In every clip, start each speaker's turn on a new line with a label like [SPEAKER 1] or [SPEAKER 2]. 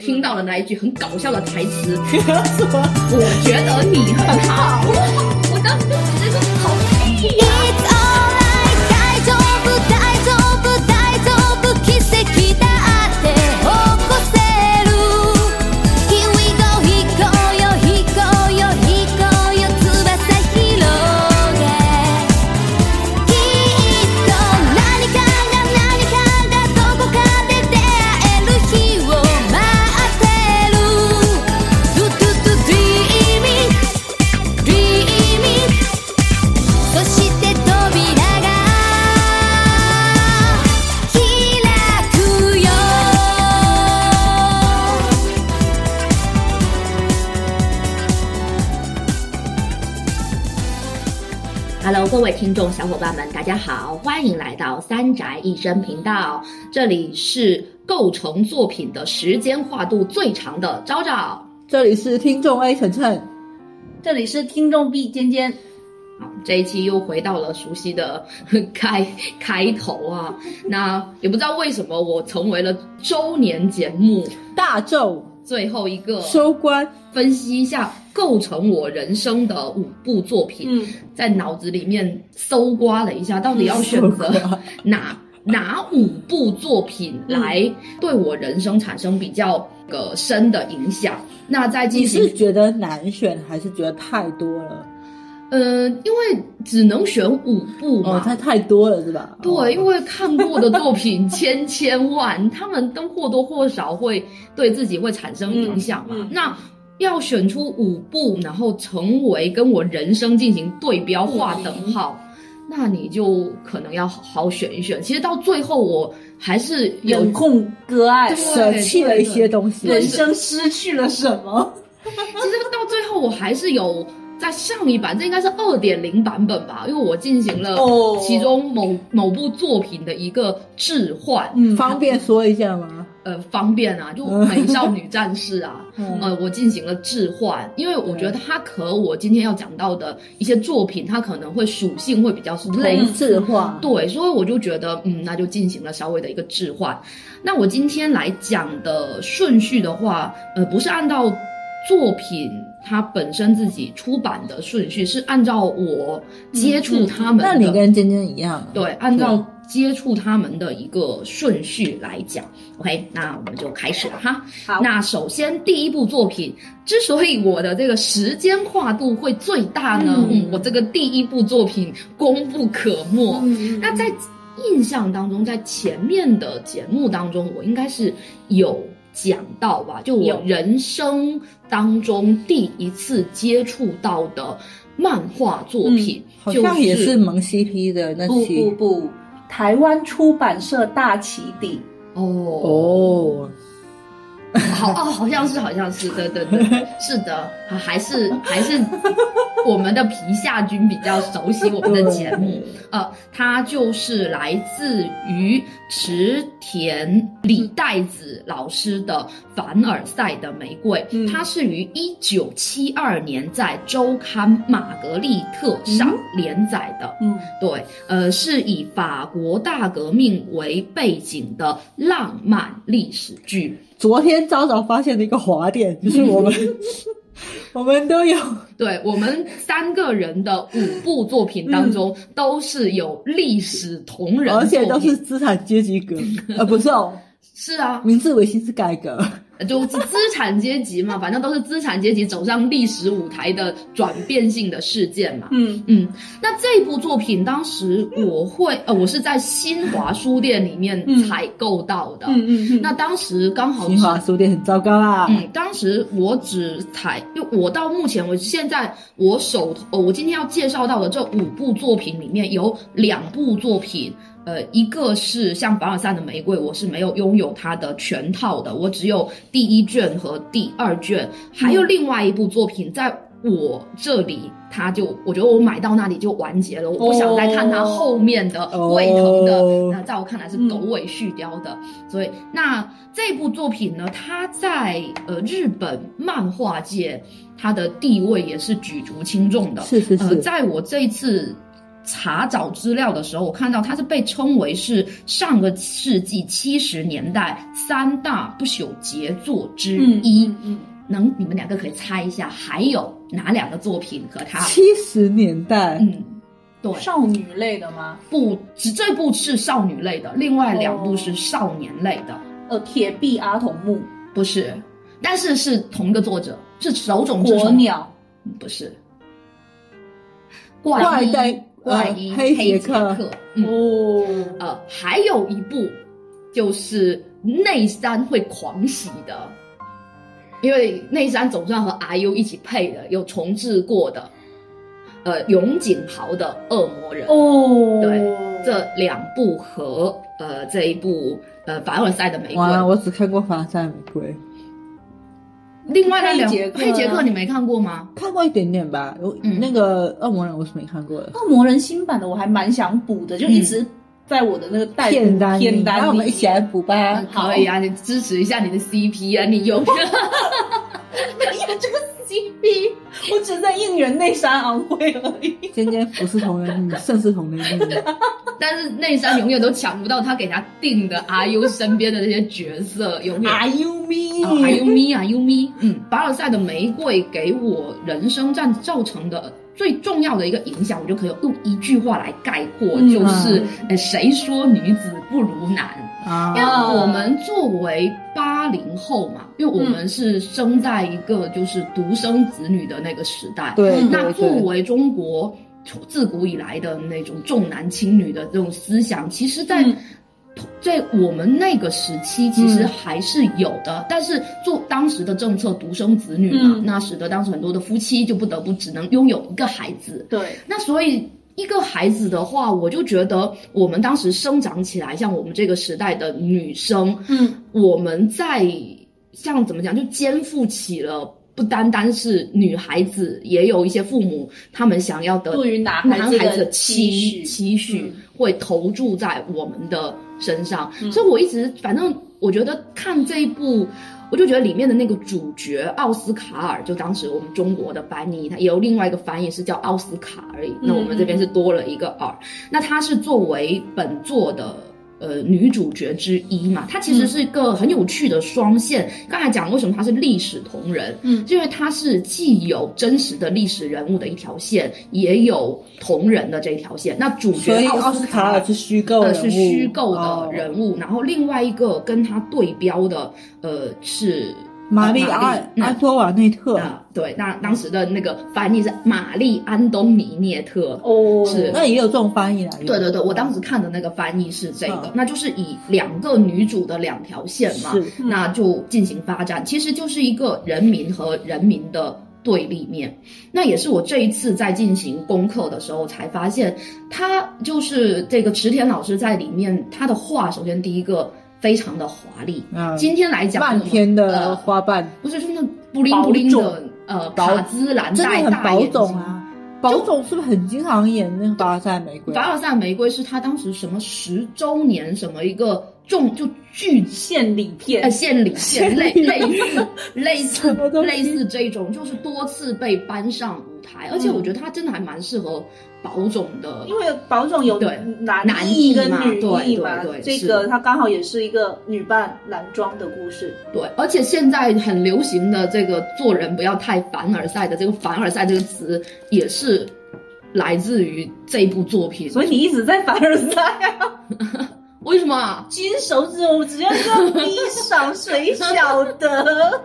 [SPEAKER 1] 听到了那一句很搞笑的台词，我觉得你很好，我当时就直接说好屁呀、
[SPEAKER 2] It's alright 大丈夫大丈夫大丈夫奇跡だって起こせる Here we go 飛行よ飛行よ飛行よ翼広げきっと何かが何かが何かがどこかで出会える日を待ってる Do do do dreaming dreaming そして扉が開くよ
[SPEAKER 1] Hello，各位听众小伙伴们，大家好，欢迎来到三宅一生频道，这里是构成作品的时间跨度最长的昭昭。
[SPEAKER 3] 这里是听众 A 晨晨，
[SPEAKER 4] 这里是听众 B 尖尖，
[SPEAKER 1] 好，这一期又回到了熟悉的开开头啊，那也不知道为什么我成为了周年节目
[SPEAKER 3] 大咒
[SPEAKER 1] 最后一个
[SPEAKER 3] 收官，
[SPEAKER 1] 分析一下构成我人生的五部作品，
[SPEAKER 4] 嗯，
[SPEAKER 1] 在脑子里面搜刮了一下，到底要选择
[SPEAKER 3] 搜刮
[SPEAKER 1] 哪哪五部作品来对我人生产生比较呃深的影响。那在
[SPEAKER 3] 你
[SPEAKER 1] 进行
[SPEAKER 3] 是觉得难选还是觉得太多了？
[SPEAKER 1] 呃，因为只能选五部嘛，
[SPEAKER 3] 哦，它太多了是吧？哦
[SPEAKER 1] 对，因为看过的作品千千万，他们都或多或少会对自己会产生影响嘛。
[SPEAKER 4] 嗯嗯
[SPEAKER 1] 那要选出五部，然后成为跟我人生进行对标划等号，那你就可能要好好选一选。其实到最后，我还是有
[SPEAKER 4] 有空割爱，
[SPEAKER 1] 对
[SPEAKER 3] 舍弃了一些东西，
[SPEAKER 4] 人生失去了什么？
[SPEAKER 1] 其实到最后我还是有在上一版，这应该是二点零版本吧，因为我进行了
[SPEAKER 4] 哦
[SPEAKER 1] 其中某某部作品的一个置换，
[SPEAKER 4] 嗯
[SPEAKER 3] 方便说一下吗？，
[SPEAKER 1] 呃，方便啊，就美少女战士啊
[SPEAKER 3] 嗯
[SPEAKER 1] 呃，我进行了置换，因为我觉得它和我今天要讲到的一些作品，它可能会属性会比较类
[SPEAKER 3] 同
[SPEAKER 1] 似。
[SPEAKER 3] 质化，
[SPEAKER 1] 对，所以我就觉得，嗯，那就进行了稍微的一个置换。那我今天来讲的顺序的话，呃，不是按照作品它本身自己出版的顺序，是按照我接触他们的。
[SPEAKER 3] 嗯那你跟尖尖一样啊，
[SPEAKER 1] 对，按照接触他们的一个顺序来讲，OK，那我们就开始了哈。
[SPEAKER 4] 好嗯
[SPEAKER 1] 那首先第一部作品，之所以我的这个时间跨度会最大呢，
[SPEAKER 3] 嗯
[SPEAKER 1] 嗯我这个第一部作品功不可没。
[SPEAKER 4] 嗯
[SPEAKER 1] 那在印象当中，在前面的节目当中，我应该是有讲到吧？就我
[SPEAKER 4] 有
[SPEAKER 1] 人生当中第一次接触到的漫画作品，
[SPEAKER 3] 嗯好
[SPEAKER 1] 就
[SPEAKER 3] 像也是萌 CP 的那
[SPEAKER 4] 不不
[SPEAKER 3] 期
[SPEAKER 4] 不，台湾出版社大起底，
[SPEAKER 1] 哦
[SPEAKER 3] 哦，
[SPEAKER 1] 好哦，好像是，好像是，对对 对，是的，啊还是还是我们的皮夏君比较熟悉我们的节目。呃，他就是来自于池田李代子老师的《凡尔赛的玫瑰》，
[SPEAKER 4] 嗯
[SPEAKER 1] 它是于一九七二年在周刊《玛格丽特》上连载的。
[SPEAKER 4] 嗯
[SPEAKER 1] 对，呃，是以法国大革命为背景的浪漫历史剧。
[SPEAKER 3] 昨天早早发现了一个滑点， 就是我们我们都有
[SPEAKER 1] 对我们三个人的五部作品当中，都是有历史同人作
[SPEAKER 3] 嗯而
[SPEAKER 1] 品，
[SPEAKER 3] 且都是资产阶级 革，呃，不是哦，
[SPEAKER 1] 是啊，
[SPEAKER 3] 明治维新是改革，
[SPEAKER 1] 就资产阶级嘛，反正都是资产阶级走上历史舞台的转变性的事件嘛。
[SPEAKER 4] 嗯
[SPEAKER 1] 嗯，那这部作品当时我会，呃，我是在新华书店里面
[SPEAKER 4] 嗯
[SPEAKER 1] 采购到的。
[SPEAKER 4] 嗯嗯嗯，
[SPEAKER 1] 那当时刚好
[SPEAKER 3] 新华书店很糟糕啦。
[SPEAKER 1] 哦嗯，当时我只采，因为我到目前为止，现在我手头，呃我今天要介绍到的这五部作品里面有两部作品，呃，一个是像凡尔赛的玫瑰，我是没有拥有它的全套的，我只有第一卷和第二卷，还有另外一部作品在。我这里，它就我觉得我买到那里就完结了，我不想再看它
[SPEAKER 4] 哦
[SPEAKER 1] 后面的胃疼的
[SPEAKER 3] 哦
[SPEAKER 1] 那在我看来是狗尾续貂的。所以，那这部作品呢，它在呃日本漫画界，它的地位也是举足轻重的。
[SPEAKER 3] 是是
[SPEAKER 1] 呃，
[SPEAKER 3] 是，
[SPEAKER 1] 在我这一次查找资料的时候，我看到它是被称为是上个世纪七十年代三大不朽杰作之一。
[SPEAKER 4] 嗯嗯，
[SPEAKER 1] 能你们两个可以猜一下，还有哪两个作品和它？
[SPEAKER 3] 七十年代，
[SPEAKER 1] 嗯，对，
[SPEAKER 4] 少女类的吗？
[SPEAKER 1] 不，只这部是少女类的，另外两部是少年类的，
[SPEAKER 4] 呃，铁臂阿童木、
[SPEAKER 1] 不是，但是是同一个作者，是手冢治
[SPEAKER 4] 火
[SPEAKER 1] 虫，
[SPEAKER 4] 鸟、
[SPEAKER 1] 不是，怪医
[SPEAKER 3] 怪诞
[SPEAKER 1] 怪医、
[SPEAKER 3] 呃
[SPEAKER 1] 黑
[SPEAKER 3] 黑
[SPEAKER 1] 杰
[SPEAKER 3] 杰克
[SPEAKER 1] 嗯，
[SPEAKER 4] 哦，
[SPEAKER 1] 呃，还有一部就是内山会狂喜的，因为内山总算和 IU 一起配的，有重置过的，呃，永井豪的《恶魔人》
[SPEAKER 4] 哦，
[SPEAKER 1] 对这两部和呃这一部呃《凡尔赛的玫瑰
[SPEAKER 3] 完了，》，我只看过《凡尔赛玫瑰》，
[SPEAKER 1] 另外那两
[SPEAKER 4] 黑杰克
[SPEAKER 1] 黑杰克你没看过吗？
[SPEAKER 3] 看过一点点吧。有
[SPEAKER 1] 嗯
[SPEAKER 3] 那个恶魔人我是没看过的。
[SPEAKER 4] 恶魔人新版的我还蛮想补
[SPEAKER 1] 嗯
[SPEAKER 4] 的，就一直在我的那个待补
[SPEAKER 3] 片单，
[SPEAKER 4] 片单
[SPEAKER 3] 那
[SPEAKER 4] 里。
[SPEAKER 3] 我们一起来补吧。
[SPEAKER 4] 好
[SPEAKER 1] 可以啊，你支持一下你的 CP 啊，你有
[SPEAKER 4] 没有哎这个 CP，我只在应援内山昂贵而已。
[SPEAKER 3] 尖尖不是同人女，胜似同人女。
[SPEAKER 1] 但是内山永远都抢不到他给他定的 IU 身边的那些角色，永远。
[SPEAKER 4] Are you
[SPEAKER 1] 哦，
[SPEAKER 4] me？
[SPEAKER 1] 还有咪啊，优咪，嗯，凡尔赛的玫瑰给我人生战造成的最重要的一个影响，我就可以用一句话来概括，
[SPEAKER 4] 嗯
[SPEAKER 1] 就是
[SPEAKER 4] 嗯，
[SPEAKER 1] 呃，谁说女子不如男？
[SPEAKER 3] 啊
[SPEAKER 1] 因为我们作为八零后嘛，因为我
[SPEAKER 4] 嗯
[SPEAKER 1] 们是生在一个就是独生子女的那个时代，
[SPEAKER 3] 对
[SPEAKER 4] 嗯，
[SPEAKER 1] 那
[SPEAKER 3] 对
[SPEAKER 1] 作
[SPEAKER 3] 对，
[SPEAKER 1] 为中国自古以来的那种重男轻女的这种思想，其实在、
[SPEAKER 4] 嗯
[SPEAKER 1] 在我们那个时期其实还是有的，但是做当时的政策，独生子女嘛，
[SPEAKER 4] 嗯
[SPEAKER 1] 那使得当时很多的夫妻就不得不只能拥有一个孩子。
[SPEAKER 4] 对，
[SPEAKER 1] 那所以一个孩子的话，我就觉得我们当时生长起来，像我们这个时代的女生，
[SPEAKER 4] 嗯，
[SPEAKER 1] 我们在像怎么讲，就肩负起了不单单是女孩子，也有一些父母他们想要的
[SPEAKER 4] 对于男
[SPEAKER 1] 男
[SPEAKER 4] 孩子
[SPEAKER 1] 孩子
[SPEAKER 4] 的
[SPEAKER 1] 的期
[SPEAKER 4] 期许
[SPEAKER 1] 期许
[SPEAKER 4] 嗯
[SPEAKER 1] 会投注在我们的身上，所以我一直反正我觉得看这一部。我就觉得里面的那个主角奥斯卡尔，就当时我们中国的翻译，它也有另外一个翻译是叫奥斯卡而已。那我们这
[SPEAKER 4] 嗯
[SPEAKER 1] 边是多了一个尔，那她是作为本作的呃女主角之一嘛，她
[SPEAKER 4] 嗯
[SPEAKER 1] 其实是一个很有趣的双线。刚才讲为什么她是历史同人，
[SPEAKER 4] 嗯
[SPEAKER 1] 是因为她是既有真实的历史人物的一条线，也有同人的这一条线。那主角
[SPEAKER 3] 所以
[SPEAKER 1] 奥
[SPEAKER 3] 奥
[SPEAKER 1] 斯
[SPEAKER 3] 斯卡尔是虚构
[SPEAKER 1] 呃
[SPEAKER 3] 人物，
[SPEAKER 1] 是虚构的
[SPEAKER 3] 哦
[SPEAKER 1] 人物，然后另外一个跟他对标的呃是
[SPEAKER 3] 玛丽
[SPEAKER 1] 呃
[SPEAKER 3] 阿
[SPEAKER 1] 嗯
[SPEAKER 3] 阿多瓦内特。
[SPEAKER 1] 啊，对，那当时的那个翻译是玛丽安东尼涅特。
[SPEAKER 4] 哦，
[SPEAKER 1] 是
[SPEAKER 3] 那也有这种翻译啦。
[SPEAKER 1] 对对对，我当时看的那个翻译是这个
[SPEAKER 3] 嗯，
[SPEAKER 1] 那就是以两个女主的两条线嘛，
[SPEAKER 3] 是
[SPEAKER 1] 那就进行发展，其实就是一个人民和人民的对立面。那也是我这一次在进行功课的时候才发现，他就是这个池田老师在里面，他的画首先第一个非常的华丽。
[SPEAKER 3] 啊，
[SPEAKER 1] 今天来讲，
[SPEAKER 3] 漫天的
[SPEAKER 1] 呃
[SPEAKER 3] 花瓣，
[SPEAKER 1] 不是，就是那布灵布灵
[SPEAKER 4] 宝
[SPEAKER 1] 的呃卡兹兰
[SPEAKER 3] 真的
[SPEAKER 1] 黛
[SPEAKER 3] 很
[SPEAKER 1] 大
[SPEAKER 3] 宝
[SPEAKER 1] 眼
[SPEAKER 3] 总
[SPEAKER 1] 睛。
[SPEAKER 3] 啊。宝总是不是很经常演那个《巴塞玫瑰》？啊
[SPEAKER 1] 凡尔赛玫瑰是他当时什么十周年什么一个重就巨
[SPEAKER 4] 献礼
[SPEAKER 1] 呃，
[SPEAKER 4] 片，
[SPEAKER 1] 献礼献类 类似类似
[SPEAKER 3] 什么东西
[SPEAKER 1] 类似这种，就是多次被搬上舞台，而且我觉得他真的还蛮适合保种的
[SPEAKER 4] 因。为宝总有
[SPEAKER 1] 对
[SPEAKER 4] 男
[SPEAKER 1] 男
[SPEAKER 4] 译
[SPEAKER 1] 译
[SPEAKER 4] 跟
[SPEAKER 1] 嘛
[SPEAKER 4] 女
[SPEAKER 1] 对
[SPEAKER 4] 译
[SPEAKER 1] 对
[SPEAKER 4] 嘛
[SPEAKER 1] 对，
[SPEAKER 4] 这
[SPEAKER 1] 是
[SPEAKER 4] 个它刚好也是一个女扮男装的故事。
[SPEAKER 1] 对，而且现在很流行的这个“做人不要太凡尔赛”的这个“凡尔赛”这个词，也是来自于这部作品。
[SPEAKER 4] 所以你一直在凡尔赛 啊，
[SPEAKER 1] 为什么啊？
[SPEAKER 4] 金手指，我只要这地上谁晓得？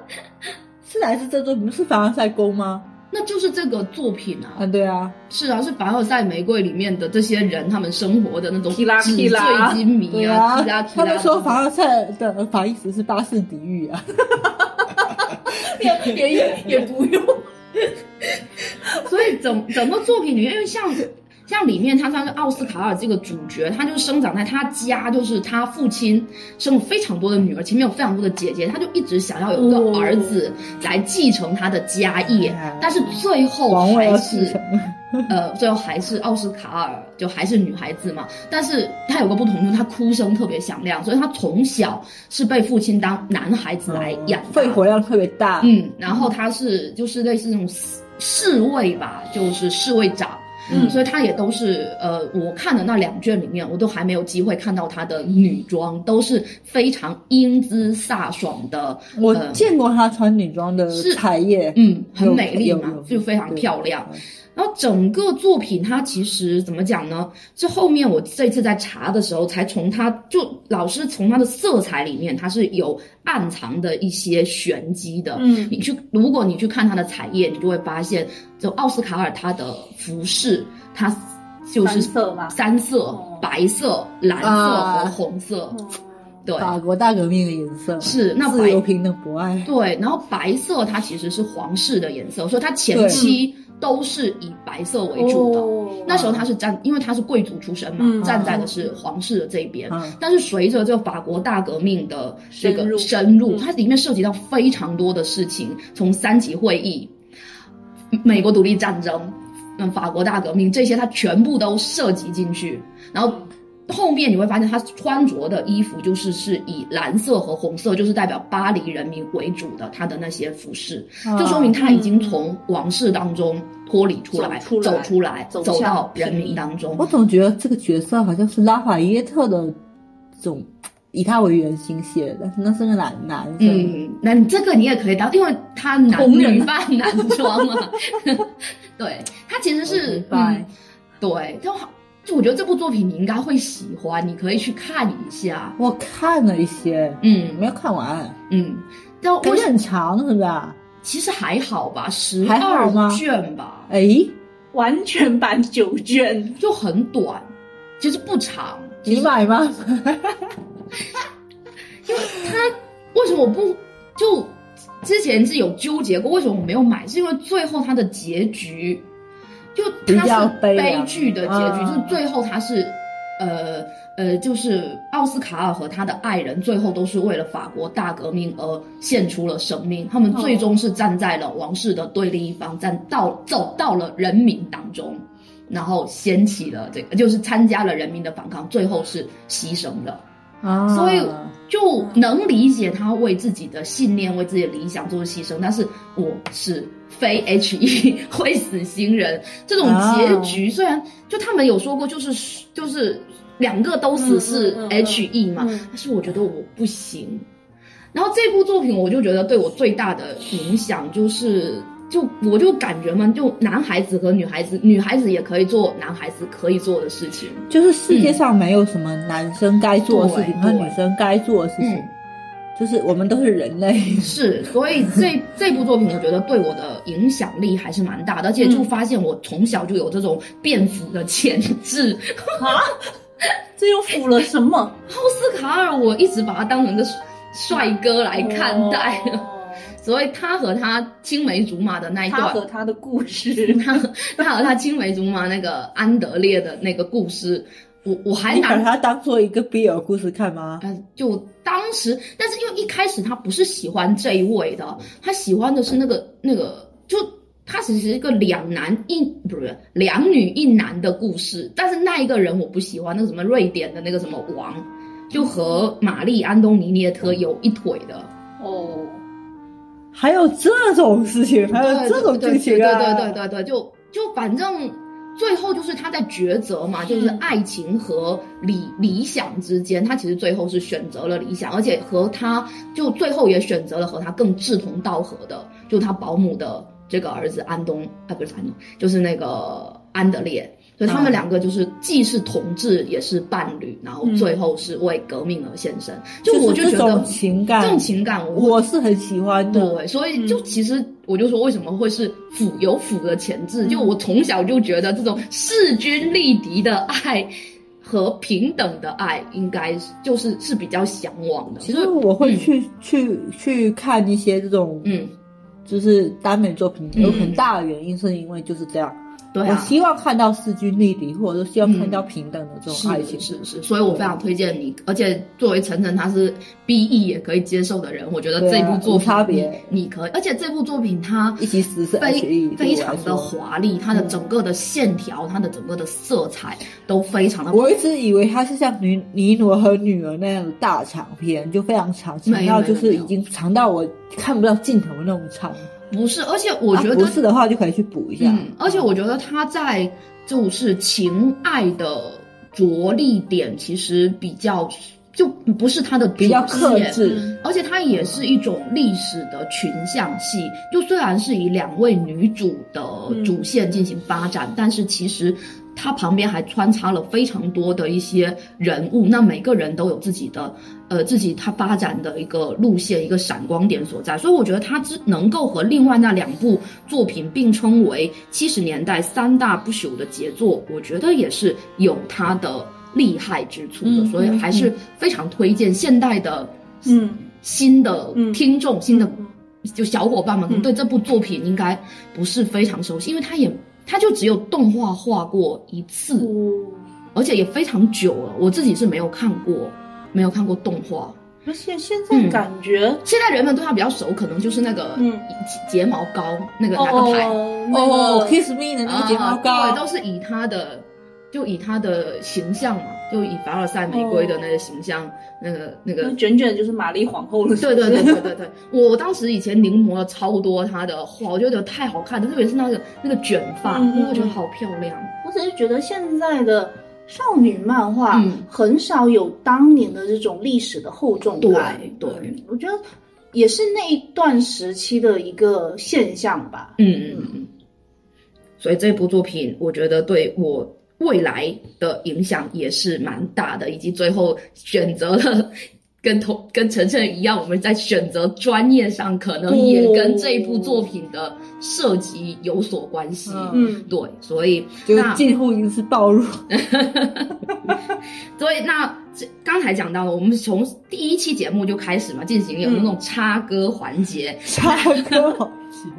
[SPEAKER 3] 是来自这座，不是凡尔赛宫吗？
[SPEAKER 1] 那就是这个作品啊，
[SPEAKER 3] 啊，对啊，
[SPEAKER 1] 是啊，是凡尔赛玫瑰里面的这些人，他们生活的那种纸
[SPEAKER 4] 提拉提
[SPEAKER 1] 醉
[SPEAKER 4] 拉
[SPEAKER 1] 金迷
[SPEAKER 3] 对
[SPEAKER 1] 啊，提拉提
[SPEAKER 3] 他
[SPEAKER 1] 拉。
[SPEAKER 3] 们说凡尔赛的法医词是巴士底狱啊。
[SPEAKER 4] 也也也不用。
[SPEAKER 1] 所以整整个作品里面，因为像像里面他算是奥斯卡尔这个主角，他就生长在他家，就是他父亲生了非常多的女儿，前面有非常多的姐姐，他就一直想要有一个儿子来继承他的家业，
[SPEAKER 3] 哦
[SPEAKER 1] 但是最后
[SPEAKER 3] 王位
[SPEAKER 1] 还
[SPEAKER 3] 要继
[SPEAKER 1] 是
[SPEAKER 3] 承。
[SPEAKER 1] 呃，最后还是奥斯卡尔就还是女孩子嘛，但是她有个不同，就是她哭声特别响亮，所以她从小是被父亲当男孩子来养大，
[SPEAKER 3] 肺活量特别大。
[SPEAKER 1] 嗯
[SPEAKER 3] 嗯
[SPEAKER 1] 嗯，然后他是就是类似那种侍侍卫吧，就是侍卫长。
[SPEAKER 4] 嗯
[SPEAKER 1] 所以她也都是呃，我看的那两卷里面，我都还没有机会看到她的女装，都是非常英姿飒爽的，
[SPEAKER 3] 我
[SPEAKER 1] 呃
[SPEAKER 3] 见过她穿女装的
[SPEAKER 1] 是
[SPEAKER 3] 彩页，
[SPEAKER 1] 嗯，很
[SPEAKER 3] 有
[SPEAKER 1] 美丽
[SPEAKER 3] 有
[SPEAKER 1] 嘛
[SPEAKER 3] 有，
[SPEAKER 1] 就非常
[SPEAKER 3] 对
[SPEAKER 1] 漂亮。
[SPEAKER 3] 嗯
[SPEAKER 1] 然后整个作品它其实怎么讲呢？是后面我这次在查的时候，才从它就老师从它的色彩里面，它是有暗藏的一些玄机的。
[SPEAKER 4] 嗯
[SPEAKER 1] 你去，如果你去看它的彩页，你就会发现，就奥斯卡尔他的服饰，它就是
[SPEAKER 4] 三色嘛
[SPEAKER 1] 三色
[SPEAKER 4] 哦：
[SPEAKER 1] 白色、蓝色
[SPEAKER 3] 啊
[SPEAKER 1] 和红色。对，
[SPEAKER 3] 法国大革命的颜色
[SPEAKER 1] 是那
[SPEAKER 3] 自由
[SPEAKER 1] 白
[SPEAKER 3] 平等博爱，
[SPEAKER 1] 对，然后白色它其实是皇室的颜色，所以它前
[SPEAKER 3] 对
[SPEAKER 1] 期都是以白色为主的。
[SPEAKER 4] 哦
[SPEAKER 1] 那时候他是站，因为他是贵族出身嘛，
[SPEAKER 4] 嗯
[SPEAKER 1] 站在的是皇室的这一边。
[SPEAKER 3] 嗯
[SPEAKER 1] 但是随着这个法国大革命的这
[SPEAKER 4] 深入
[SPEAKER 1] 个深入，
[SPEAKER 4] 嗯
[SPEAKER 1] 它里面涉及到非常多的事情，从三级会议、美国独立战争、嗯法国大革命这些，它全部都涉及进去。然后
[SPEAKER 4] 嗯
[SPEAKER 1] 后面你会发现，他穿着的衣服就是是以蓝色和红色，就是代表巴黎人民为主的他的那些服饰。
[SPEAKER 3] 嗯
[SPEAKER 1] 就说明他已经从王室当中脱离出来，
[SPEAKER 4] 走出来
[SPEAKER 1] 走出来，
[SPEAKER 4] 走
[SPEAKER 1] 走
[SPEAKER 4] 向
[SPEAKER 1] 到
[SPEAKER 4] 平
[SPEAKER 1] 人民
[SPEAKER 4] 民
[SPEAKER 1] 当中
[SPEAKER 3] 我。总觉得这个角色好像是拉法耶特的这种以他为原型写的，但是那是个男男生。
[SPEAKER 1] 嗯，那你这个你也可以当，因为他男
[SPEAKER 3] 同人啊
[SPEAKER 1] 女扮男装嘛。 对，他其实是
[SPEAKER 3] 明白
[SPEAKER 1] 嗯，对，就好。就我觉得这部作品你应该会喜欢，你可以去看一下。
[SPEAKER 3] 我看了一些，
[SPEAKER 1] 嗯
[SPEAKER 3] 没有看完，
[SPEAKER 1] 嗯，但
[SPEAKER 3] 感
[SPEAKER 1] 我
[SPEAKER 3] 觉很长，是不是啊？
[SPEAKER 1] 其实还好吧，十
[SPEAKER 3] 还好吗
[SPEAKER 1] 二卷吧，
[SPEAKER 3] 哎，
[SPEAKER 4] 完全版九卷，
[SPEAKER 1] 就很短，其实不长。其
[SPEAKER 3] 你
[SPEAKER 1] 实
[SPEAKER 3] 买吗？
[SPEAKER 1] 为什么我不就之前是有纠结过，为什么我没有买？是因为最后它的结局，就
[SPEAKER 3] 比较
[SPEAKER 1] 它是
[SPEAKER 3] 悲
[SPEAKER 1] 悲
[SPEAKER 3] 凉
[SPEAKER 1] 剧的结局，
[SPEAKER 3] 嗯
[SPEAKER 1] 就是最后他是呃呃，就是奥斯卡尔和他的爱人最后都是为了法国大革命而献出了生命，他们最终是站在了王室的对立一方，站到走到了人民当中。然后掀起了这个，就是参加了人民的反抗，最后是牺牲了。
[SPEAKER 3] 啊，
[SPEAKER 1] 所以
[SPEAKER 4] 嗯
[SPEAKER 1] 就能理解他为自己的信念、为自己的理想做出牺牲。但是我是非 H E 会死星人，这种结
[SPEAKER 4] 哦
[SPEAKER 1] 局虽然就他们有说过，就是就是两个都死是
[SPEAKER 4] 嗯嗯嗯嗯
[SPEAKER 1] H E 嘛，
[SPEAKER 4] 嗯
[SPEAKER 1] 但是我觉得我不行。然后这部作品，我就觉得对我最大的影响就是，就我就感觉嘛，就男孩子和女孩子，女孩子也可以做男孩子可以做的事情。
[SPEAKER 3] 就是世界上没有什么男生该做的事情
[SPEAKER 1] 嗯
[SPEAKER 3] 和
[SPEAKER 1] 对
[SPEAKER 3] 女生该做的事情
[SPEAKER 1] 嗯，
[SPEAKER 3] 就是我们都是人类。
[SPEAKER 1] 是，所以这这部作品，我觉得对我的影响力还是蛮大的，而且
[SPEAKER 4] 嗯
[SPEAKER 1] 就发现我从小就有这种变腐的潜质。
[SPEAKER 4] 这又腐了什么？
[SPEAKER 1] 奥斯卡尔，我一直把他当成个帅哥来看待，
[SPEAKER 4] 哦
[SPEAKER 1] 所以他和他青梅竹马的那一
[SPEAKER 4] 他
[SPEAKER 1] 段，
[SPEAKER 4] 和他的故事，
[SPEAKER 1] 哎 他和他和他青梅竹马那个安德烈的那个故事，我我还
[SPEAKER 3] 你把
[SPEAKER 1] 拿
[SPEAKER 3] 它当做一个 BL 故事看吗？
[SPEAKER 1] 呃，就当时，但是因为一开始他不是喜欢这一位的，他喜欢的是那个那个，就他其实是一个两男一不是两女一男的故事，但是那一个人我不喜欢，那个什么瑞典的那个什么王，就和玛丽安东尼涅特有一腿的，
[SPEAKER 4] 哦，
[SPEAKER 3] 还有这种事情，还有
[SPEAKER 1] 对
[SPEAKER 3] 这种
[SPEAKER 1] 对
[SPEAKER 3] 剧情啊！
[SPEAKER 1] 对对对对对，就就反正最后就是他在抉择嘛，就是爱情和理理想之间，他其实最后是选择了理想，而且和他就最后也选择了和他更志同道合的，就他保姆的这个儿子安东，啊不是安东，就是那个安德烈。所以他们
[SPEAKER 3] 嗯
[SPEAKER 1] 两个就是既是同志也是伴侣，然后
[SPEAKER 4] 嗯
[SPEAKER 1] 最后是为革命而献身。
[SPEAKER 3] 就
[SPEAKER 1] 就是我就
[SPEAKER 3] 这
[SPEAKER 1] 觉
[SPEAKER 3] 种
[SPEAKER 1] 得
[SPEAKER 3] 情感
[SPEAKER 1] 这种情感我会
[SPEAKER 3] 我是很喜欢的。
[SPEAKER 1] 对，所以
[SPEAKER 4] 嗯
[SPEAKER 1] 就其实我就说，为什么会是腐有腐的潜质？就
[SPEAKER 3] 嗯
[SPEAKER 1] 我从小就觉得这种势均力敌的爱和平等的爱，应该是就是是比较向往的。
[SPEAKER 3] 其实我会去、去去看一些这种，
[SPEAKER 1] 嗯，
[SPEAKER 3] 就是耽美作品，
[SPEAKER 1] 嗯
[SPEAKER 3] 有很大的原因是因为就是这样。
[SPEAKER 1] 对
[SPEAKER 3] 我
[SPEAKER 1] 啊，嗯
[SPEAKER 3] 希望看到势均力敌，或者说希望看到平等的这
[SPEAKER 1] 是
[SPEAKER 3] 种爱情。
[SPEAKER 1] 是是，所以我非常推荐你。而且作为晨晨，他是 B E 也可以接受的人，我觉得
[SPEAKER 3] 对
[SPEAKER 1] 这
[SPEAKER 3] 啊
[SPEAKER 1] 部作
[SPEAKER 3] 无
[SPEAKER 1] 品
[SPEAKER 3] 差别
[SPEAKER 1] 你你可以，而且这部作品它
[SPEAKER 3] 一起死是
[SPEAKER 1] 非
[SPEAKER 3] HE，
[SPEAKER 1] 非常
[SPEAKER 3] 对
[SPEAKER 1] 的
[SPEAKER 3] 我来说。嗯
[SPEAKER 1] 华丽，它的整个的线条，它的整个的色彩都非常的
[SPEAKER 3] 我一直以为它是像尼尼罗和女儿那样的大长篇，就非常长，长
[SPEAKER 1] 没有
[SPEAKER 3] 到
[SPEAKER 1] 没有
[SPEAKER 3] 就是
[SPEAKER 1] 没
[SPEAKER 3] 已
[SPEAKER 1] 有
[SPEAKER 3] 经长到我看不到尽头那种长。
[SPEAKER 1] 不是，而且我觉
[SPEAKER 3] 啊
[SPEAKER 1] 得
[SPEAKER 3] 不是的话，就可以去补一下。哦
[SPEAKER 1] 嗯，而且我觉得他在就是情爱的着力点其实比较就不是他的主
[SPEAKER 3] 比较克
[SPEAKER 1] 线
[SPEAKER 3] 制，
[SPEAKER 4] 嗯
[SPEAKER 1] 而且它也是一种历史的群像戏，就虽然是以两位女主的
[SPEAKER 3] 嗯
[SPEAKER 1] 主线进行发展，但是其实它旁边还穿插了非常多的一些人物，那每个人都有自己的呃自己他发展的一个路线、一个闪光点所在，所以我觉得它只能够和另外那两部作品并称为七十年代三大不朽的杰作，我觉得也是有它的厉害之处的，
[SPEAKER 3] 嗯
[SPEAKER 1] 所以还是非常推荐现代的。
[SPEAKER 4] 嗯，
[SPEAKER 1] 新的听众、新的
[SPEAKER 4] 嗯
[SPEAKER 1] 就小伙伴们，可能
[SPEAKER 4] 嗯
[SPEAKER 1] 对这部作品应该不是非常熟悉，因为它也它就只有动画画过一次，
[SPEAKER 4] 哦，
[SPEAKER 1] 而且也非常久了。我自己是没有看过，没有看过动画。
[SPEAKER 4] 而且现
[SPEAKER 1] 嗯
[SPEAKER 4] 在感觉，
[SPEAKER 1] 现在人们对它比较熟，可能就是那个
[SPEAKER 4] 嗯
[SPEAKER 1] 睫毛膏那个
[SPEAKER 4] 哦
[SPEAKER 1] 哪个牌
[SPEAKER 3] 哦
[SPEAKER 4] 哦
[SPEAKER 3] ，Kiss Me 的那个睫毛
[SPEAKER 1] 啊
[SPEAKER 3] 膏，
[SPEAKER 1] 对，都是以它的就以它的形象嘛，就以凡尔赛玫瑰的那个形象，那个那个
[SPEAKER 4] 卷卷就是玛丽皇后了，
[SPEAKER 1] 对对对对对对，我当时以前临摹了超多她的画，我觉得太好看了，特别是那个那个卷发，
[SPEAKER 4] 嗯嗯
[SPEAKER 1] 我觉得好漂亮。
[SPEAKER 4] 我只是觉得现在的少女漫画
[SPEAKER 1] 嗯
[SPEAKER 4] 很少有当年的这种历史的厚重感。
[SPEAKER 1] 对对
[SPEAKER 4] 嗯我觉得也是那一段时期的一个现象吧。
[SPEAKER 1] 嗯嗯嗯嗯。所以这部作品，我觉得对我未来的影响也是蛮大的，以及最后选择了跟同跟晨晨一样，我们在选择专业上可能也跟这部作品的涉及有所关系。
[SPEAKER 3] 嗯
[SPEAKER 4] 嗯，
[SPEAKER 1] 对，所以
[SPEAKER 3] 就
[SPEAKER 1] 那
[SPEAKER 3] 近乎已经是暴露。
[SPEAKER 1] 所以那这刚才讲到了，我们从第一期节目就开始嘛，进行有那种插歌环节。
[SPEAKER 3] 插歌好奇，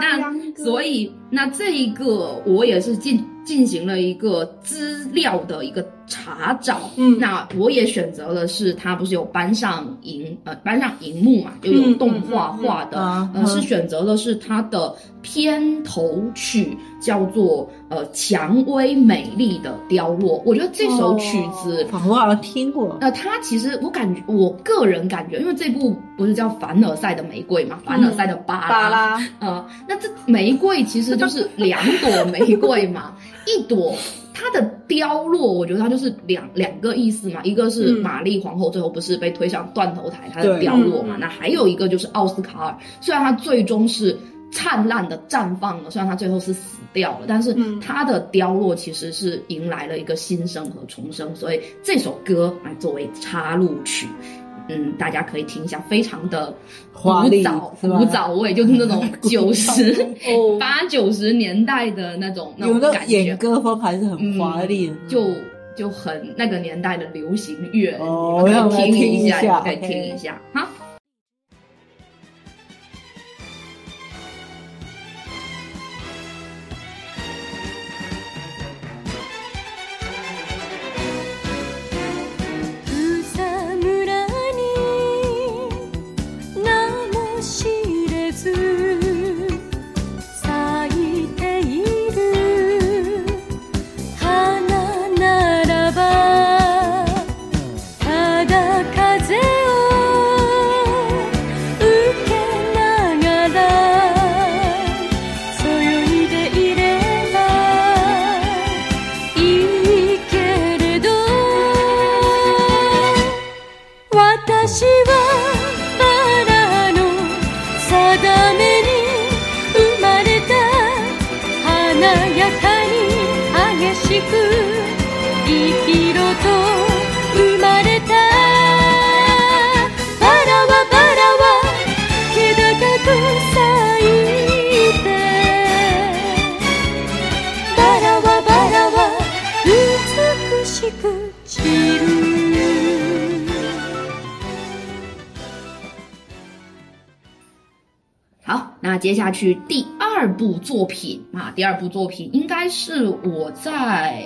[SPEAKER 1] 那所以那这一个我也是进进行了一个资料的一个查找。
[SPEAKER 4] 嗯
[SPEAKER 1] 那我也选择了是它不是有搬上荧呃搬上荧幕嘛，就有
[SPEAKER 4] 嗯
[SPEAKER 1] 动画
[SPEAKER 4] 嗯嗯嗯
[SPEAKER 1] 画的，
[SPEAKER 3] 啊
[SPEAKER 1] 呃是
[SPEAKER 3] 嗯
[SPEAKER 1] 选择的是它的片头曲叫做呃《蔷薇美丽的凋落》，我觉得这首曲子。
[SPEAKER 4] 哦
[SPEAKER 3] 我好像听过。
[SPEAKER 1] 呃，他其实我感觉，我个人感觉，因为这部不是叫《凡尔赛的玫瑰》嘛，《凡尔赛的巴
[SPEAKER 4] 嗯巴
[SPEAKER 1] 拉》
[SPEAKER 4] 拉，
[SPEAKER 1] 呃，那这玫瑰其实就是两朵玫瑰嘛，一朵它的凋落，我觉得它就是两两个意思嘛，一个是
[SPEAKER 4] 嗯
[SPEAKER 1] 玛丽皇后最后不是被推上断头台，她的
[SPEAKER 3] 对
[SPEAKER 1] 凋落嘛，
[SPEAKER 4] 嗯嗯
[SPEAKER 1] 那还有一个就是奥斯卡尔，虽然他最终是。灿烂的绽放了，虽然他最后是死掉了，但是
[SPEAKER 4] 嗯
[SPEAKER 1] 他的凋落其实是迎来了一个新生和重生，所以这首歌来作为插入曲，嗯，大家可以听一下，非常的
[SPEAKER 3] 华
[SPEAKER 1] 古
[SPEAKER 3] 丽
[SPEAKER 1] 早
[SPEAKER 3] 是吧
[SPEAKER 1] 古早味，就是那 种九十
[SPEAKER 4] 哦
[SPEAKER 1] 八九十年代的那种那
[SPEAKER 3] 有
[SPEAKER 1] 种
[SPEAKER 3] 那
[SPEAKER 1] 感觉嗯
[SPEAKER 3] 演，歌风还是很华丽的，
[SPEAKER 1] 就就很那个年代的流行乐，
[SPEAKER 3] 哦
[SPEAKER 1] 你
[SPEAKER 3] 那
[SPEAKER 1] 们
[SPEAKER 3] 我
[SPEAKER 1] 可
[SPEAKER 3] 来
[SPEAKER 1] 以听
[SPEAKER 3] 听一
[SPEAKER 1] 下，
[SPEAKER 3] 下
[SPEAKER 1] 你可以听
[SPEAKER 3] OK
[SPEAKER 1] 一下哈。
[SPEAKER 2] 草むらに名も知れず咲いている花ならばただ風を受けながらそよいでいればいいけれど私はバラの定めに生まれた華やかに激しく生きろと生まれたバラはバラは気高く咲いてバラはバラは美しく散る
[SPEAKER 1] 好，那接下去第二部作品啊，第二部作品应该是我在，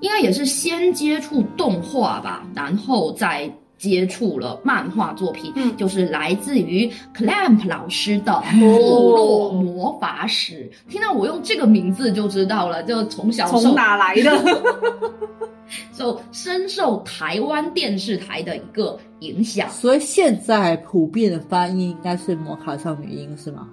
[SPEAKER 1] 应该也是先接触动画吧，然后再接触了漫画作品，
[SPEAKER 4] 嗯哦
[SPEAKER 1] 就是来自于 Clamp 老师的《部落魔法史》。听到我用这个名字就知道了，就从小受
[SPEAKER 4] 从哪来 的？
[SPEAKER 1] 受深受台湾电视台的一个影响。
[SPEAKER 3] 所以现在普遍的翻译应该是摩卡少女樱是吗？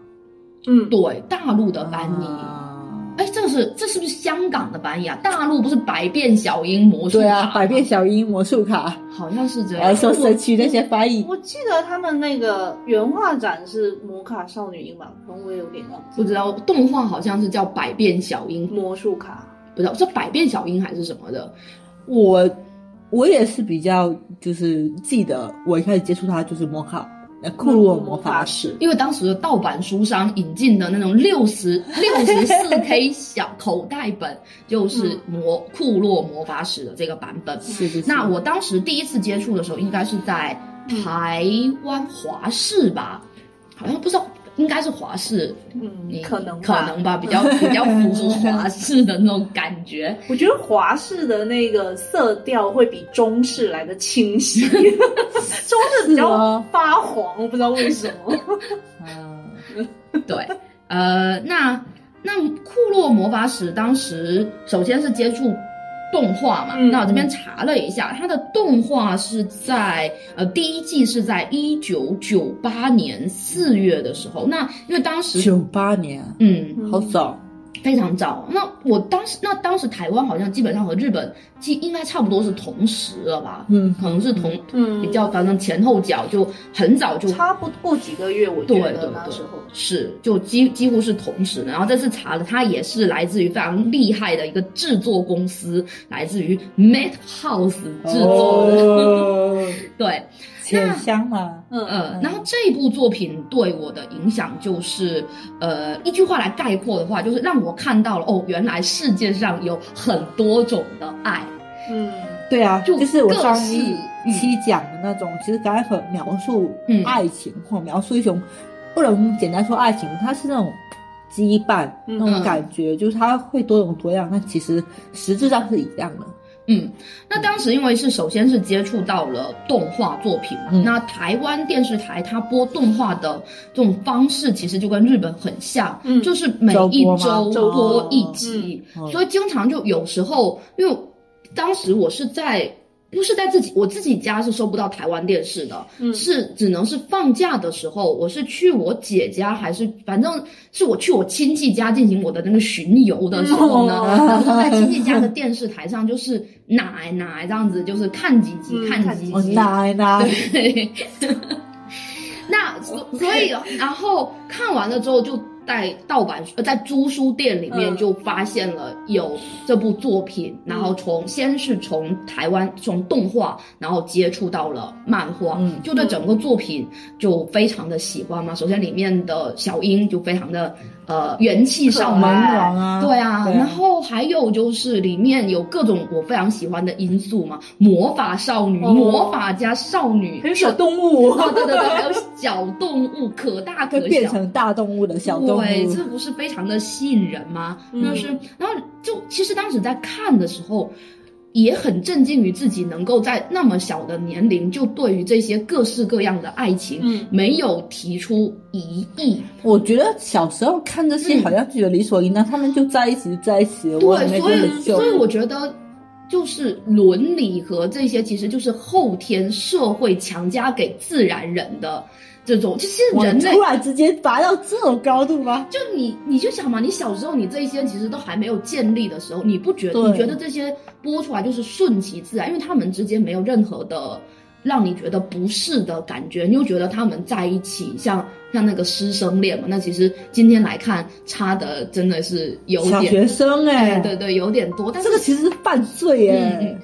[SPEAKER 4] 嗯，
[SPEAKER 1] 对，大陆的班尼。
[SPEAKER 3] 啊
[SPEAKER 1] 哎，这个是这是不是香港的班尼啊？大陆不是百变小樱魔术
[SPEAKER 3] 对
[SPEAKER 1] 卡
[SPEAKER 3] 啊，
[SPEAKER 1] 吗
[SPEAKER 3] 百变小樱魔术卡，
[SPEAKER 1] 好像是这
[SPEAKER 3] 然
[SPEAKER 1] 样
[SPEAKER 3] 后。说神奇那些翻译，
[SPEAKER 4] 我记得他们那个原画展是魔卡少女樱吧，可能我有点忘记。
[SPEAKER 1] 不知道动画好像是叫《百变小樱》，
[SPEAKER 4] 魔术卡，
[SPEAKER 1] 不知道是《百变小樱》还是什么的。
[SPEAKER 3] 我我也是比较就是记得我一开始接触它就是魔卡，呃库洛魔法使，
[SPEAKER 1] 因为当时的盗版书商引进的那种六 十六十四 K 小口袋本，就是魔库洛魔法使的这个版本。
[SPEAKER 3] 是是是。
[SPEAKER 1] 那我当时第一次接触的时候，应该是在台湾华视吧，好像不知道，应该是华视，
[SPEAKER 4] 嗯
[SPEAKER 1] 你，
[SPEAKER 4] 可能
[SPEAKER 1] 可
[SPEAKER 4] 吧
[SPEAKER 1] 能 吧，比较比较符合华视的那种感觉。
[SPEAKER 4] 我觉得华式的那个色调会比中式来的清晰，中式比
[SPEAKER 3] 是啊
[SPEAKER 4] 较
[SPEAKER 3] 吗
[SPEAKER 4] 发黄，我不知道为什么。
[SPEAKER 3] 啊
[SPEAKER 1] 嗯对，呃，那那库洛魔法使当时首先是接触动画嘛，
[SPEAKER 4] 嗯
[SPEAKER 1] 那我这边查了一下，它的动画是在呃第一季是在一九九八年四月的时候，那因为当时
[SPEAKER 3] 九八年，
[SPEAKER 1] 嗯
[SPEAKER 3] 好早，
[SPEAKER 1] 非常早，那我当时那当时台湾好像基本上和日本其实应该差不多是同时了吧，
[SPEAKER 3] 嗯，
[SPEAKER 1] 可能是同。
[SPEAKER 4] 嗯，
[SPEAKER 1] 比较，反正前后脚就很早就
[SPEAKER 4] 差不多几个月，我觉
[SPEAKER 1] 对对
[SPEAKER 4] 得那
[SPEAKER 1] 对
[SPEAKER 4] 时候。
[SPEAKER 1] 是，就几几乎是同时的。然后这次查了，它也是来自于非常厉害的一个制作公司，来自于 Madhouse 嗯制作的。
[SPEAKER 3] 哦，
[SPEAKER 1] 对，
[SPEAKER 3] 浅香嘛，
[SPEAKER 4] 嗯
[SPEAKER 1] 呃，然后这部作品对我的影响就是，呃，一句话来概括的话，就是让我看到了哦，原来世界上有很多种的爱。
[SPEAKER 4] 嗯
[SPEAKER 3] 对啊，
[SPEAKER 1] 就
[SPEAKER 3] 就是我
[SPEAKER 1] 各
[SPEAKER 3] 上
[SPEAKER 1] 式
[SPEAKER 3] 一
[SPEAKER 1] 嗯
[SPEAKER 3] 期讲的那种，其实刚才很描述
[SPEAKER 1] 嗯
[SPEAKER 3] 爱情、或描述一种，不能简单说爱情，它是那种羁绊、
[SPEAKER 4] 嗯
[SPEAKER 3] 那种感觉，就是它会多种多样，但其实实质上是一样的。
[SPEAKER 1] 嗯，那当时因为是首先是接触到了动画作品嘛，
[SPEAKER 3] 嗯
[SPEAKER 1] 那台湾电视台它播动画的这种方式其实就跟日本很像，
[SPEAKER 4] 嗯
[SPEAKER 1] 就是每一周
[SPEAKER 3] 周播吗
[SPEAKER 1] 播一集，
[SPEAKER 3] 嗯嗯
[SPEAKER 1] 所以经常就有时候，因为当时我是在。不是在自己，我自己家是收不到台湾电视的，
[SPEAKER 4] 嗯
[SPEAKER 1] 是只能是放假的时候，我是去我姐家，还是反正是我去我亲戚家进行我的那个巡游的时候呢，
[SPEAKER 4] 嗯
[SPEAKER 1] 然后就在亲戚家的电视台上，就是奶奶这样子，就是看几集
[SPEAKER 4] 嗯
[SPEAKER 1] 看几
[SPEAKER 3] 哦，
[SPEAKER 1] 集，
[SPEAKER 3] 奶奶，
[SPEAKER 1] 对。 那所所以，然后看完了之后，就在盗版呃在租书店里面
[SPEAKER 4] 嗯
[SPEAKER 1] 就发现了有这部作品，然后从先是从台湾从动画，然后接触到了漫画，
[SPEAKER 3] 嗯
[SPEAKER 1] 就对整个作品就非常的喜欢嘛。首先里面的小樱就非常的呃元气少女，
[SPEAKER 4] 可爱
[SPEAKER 3] 萌王啊，
[SPEAKER 1] 对啊，
[SPEAKER 3] 对啊
[SPEAKER 1] 然后还有就是里面有各种我非常喜欢的因素嘛，魔法少女、
[SPEAKER 4] 哦
[SPEAKER 1] 魔法加少女，
[SPEAKER 4] 还有小动物，
[SPEAKER 1] 哦，对对对，还有小动物，可大
[SPEAKER 3] 会
[SPEAKER 1] 可
[SPEAKER 3] 变
[SPEAKER 1] 小。
[SPEAKER 3] 成大动物的小动
[SPEAKER 1] 对，
[SPEAKER 3] 物
[SPEAKER 1] 这，不是非常的吸引人吗？
[SPEAKER 4] 嗯
[SPEAKER 1] 就是，然后就其实当时在看的时候，也很震惊于自己能够在那么小的年龄，就对于这些各式各样的爱情，
[SPEAKER 4] 嗯
[SPEAKER 1] 没有提出疑义。
[SPEAKER 3] 我觉得小时候看这些
[SPEAKER 1] 嗯
[SPEAKER 3] 好像觉得理所应当，他们就在一起就在一起，我也
[SPEAKER 1] 对，
[SPEAKER 3] 没
[SPEAKER 1] 所
[SPEAKER 3] 觉得
[SPEAKER 1] 以
[SPEAKER 3] 很秀
[SPEAKER 1] 所以我觉得就是伦理和这些，其实就是后天社会强加给自然人的这种，就是
[SPEAKER 3] 哇
[SPEAKER 1] 人类
[SPEAKER 3] 突。然之间拔到这种高度吗？
[SPEAKER 1] 就你，你就想嘛，你小时候你这些其实都还没有建立的时候，你不觉得
[SPEAKER 3] 对
[SPEAKER 1] 你觉得这些播出来就是顺其自然，因为他们之间没有任何的让你觉得不适的感觉，你又觉得他们在一起像像那个师生恋嘛，那其实今天来看差的真的是有
[SPEAKER 3] 小
[SPEAKER 1] 点，
[SPEAKER 3] 学生哎、
[SPEAKER 1] 对对对，有点多，但是
[SPEAKER 3] 这个其实是犯罪耶、
[SPEAKER 1] 嗯嗯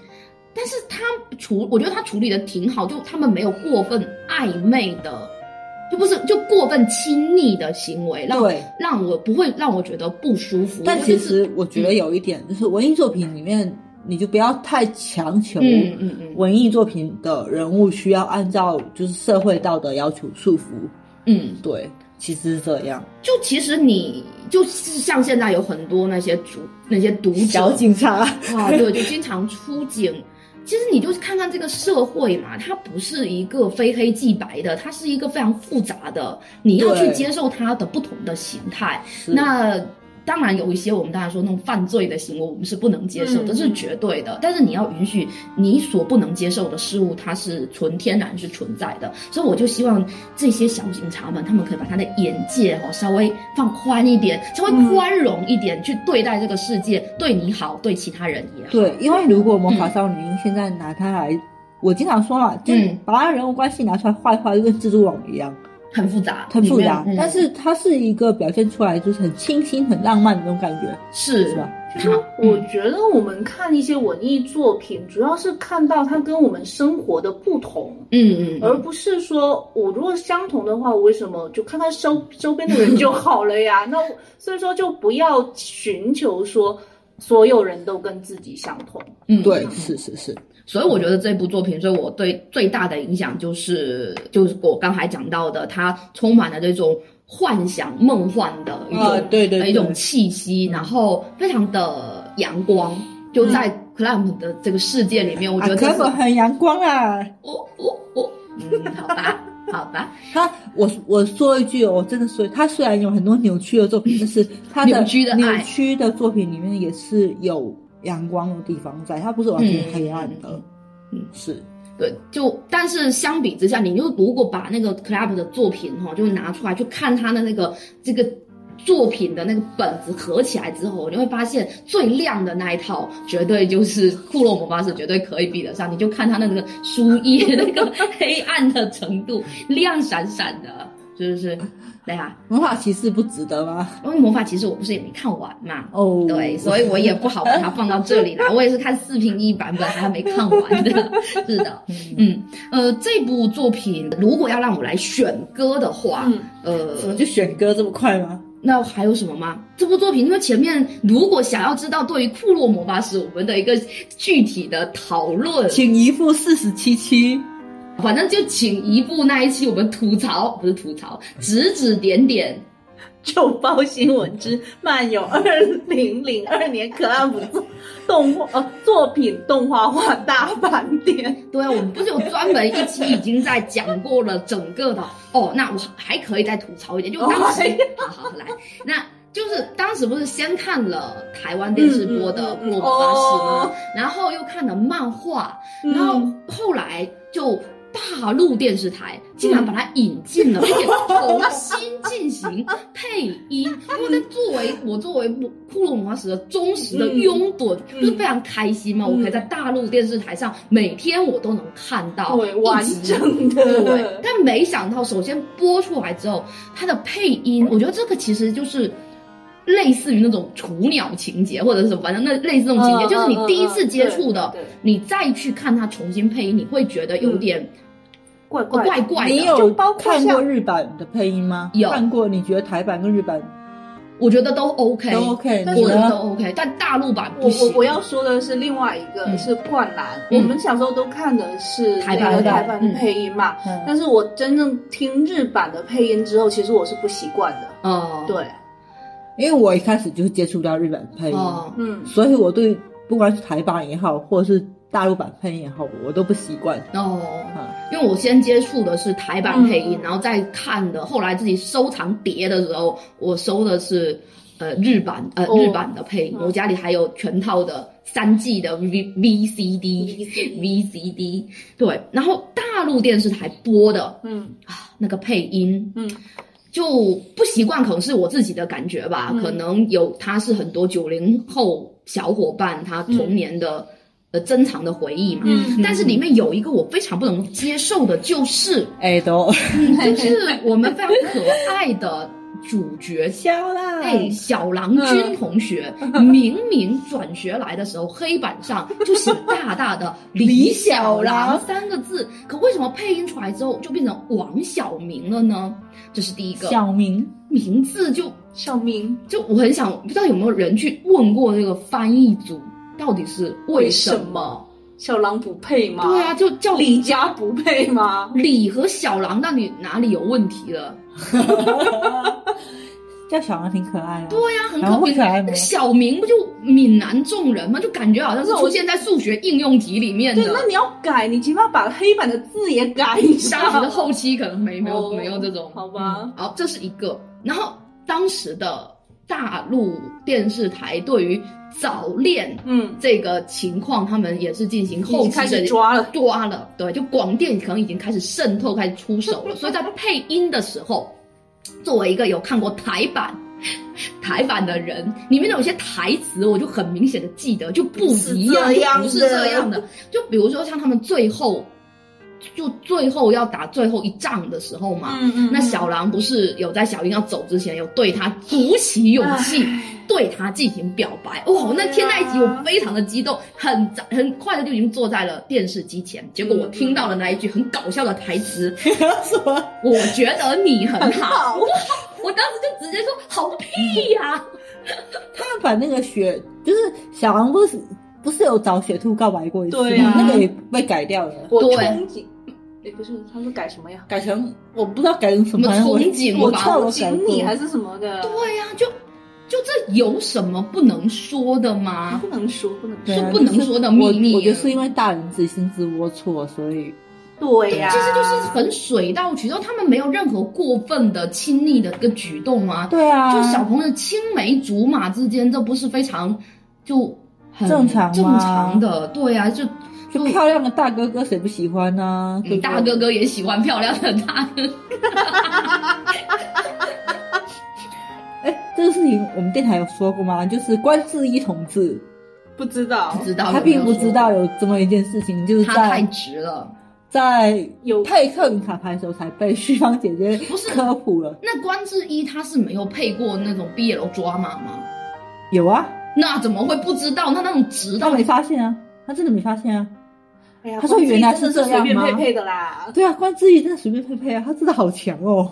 [SPEAKER 1] 但是他处，我觉得他处理的挺好，就他们没有过分暧昧的，就不是就过分亲昵的行为，让
[SPEAKER 3] 对
[SPEAKER 1] 让我不会让我觉得不舒服。
[SPEAKER 3] 但
[SPEAKER 1] 我
[SPEAKER 3] 其
[SPEAKER 1] 就是，嗯
[SPEAKER 3] 实我觉得有一点，就是文艺作品里面，你就不要太强求
[SPEAKER 1] 嗯嗯嗯
[SPEAKER 3] 文艺作品的人物需要按照就是社会道德要求束缚。
[SPEAKER 1] 嗯，
[SPEAKER 3] 对，其实是这样。
[SPEAKER 1] 就其实你就是像现在有很多那些主那些读
[SPEAKER 3] 小
[SPEAKER 1] 者
[SPEAKER 3] 警察，
[SPEAKER 1] 啊，对，就经常出警。其实你就是看看这个社会嘛，它不是一个非黑即白的，它是一个非常复杂的，你要去
[SPEAKER 3] 对
[SPEAKER 1] 接受它的不同的形态。
[SPEAKER 3] 是
[SPEAKER 1] 那当然有一些我们当然说那种犯罪的行为，我们是不能接受的，这
[SPEAKER 4] 嗯
[SPEAKER 1] 是绝对的。但是你要允许你所不能接受的事物，它是纯天然是存在的。所以我就希望这些小警察们，他们可以把他的眼界哦稍微放宽一点，稍微
[SPEAKER 4] 嗯
[SPEAKER 1] 宽容一点、去对待这个世界，对你好，对其他人也好。
[SPEAKER 3] 对，因为如果魔
[SPEAKER 1] 嗯
[SPEAKER 3] 法少女现在拿它来，我经常说嘛，啊就是
[SPEAKER 1] 嗯
[SPEAKER 3] 把它人物关系拿出来画一画，就跟蜘蛛网一样，
[SPEAKER 1] 很复杂，
[SPEAKER 3] 很复杂
[SPEAKER 1] 里面。嗯
[SPEAKER 3] 但是它是一个表现出来就是很清新、很浪漫的那种感觉，
[SPEAKER 1] 是
[SPEAKER 3] 是啊吧？
[SPEAKER 4] 其实我觉得我们看一些文艺作品，主要是看到它跟我们生活的不同，
[SPEAKER 1] 嗯嗯
[SPEAKER 4] 而不是说我如果相同的话，我为什么就看看周周边的人就好了呀？那我所以说就不要寻求说所有人都跟自己相同。
[SPEAKER 1] 嗯，
[SPEAKER 3] 对，是是是，
[SPEAKER 1] 所以我觉得这部作品对我对最大的影响就是，就是我刚才讲到的，它充满了这种幻想、梦幻的一种、呃
[SPEAKER 3] 啊对对对
[SPEAKER 1] 一种气息，然后非常的阳光，就在 Clamp 的这个世界里面，我觉
[SPEAKER 3] 嗯
[SPEAKER 1] 得
[SPEAKER 3] 啊，
[SPEAKER 1] 这
[SPEAKER 3] 可
[SPEAKER 1] 是
[SPEAKER 3] 可很阳光啊。
[SPEAKER 1] 哦哦哦，嗯，好吧，好吧，
[SPEAKER 3] 他，我我说一句哦，我真的说，他虽然有很多扭曲的作品，但是他的
[SPEAKER 1] 扭曲的爱
[SPEAKER 3] 扭曲的作品里面也是有阳光的地方在，它不是完全黑暗的
[SPEAKER 1] 嗯。
[SPEAKER 3] 嗯，是
[SPEAKER 1] 对，就但是相比之下，你就如果把那个 club 的作品哈、就拿出来去看他的那个这个作品的那个本子合起来之后，你会发现最亮的那一套绝对就是《库洛魔法使》，绝对可以比得上。你就看他那个书页那个黑暗的程度，亮闪闪的，是不是？对啊，
[SPEAKER 3] 魔法骑士不值得吗？
[SPEAKER 1] 因为魔法其实我不是也没看完嘛。
[SPEAKER 3] 哦，
[SPEAKER 1] 对，所以我也不好把它放到这里来。我也是看四平一版本，还没看完的。是的，嗯，呃，这部作品如果要让我来选歌的话，
[SPEAKER 4] 嗯
[SPEAKER 3] 怎么
[SPEAKER 1] 呃，
[SPEAKER 3] 就选歌这么快吗？
[SPEAKER 1] 那还有什么吗？这部作品，因为前面如果想要知道对于库洛魔法使我们的一个具体的讨论，
[SPEAKER 3] 请移付四十七期，
[SPEAKER 1] 反正就请一部那一期我们吐槽，不是吐槽，指指点点。
[SPEAKER 4] 旧报新闻之漫游二零零二年可爱姆作动画呃作品动画化大版点，
[SPEAKER 1] 对啊，我们不是有专门一期已经在讲过了整个的哦，那我还可以再吐槽一点，就当时
[SPEAKER 4] 哦哎呀，
[SPEAKER 1] 好好来，那就是当时不是先看了台湾电视播的《
[SPEAKER 4] 嗯嗯嗯
[SPEAKER 1] 库洛魔法使》
[SPEAKER 4] 哦嗯
[SPEAKER 1] 吗？然后又看了漫画，然后后来就。大陆电视台竟然把它引进
[SPEAKER 4] 嗯
[SPEAKER 1] 了，并且重新进 行配音。因为在作为我作为《库洛魔法使》的忠实的
[SPEAKER 4] 嗯
[SPEAKER 1] 拥趸，
[SPEAKER 4] 嗯
[SPEAKER 1] 就是非常开心嘛。我可以在大陆电视台上每天我都能看到
[SPEAKER 4] 对
[SPEAKER 1] 一
[SPEAKER 4] 完
[SPEAKER 1] 集
[SPEAKER 4] 整的
[SPEAKER 1] 对，但没想到，首先播出来之后，它的配音，我觉得这个其实就是类似于那种雏鸟情节，或者是什么，反正那类似那种情节，
[SPEAKER 3] 嗯
[SPEAKER 1] 就是你第一次接触
[SPEAKER 4] 嗯嗯
[SPEAKER 1] 的
[SPEAKER 4] 对对，嗯
[SPEAKER 1] 你再去看它重新配音，你会觉得有点
[SPEAKER 4] 怪怪的
[SPEAKER 1] 怪怪
[SPEAKER 3] 你
[SPEAKER 1] 的。
[SPEAKER 3] 有
[SPEAKER 4] 就包括
[SPEAKER 3] 看
[SPEAKER 4] 像
[SPEAKER 3] 过日版的配音吗？
[SPEAKER 1] 有
[SPEAKER 3] 看过，你觉得台版跟日版
[SPEAKER 1] 我觉得都 OK，
[SPEAKER 3] 都 OK？
[SPEAKER 4] 但
[SPEAKER 3] 你
[SPEAKER 4] 是
[SPEAKER 1] 我觉得
[SPEAKER 3] 呢
[SPEAKER 1] 都 OK，但大陆版
[SPEAKER 4] 我
[SPEAKER 1] 不
[SPEAKER 4] 我
[SPEAKER 1] 行。
[SPEAKER 4] 我要说的是另外一个、
[SPEAKER 1] 嗯
[SPEAKER 4] 是灌篮，
[SPEAKER 1] 嗯
[SPEAKER 4] 我们小时候都看的是
[SPEAKER 1] 台
[SPEAKER 4] 那
[SPEAKER 1] 版
[SPEAKER 4] 个
[SPEAKER 3] 的
[SPEAKER 4] 台版
[SPEAKER 1] 嗯
[SPEAKER 4] 配音嘛，
[SPEAKER 3] 嗯
[SPEAKER 4] 但是我真正听日版的配音之后，其实我是不习惯的。
[SPEAKER 1] 哦，
[SPEAKER 4] 对，
[SPEAKER 3] 因为我一开始就是接触到日版配音，
[SPEAKER 1] 哦，
[SPEAKER 4] 嗯，
[SPEAKER 3] 所以我对不管是台版也好，或者是大陆版配音也好，我都不习惯。
[SPEAKER 1] 哦。
[SPEAKER 3] 啊，
[SPEAKER 1] 因为我先接触的是台版配音，
[SPEAKER 4] 嗯
[SPEAKER 1] 然后再看的，后来自己收藏碟的时候，我收的是呃日版呃、
[SPEAKER 4] 哦
[SPEAKER 1] 日版的配音，
[SPEAKER 4] 嗯
[SPEAKER 1] 我家里还有全套的三 G 的 V VCD
[SPEAKER 4] VCD
[SPEAKER 1] VCD 对，然后大陆电视台播的
[SPEAKER 4] 嗯
[SPEAKER 1] 啊那个配音，
[SPEAKER 4] 嗯，
[SPEAKER 1] 就不习惯，可能是我自己的感觉吧，
[SPEAKER 4] 嗯
[SPEAKER 1] 可能有他是很多九零后小伙伴他童年的、呃珍藏的回忆嘛。
[SPEAKER 4] 嗯
[SPEAKER 1] 但是里面有一个我非常不能接受的，就是
[SPEAKER 3] 哎，都。
[SPEAKER 1] 就是我们非常可爱的主角
[SPEAKER 3] 笑啦！
[SPEAKER 1] 哎，小郎君同 学、明明转学来的时候，黑板上就写大大 的“李小郎”三个字，可为什么配音出来之后就变成王小明了呢？这是第一个
[SPEAKER 3] 小 明，
[SPEAKER 1] 名字就
[SPEAKER 4] 小明
[SPEAKER 1] 就我很想不知道有没有人去问过那个翻译组到底是为什么？
[SPEAKER 4] 小狼不配吗？
[SPEAKER 1] 对啊，，就叫
[SPEAKER 4] 李家不配吗？
[SPEAKER 1] 李和小狼，那你哪里有问题了？
[SPEAKER 3] 叫小狼挺可爱啊的。
[SPEAKER 1] 对呀、很
[SPEAKER 3] 然后
[SPEAKER 1] 可
[SPEAKER 3] 会可爱
[SPEAKER 1] 那
[SPEAKER 3] 吗
[SPEAKER 1] 个小明不就闽南众人吗？就感觉好像是出现在数学应用题里面
[SPEAKER 4] 对，那
[SPEAKER 1] 的。
[SPEAKER 4] 你要改，你起码把黑板的字也改一
[SPEAKER 1] 沙
[SPEAKER 4] 下
[SPEAKER 1] 皮。的后期可能没没有、
[SPEAKER 4] 哦
[SPEAKER 1] 没有这种。
[SPEAKER 4] 好吧
[SPEAKER 1] 嗯好，这是一个。然后当时的大陆电视台对于早恋
[SPEAKER 4] 嗯，
[SPEAKER 1] 这个情况，他们也是进行
[SPEAKER 4] 已
[SPEAKER 1] 后
[SPEAKER 4] 经
[SPEAKER 1] 期
[SPEAKER 4] 开
[SPEAKER 1] 的
[SPEAKER 4] 始抓了，
[SPEAKER 1] 抓了，对，就广电可能已经开始渗透、开始出手了。所以在配音的时候，作为一个有看过台版。台版的人里面的有些台词，我就很明显的记得就不一样，就不
[SPEAKER 4] 不是这样
[SPEAKER 1] 是
[SPEAKER 4] 的
[SPEAKER 1] 这样的。就比如说像他们最后，就最后要打最后一仗的时候嘛，
[SPEAKER 4] 嗯嗯，
[SPEAKER 1] 那小狼不是有在小樱要走之前，有对他鼓起勇气，对他进行表白。哇，那天那一集我非常的激动，很早很快的就已经坐在了电视机前。结果我听到了那一句很搞笑的台 词
[SPEAKER 3] 什么？：“
[SPEAKER 1] 我觉得你很好。
[SPEAKER 3] 好
[SPEAKER 1] 哇， 我当时就直接说：“好屁呀、
[SPEAKER 3] 他们把那个雪，就是小狼不是不是有找雪兔告白过一次
[SPEAKER 4] 对
[SPEAKER 3] 吗
[SPEAKER 4] 啊？
[SPEAKER 3] 那个也被改掉了，
[SPEAKER 4] 我
[SPEAKER 1] 对
[SPEAKER 4] 憧憬，也不是，他说改什么呀？
[SPEAKER 3] 改成我不知道改成什
[SPEAKER 1] 什么
[SPEAKER 3] 么，反正我
[SPEAKER 1] 憧憬
[SPEAKER 3] 我
[SPEAKER 1] 吧
[SPEAKER 3] 跳楼改
[SPEAKER 4] 锦你
[SPEAKER 3] 过
[SPEAKER 4] 还是什么的？
[SPEAKER 1] 对呀、就就这有什么不能说的吗
[SPEAKER 4] 啊不？能说，不能
[SPEAKER 3] 对
[SPEAKER 4] 说
[SPEAKER 1] 是
[SPEAKER 3] 啊，
[SPEAKER 1] 不能说的秘密
[SPEAKER 3] 我我觉得是因为大人自己心智龌龊，所以
[SPEAKER 4] 对呀、
[SPEAKER 1] 其实就是很水到渠成，他们没有任何过分的亲昵的一个举动啊。
[SPEAKER 3] 对啊，
[SPEAKER 1] 就小朋友青梅竹马之间，这不是非常就很
[SPEAKER 3] 正常吗
[SPEAKER 1] 正常的，对啊，就
[SPEAKER 3] 就漂亮的大哥哥谁不喜欢呢、对
[SPEAKER 1] 你
[SPEAKER 3] 不对
[SPEAKER 1] 大哥哥也喜欢漂亮的大哥，
[SPEAKER 3] 哎，这个事情我们电台有说过吗？就是关智一同志，
[SPEAKER 4] 不知道
[SPEAKER 1] 不知道
[SPEAKER 3] 他
[SPEAKER 1] 有没有
[SPEAKER 3] 并不知道有这么一件事情，就是
[SPEAKER 1] 说，他太
[SPEAKER 3] 在
[SPEAKER 1] 直了。
[SPEAKER 3] 在
[SPEAKER 4] 有
[SPEAKER 3] 配克林卡牌的时候才被旭芳姐姐
[SPEAKER 1] 不是
[SPEAKER 3] 科普了。
[SPEAKER 1] 那关智一他是没有配过那种 BL 抓马吗？
[SPEAKER 3] 有啊，
[SPEAKER 1] 那怎么会不知道？那那种直
[SPEAKER 3] 他
[SPEAKER 1] 到
[SPEAKER 3] 没发现啊，他真的没发现啊。
[SPEAKER 4] 哎呀，
[SPEAKER 3] 他说
[SPEAKER 4] 关之
[SPEAKER 3] 原来
[SPEAKER 4] 真的
[SPEAKER 3] 是
[SPEAKER 4] 是
[SPEAKER 3] 这
[SPEAKER 4] 随
[SPEAKER 3] 样
[SPEAKER 4] 便
[SPEAKER 3] 吗
[SPEAKER 4] 配配 的啦。
[SPEAKER 3] 对啊，关智一真的随便配配啊，他真的好强哦。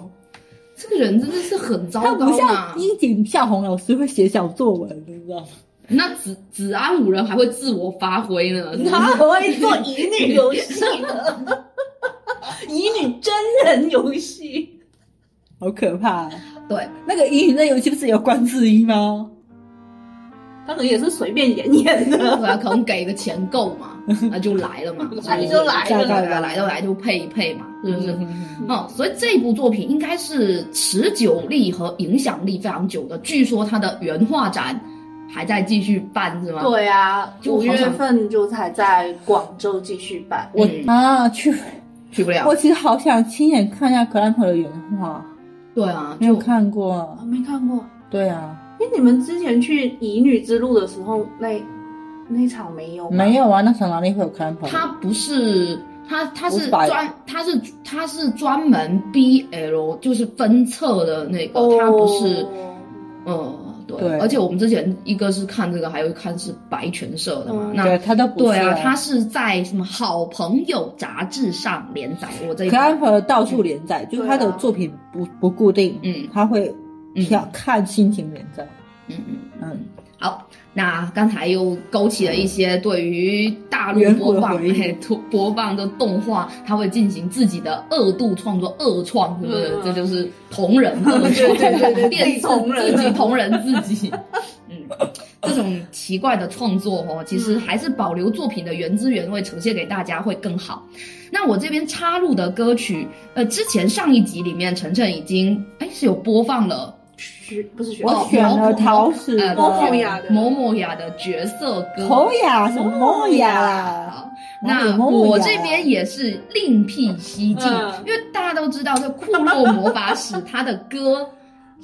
[SPEAKER 1] 这个人真的是很糟
[SPEAKER 3] 他不
[SPEAKER 1] 糕啊
[SPEAKER 3] 像！樱井孝宏老师会写小作文，你知道吗？
[SPEAKER 1] 那子子安五人还会自我发挥呢，是不是
[SPEAKER 4] 会做乙女游戏的，乙女真人游戏。
[SPEAKER 3] 好可怕、啊！
[SPEAKER 1] 对，
[SPEAKER 3] 那个隐隐的游戏不是有关智一吗？
[SPEAKER 4] 他可能也是随便演演的，
[SPEAKER 1] 对啊，可能给的钱够嘛，那就来了嘛，
[SPEAKER 4] 来就来了
[SPEAKER 1] 来了来就来就配一配嘛，是不是？
[SPEAKER 3] 嗯
[SPEAKER 1] 哦，所以这部作品应该是持久力和影响力非常久的。据说它的原画展还在继续办，是吗？，嗯
[SPEAKER 4] 对啊，
[SPEAKER 1] 就
[SPEAKER 4] 五
[SPEAKER 1] 好
[SPEAKER 4] 月
[SPEAKER 1] 想
[SPEAKER 4] 份就才在广州继续办。
[SPEAKER 3] 我
[SPEAKER 1] 嗯
[SPEAKER 3] 啊去，
[SPEAKER 1] 去不了
[SPEAKER 3] 我。其实好想亲眼看一下克兰特的原画，
[SPEAKER 1] 对啊，
[SPEAKER 3] 没有看过
[SPEAKER 4] 我。没看过，
[SPEAKER 3] 对啊，
[SPEAKER 4] 因为你们之前去乙女之路的时候，那那场没有吗
[SPEAKER 3] 没有啊，那小哪里会有克兰特？
[SPEAKER 1] 它不是。它它是
[SPEAKER 3] 五百
[SPEAKER 1] 专，它是它是专门 BL，就是分册的那个，
[SPEAKER 4] 哦，
[SPEAKER 1] 它不是呃对，
[SPEAKER 3] 哦对
[SPEAKER 1] 而且我们之前一个是看这个，还有一看是白泉社的嘛，
[SPEAKER 4] 嗯
[SPEAKER 1] 那
[SPEAKER 3] 对，他都不
[SPEAKER 1] 对
[SPEAKER 3] 是
[SPEAKER 1] 啊，他是在什么《好朋友》杂志上连载过这一
[SPEAKER 3] 克
[SPEAKER 1] 本
[SPEAKER 3] 兰特到处连载，就是他的作品不不固定，
[SPEAKER 1] 啊嗯
[SPEAKER 3] 他会
[SPEAKER 1] 嗯
[SPEAKER 3] 挑看心情连载。
[SPEAKER 1] 嗯嗯。
[SPEAKER 3] 嗯，
[SPEAKER 1] 好，那刚才又勾起了一些对于大陆播放、
[SPEAKER 3] 远古的回忆
[SPEAKER 1] 嘿播播放的动画，它会进行自己的二度创作、二创，是不是？
[SPEAKER 4] 嗯嗯
[SPEAKER 1] 这就是同 人二创，
[SPEAKER 4] 对 对对对
[SPEAKER 1] 电视
[SPEAKER 4] 自己同人
[SPEAKER 1] 自己同人自 己。嗯，这种奇怪的创作哦，其
[SPEAKER 4] 嗯
[SPEAKER 1] 实还是保留作品的原汁原味呈现给大家会更好。那我这边插入的歌曲，呃，之前上一集里面晨晨已经哎是有播放了。
[SPEAKER 4] 学不是学
[SPEAKER 3] 我
[SPEAKER 1] 哦
[SPEAKER 3] 选
[SPEAKER 1] 毛
[SPEAKER 3] 了
[SPEAKER 1] 孔
[SPEAKER 3] 桃矢
[SPEAKER 1] 呃
[SPEAKER 3] 的
[SPEAKER 4] 某某雅的
[SPEAKER 1] 某某雅的角色歌。
[SPEAKER 3] 头雅什么雅啦？
[SPEAKER 1] 好，
[SPEAKER 3] 哪
[SPEAKER 1] 嗯哦
[SPEAKER 3] 里
[SPEAKER 1] 那
[SPEAKER 3] 某某雅
[SPEAKER 1] 我这边也是另辟蹊径，
[SPEAKER 4] 嗯
[SPEAKER 1] 因为大家都知道这《库洛魔法使》它的歌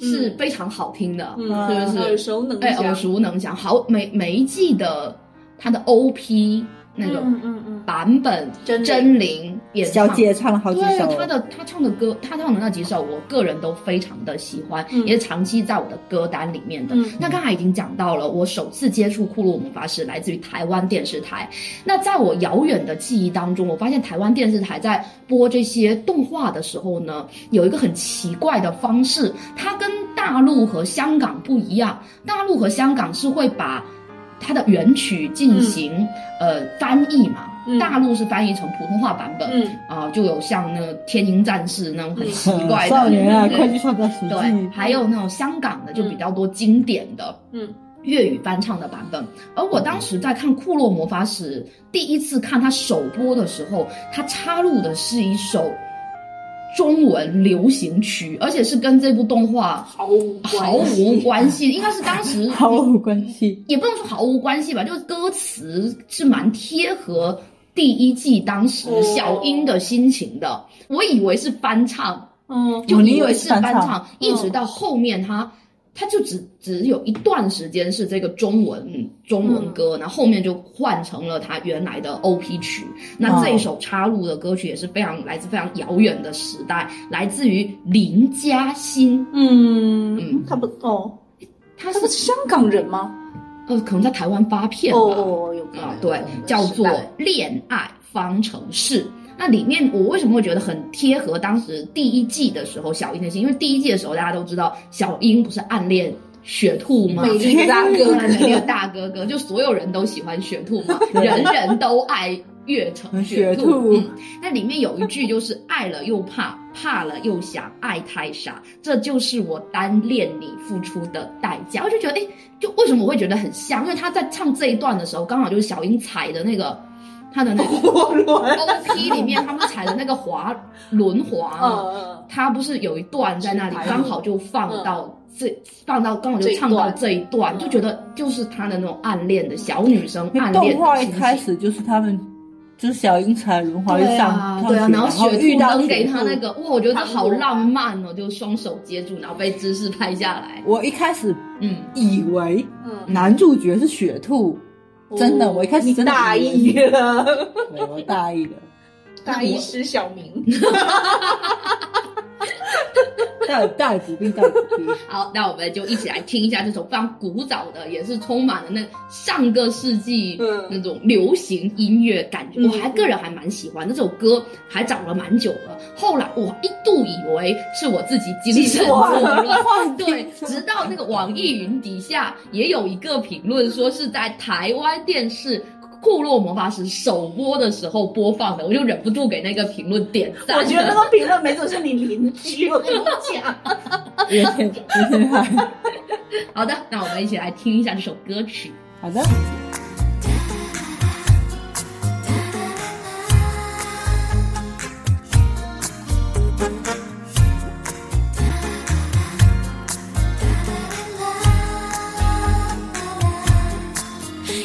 [SPEAKER 1] 是非常好听的，
[SPEAKER 4] 嗯，
[SPEAKER 1] 是不是
[SPEAKER 4] 耳熟能
[SPEAKER 1] 哎，
[SPEAKER 4] 详，
[SPEAKER 1] 耳熟能详。好，每每一季的它的 OP 那个
[SPEAKER 4] 嗯嗯嗯，
[SPEAKER 1] 版本，
[SPEAKER 4] 真的
[SPEAKER 1] 真灵演
[SPEAKER 3] 小
[SPEAKER 1] 唱
[SPEAKER 3] 姐唱了好几首
[SPEAKER 4] 哦
[SPEAKER 1] 对，他的他唱的歌，他唱的那几首，我个人都非常的喜欢，
[SPEAKER 4] 嗯
[SPEAKER 1] 也是长期在我的歌单里面的。
[SPEAKER 4] 嗯
[SPEAKER 1] 那刚才已经讲到了，我首次接触库洛魔法使来自于台湾电视台。那在我遥远的记忆当中，我发现台湾电视台在播这些动画的时候呢，有一个很奇怪的方式，它跟大陆和香港不一样。大陆和香港是会把它的原曲进行、呃翻译嘛。
[SPEAKER 4] 嗯
[SPEAKER 1] 大陆是翻译成普通话版本，
[SPEAKER 4] 嗯
[SPEAKER 1] 啊、就有像那个《天鹰战士》那种很奇怪的
[SPEAKER 3] 少年啊，
[SPEAKER 1] 对
[SPEAKER 3] 快去创造奇
[SPEAKER 1] 对，
[SPEAKER 3] 迹！
[SPEAKER 1] 还有那种香港的就比较多经典的
[SPEAKER 4] 嗯
[SPEAKER 1] 粤语翻唱的版本。而我当时在看《库洛魔法使》第一次看它首播的时候，它插入的是一首中文流行曲，而且是跟这部动画
[SPEAKER 4] 毫无
[SPEAKER 1] 毫
[SPEAKER 4] 关系
[SPEAKER 1] 无关系，应该是当时
[SPEAKER 3] 毫无关系。
[SPEAKER 1] 也不能说毫无关系吧，就是歌词是蛮贴合第一季当时
[SPEAKER 4] 哦
[SPEAKER 1] 小英的心情的。我以为是翻唱，
[SPEAKER 4] 嗯，
[SPEAKER 1] 就
[SPEAKER 3] 哦你
[SPEAKER 1] 以
[SPEAKER 3] 以
[SPEAKER 1] 为
[SPEAKER 3] 为
[SPEAKER 1] 是
[SPEAKER 3] 是
[SPEAKER 1] 翻
[SPEAKER 3] 翻
[SPEAKER 1] 唱，
[SPEAKER 3] 唱
[SPEAKER 1] 一直到后面他。他就只只有一段时间是这个中文中文
[SPEAKER 3] 嗯
[SPEAKER 1] 歌，然后后面就换成了他原来的 OP 曲。那
[SPEAKER 3] 哦
[SPEAKER 1] 这一首插入的歌曲也是非常来自非常遥远的时代，来自于林嘉欣，
[SPEAKER 4] 嗯
[SPEAKER 1] 嗯
[SPEAKER 4] 他不哦，
[SPEAKER 1] 他
[SPEAKER 4] 他
[SPEAKER 1] 是
[SPEAKER 4] 是香港人吗？
[SPEAKER 1] 呃可能在台湾发片吧，
[SPEAKER 4] 哦哦，有可能
[SPEAKER 1] 啊，对，叫做《恋爱方程式》。那里面我为什么会觉得很贴合当时第一季的时候小英的心？因为第一季的时候大家都知道小英不是暗恋雪兔吗？
[SPEAKER 4] 美 丽的大哥
[SPEAKER 1] 对美丽的大哥哥，就所有人都喜欢雪兔 嘛，人人都爱月城雪
[SPEAKER 3] 雪兔
[SPEAKER 1] 嗯，那里面有一句就是“爱了又怕，怕了又想，爱太傻”，这就是我单恋你付出的代价。我就觉得，哎，就为什么我会觉得很像？因为他在唱这一段的时候，刚好就是小英踩的那个他的那个
[SPEAKER 3] 我乱
[SPEAKER 1] OP 里面，他们踩的那个滑轮滑
[SPEAKER 3] 哦
[SPEAKER 1] 嘛。
[SPEAKER 4] 呃，
[SPEAKER 1] 他不是有一段在那里
[SPEAKER 3] 排，舞
[SPEAKER 1] 刚好就放到这，放到刚好就唱到这一段，就觉得就是他的那种暗恋的小女生暗恋
[SPEAKER 3] 动画
[SPEAKER 1] 的
[SPEAKER 3] 一
[SPEAKER 1] 情
[SPEAKER 3] 开
[SPEAKER 1] 形。
[SPEAKER 3] 始就是他们，就是小英才轮滑就
[SPEAKER 1] 对
[SPEAKER 3] 上
[SPEAKER 1] 啊，
[SPEAKER 3] 上
[SPEAKER 1] 对啊，
[SPEAKER 3] 去
[SPEAKER 1] 然后
[SPEAKER 3] 后
[SPEAKER 1] 雪
[SPEAKER 3] 遇
[SPEAKER 1] 兔
[SPEAKER 3] 到
[SPEAKER 1] 扔给
[SPEAKER 3] 雪
[SPEAKER 1] 他
[SPEAKER 3] 兔
[SPEAKER 1] 那个，哇，我觉得这
[SPEAKER 4] 糖果
[SPEAKER 1] 好浪漫哦，就双手接住，然后被芝士拍下来。
[SPEAKER 3] 我一开始
[SPEAKER 1] 嗯，
[SPEAKER 3] 以为
[SPEAKER 4] 嗯，
[SPEAKER 3] 男主角是雪兔，真
[SPEAKER 1] 哦
[SPEAKER 3] 的，我一开始真的
[SPEAKER 4] 大
[SPEAKER 3] 以为是
[SPEAKER 4] 意， 了，
[SPEAKER 3] 对我大意了。
[SPEAKER 4] 大意失小明。
[SPEAKER 3] 带带骨病，带骨病，
[SPEAKER 1] 好，那我们就一起来听一下这首非常古早的，也是充满了那上个世纪
[SPEAKER 4] 嗯
[SPEAKER 1] 那种流行音乐感觉。
[SPEAKER 4] 嗯
[SPEAKER 1] 我还个人还蛮喜欢这首歌，还找了蛮久了。后来我一度以为是我自己精 神错乱，对，直到那个网易云底下也有一个评论说是在台湾电视。库洛魔法使首播的时候播放的，我就忍不住给那个评论点赞了。
[SPEAKER 4] 我觉得那个评论没准是你邻居，我跟你讲。
[SPEAKER 3] 有点有点害。
[SPEAKER 1] 好的，那我们一起来听一下这首歌曲。
[SPEAKER 3] 好 的，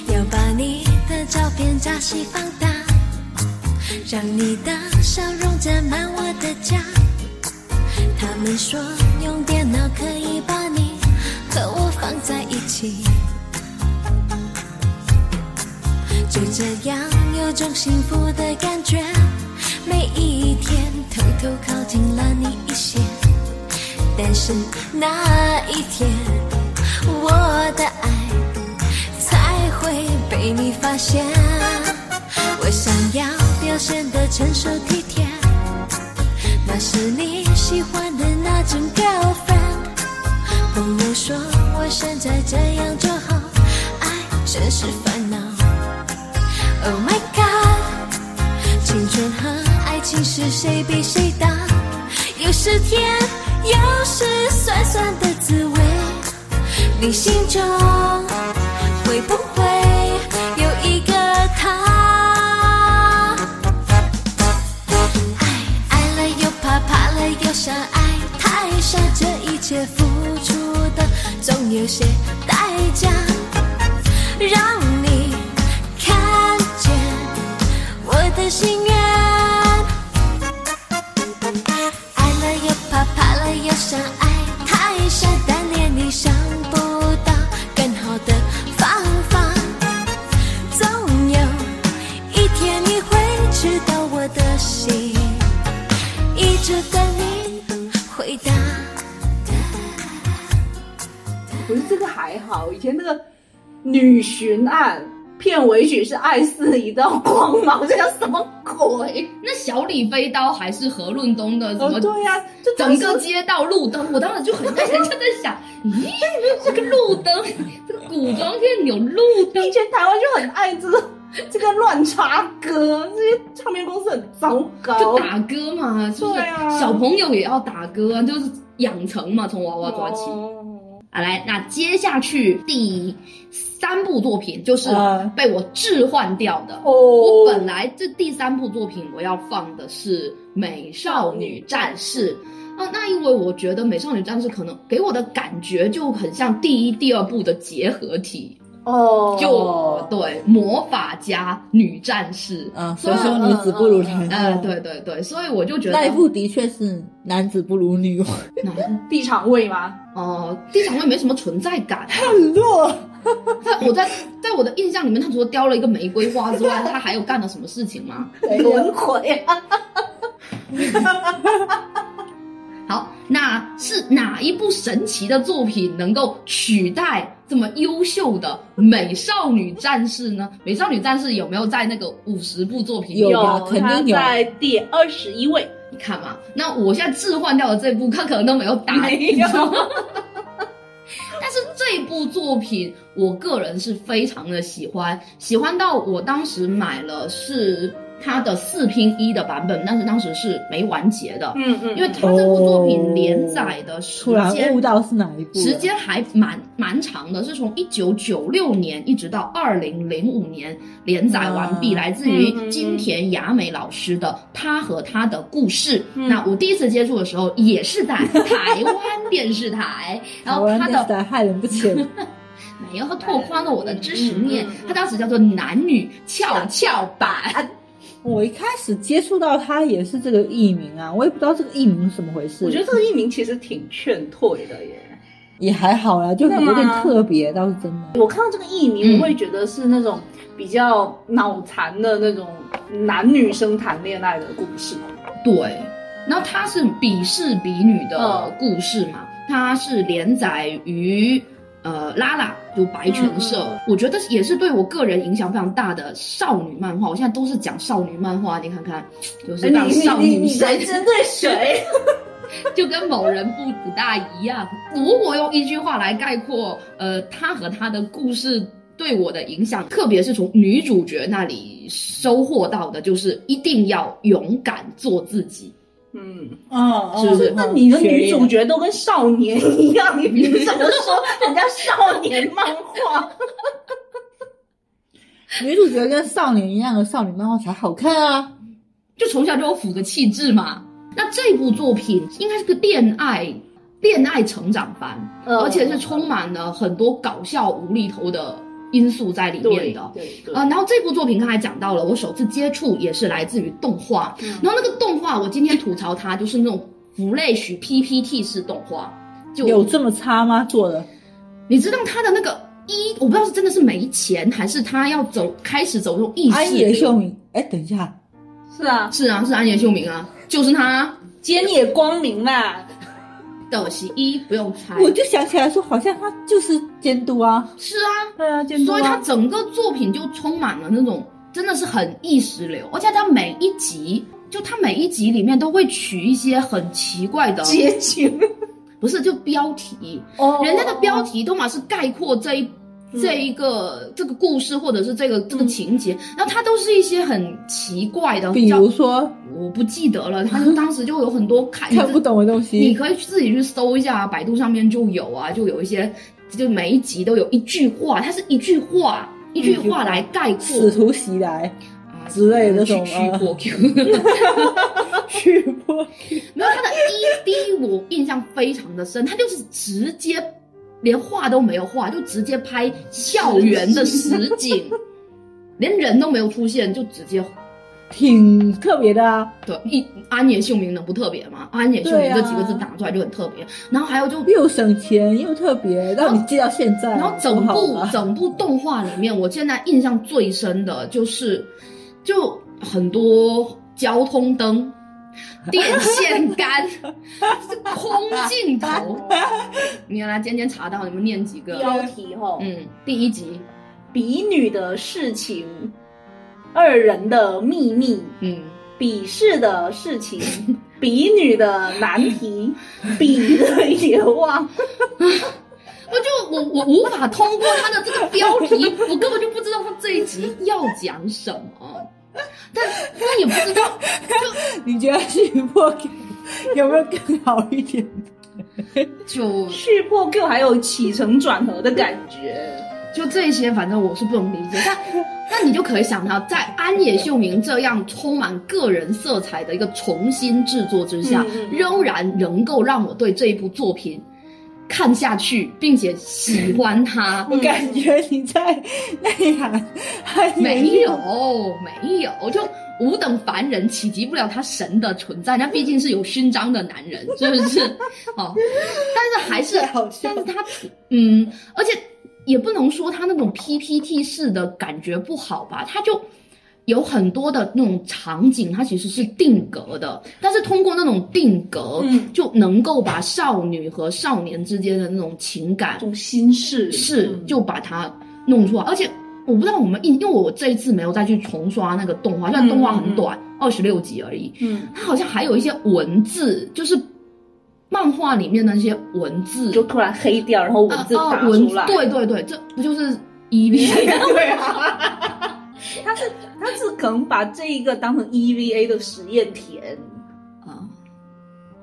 [SPEAKER 2] 要把你的照片加细放大，让你的笑容占满我的家。他们说用电脑可以把你和我放在一起，就这样有种幸福的感觉。每一天偷偷靠近了你一些，但是那一天我的爱。才会被你发现。我想要表现的成熟体贴，那是你喜欢的那种 girlfriend。朋友说我现在这样就好，爱真是烦恼。Oh my god，青春和爱情是谁比谁大？有时甜，有时酸酸的滋味，你心中。会不会有一个他？爱爱了又怕，怕了又想爱，太傻，这一切付出的总有些代价，让你看见我的心愿。爱了又怕，怕了又想爱，太傻，单恋你想不到更好的方法。总有一天你会知道我的心，一直等你回答。
[SPEAKER 4] 不是这个还好，以前那个女巡案片尾曲是爱似一道光 芒，这叫什么鬼？
[SPEAKER 1] 那小李飞刀还是何润东的什么？
[SPEAKER 4] 哦，对呀、就当
[SPEAKER 1] 整
[SPEAKER 4] 时
[SPEAKER 1] 个街道路灯，我当时就很在就在想，咦，这个路灯，这个古装片有路灯，
[SPEAKER 4] 以前台湾就很爱这个这个乱插歌，这些唱片公司很糟
[SPEAKER 1] 就
[SPEAKER 4] 糕。
[SPEAKER 1] 打歌嘛，是不是
[SPEAKER 4] 对？啊
[SPEAKER 1] 小朋友也要打歌啊，就是养成嘛，从娃娃抓起。
[SPEAKER 4] 哦
[SPEAKER 1] 好，来，那接下去第三部作品就是
[SPEAKER 3] 嗯
[SPEAKER 1] 被我置换掉的。
[SPEAKER 4] 哦，
[SPEAKER 1] 我本来这第三部作品我要放的是《美少女战士》啊、那因为我觉得《美少女战士》可能给我的感觉就很像第一、第二部的结合体，
[SPEAKER 4] 哦，
[SPEAKER 1] 就、对魔法加女战士，
[SPEAKER 3] 嗯，
[SPEAKER 1] 所
[SPEAKER 3] 谁
[SPEAKER 1] 以
[SPEAKER 3] 说女子不如男？
[SPEAKER 1] 呃，对对对，所以我就觉得
[SPEAKER 3] 那一部的确是男子不如女，
[SPEAKER 4] 地场位吗？
[SPEAKER 1] 哦、第三位没什么存在感、
[SPEAKER 3] 很弱。
[SPEAKER 1] 在我在在我的印象里面，他除了叼了一个玫瑰花之外，他还有干了什么事情吗？
[SPEAKER 3] 没
[SPEAKER 4] 轮
[SPEAKER 3] 有
[SPEAKER 4] 回 啊，
[SPEAKER 1] 好，那是哪一部神奇的作品能够取代这么优秀的美少女战士呢？美少女战士有没有在那个五十部作品里
[SPEAKER 3] 有
[SPEAKER 1] 面
[SPEAKER 3] 吧肯定
[SPEAKER 4] 他
[SPEAKER 3] 有
[SPEAKER 4] 在第二十一位，
[SPEAKER 1] 你看嘛？那我现在置换掉的这部，他可能都没有打。
[SPEAKER 4] 没有
[SPEAKER 1] 但是这部作品，我个人是非常的喜欢，喜欢到我当时买了是它的四拼一的版本，但是当时是没完结的，
[SPEAKER 4] 嗯嗯，
[SPEAKER 1] 因为它这部作品连载的时
[SPEAKER 3] 突然
[SPEAKER 1] 间
[SPEAKER 3] 悟到是哪一部了，
[SPEAKER 1] 时间还蛮蛮长的，是从一九九六年一直到二零零五年连载完毕，
[SPEAKER 3] 啊
[SPEAKER 1] 来自于
[SPEAKER 4] 嗯嗯嗯
[SPEAKER 1] 金田雅美老师的《她和她的故事》。
[SPEAKER 4] 嗯
[SPEAKER 1] 那我第一次接触的时候，也是在台湾电视台，然
[SPEAKER 3] 台
[SPEAKER 1] 后
[SPEAKER 3] 湾
[SPEAKER 1] 他
[SPEAKER 3] 电视
[SPEAKER 1] 的
[SPEAKER 3] 台害人不浅，
[SPEAKER 1] 没有，他拓宽了我的知识面
[SPEAKER 4] 嗯嗯嗯，
[SPEAKER 1] 他当时叫做男女跷跷板。
[SPEAKER 3] 我一开始接触到他也是这个艺名啊，我也不知道这个艺名是怎么回事。
[SPEAKER 4] 我觉得这个艺名其实挺劝退的耶。
[SPEAKER 3] 也还好啦，就
[SPEAKER 4] 真的吗哦
[SPEAKER 3] 有点特别，倒是真的。
[SPEAKER 4] 我看到这个艺
[SPEAKER 1] 嗯
[SPEAKER 4] 名，我会觉得是那种比较脑残的那种男女生谈恋爱的故事。
[SPEAKER 1] 对，然后它是比试比女的
[SPEAKER 4] 嗯
[SPEAKER 1] 故事嘛，它是连载于呃拉拉就白泉社，
[SPEAKER 4] 嗯
[SPEAKER 1] 我觉得也是对我个人影响非常大的少女漫画。我现在都是讲少女漫画，你看看，就是让少女生
[SPEAKER 4] 对谁？
[SPEAKER 1] 就跟某人不不大一样。如果用一句话来概括，呃，他和他的故事对我的影响，特别是从女主角那里收获到的，就是一定要勇敢做自己。
[SPEAKER 4] 嗯，
[SPEAKER 3] 嗯
[SPEAKER 1] 是不是
[SPEAKER 4] 那你的女主
[SPEAKER 3] 角
[SPEAKER 4] 角都跟少年一样，你凭什么说人家少年漫 画？
[SPEAKER 3] 女主角跟少年一样的少女漫画才好看啊！
[SPEAKER 1] 就从小就有腐的气质嘛。那这部作品应该是个恋爱恋爱成长番，
[SPEAKER 4] 嗯
[SPEAKER 1] 而且是充满了很多搞笑无厘头的因素在里面
[SPEAKER 4] 对
[SPEAKER 1] 的。
[SPEAKER 4] 对对
[SPEAKER 1] 啊、然后这部作品刚才讲到了，我首次接触也是来自于动画，
[SPEAKER 4] 嗯
[SPEAKER 1] 然后那个动画我今天吐槽它就是那种 Flash PPT 式动画，就
[SPEAKER 3] 有这么差吗？做的
[SPEAKER 1] 你知道它的那个一，我不知道是真的是没钱，还是他要走开始走那种意
[SPEAKER 3] 安
[SPEAKER 1] 识
[SPEAKER 3] 野
[SPEAKER 1] 流
[SPEAKER 3] 秀明，哎，等一下，
[SPEAKER 4] 是啊，
[SPEAKER 1] 是啊，是安野秀明啊，就是他
[SPEAKER 4] 菅野光明啦，
[SPEAKER 1] 的洗衣不用
[SPEAKER 4] 哎
[SPEAKER 1] 猜，
[SPEAKER 3] 我就想起来说，好像他就是监督啊，
[SPEAKER 1] 是啊，
[SPEAKER 4] 对啊，监督
[SPEAKER 1] 所以他
[SPEAKER 4] 啊，
[SPEAKER 1] 整个作品就充满了那种真的是很意识流，而且他每一集就他每一集里面都会取一些很奇怪的，
[SPEAKER 4] 结局
[SPEAKER 1] 不是就标题，
[SPEAKER 4] 哦
[SPEAKER 1] 人家的标题都嘛是概括这一。
[SPEAKER 3] 嗯
[SPEAKER 1] 这一个这个故事，或者是这个这个情节，然后它都是一些很奇怪的，
[SPEAKER 3] 比
[SPEAKER 1] 叫
[SPEAKER 3] 如说
[SPEAKER 1] 我不记得了，他就当时就有很 多
[SPEAKER 4] 哎
[SPEAKER 1] 看
[SPEAKER 3] 看不懂的东
[SPEAKER 1] 你
[SPEAKER 3] 西，
[SPEAKER 1] 可以自己去搜一下，啊百度上面就有啊，就有一些，就每一集都有一句话，它是一句话，一句话来概括
[SPEAKER 3] 使徒袭来，
[SPEAKER 1] 啊
[SPEAKER 3] 之类的这种
[SPEAKER 1] 去去
[SPEAKER 3] 啊
[SPEAKER 1] 过 Q。
[SPEAKER 4] 哦
[SPEAKER 3] 去播
[SPEAKER 1] 没有它的一 D，我印象非常的深，它就是直接连画都没有画，就直接拍校园的实 景，连人都没有出现，就直接
[SPEAKER 3] 挺特别的啊，
[SPEAKER 1] 对一安野秀明能不特别吗？安野秀
[SPEAKER 3] 对
[SPEAKER 1] 明
[SPEAKER 3] 啊
[SPEAKER 1] 这几个字打出来就很特别，然后还有就
[SPEAKER 3] 又省钱又特别，让你记到现在，
[SPEAKER 1] 然后整
[SPEAKER 3] 多
[SPEAKER 1] 部
[SPEAKER 3] 好啊
[SPEAKER 1] 整部动画里面，我现在印象最深的就是，就很多交通灯、电线杆、 空镜头。你来今天查到你们念几个？
[SPEAKER 4] 标题吼，
[SPEAKER 1] 嗯，第一集，
[SPEAKER 4] 比女的事情，二人的秘密，
[SPEAKER 1] 嗯，
[SPEAKER 4] 鄙视的事 情，比女的难 题，比的野望，
[SPEAKER 1] 我就我我无法通过他的这个标题，我根本就不知道他这一集要讲什么，但但也不知道。
[SPEAKER 3] 你觉得去播给有没有更好一点？
[SPEAKER 1] 就
[SPEAKER 4] 去破 Q 还有起承转合的感觉。
[SPEAKER 1] 就这些，反正我是不能理解。但那你就可以想到，在安野秀明这样充满个人色彩的一个重新制作之下，
[SPEAKER 4] 嗯嗯
[SPEAKER 1] 仍然能够让我对这一部作品看下去，并且喜欢它。
[SPEAKER 3] 我
[SPEAKER 4] 嗯
[SPEAKER 3] 感觉你在内涵，还
[SPEAKER 1] 没有，没有，就吾等凡人岂及不了他神的存在？那毕竟是有勋章的男人，是不是？ 哦，但是还是
[SPEAKER 3] 太 好，笑
[SPEAKER 1] 但
[SPEAKER 3] 了
[SPEAKER 1] 是他挺，嗯，而且也不能说他那种 PPT 式的感觉不好吧，他就。有很多的那种场景，它其实是定格的，但是通过那种定格，
[SPEAKER 4] 嗯
[SPEAKER 1] 就能够把少女和少年之间的那种情感
[SPEAKER 4] 这种心事
[SPEAKER 1] 是
[SPEAKER 4] 嗯
[SPEAKER 1] 就把它弄出来，而且我不知道我们印，因为我这一次没有再去重刷那个动画，虽然动画很短，二十六集而已，
[SPEAKER 4] 嗯，
[SPEAKER 1] 它好像还有一些文字，就是漫画里面的那些文字，
[SPEAKER 4] 就突然黑掉，然后哦文字
[SPEAKER 1] 啊
[SPEAKER 4] 打
[SPEAKER 1] 啊文
[SPEAKER 4] 出
[SPEAKER 1] 字
[SPEAKER 4] 来，
[SPEAKER 1] 对对对，这不就是一 v
[SPEAKER 4] 对啊，他是他是可能把这一个当成 EVA 的实验田，
[SPEAKER 1] 啊？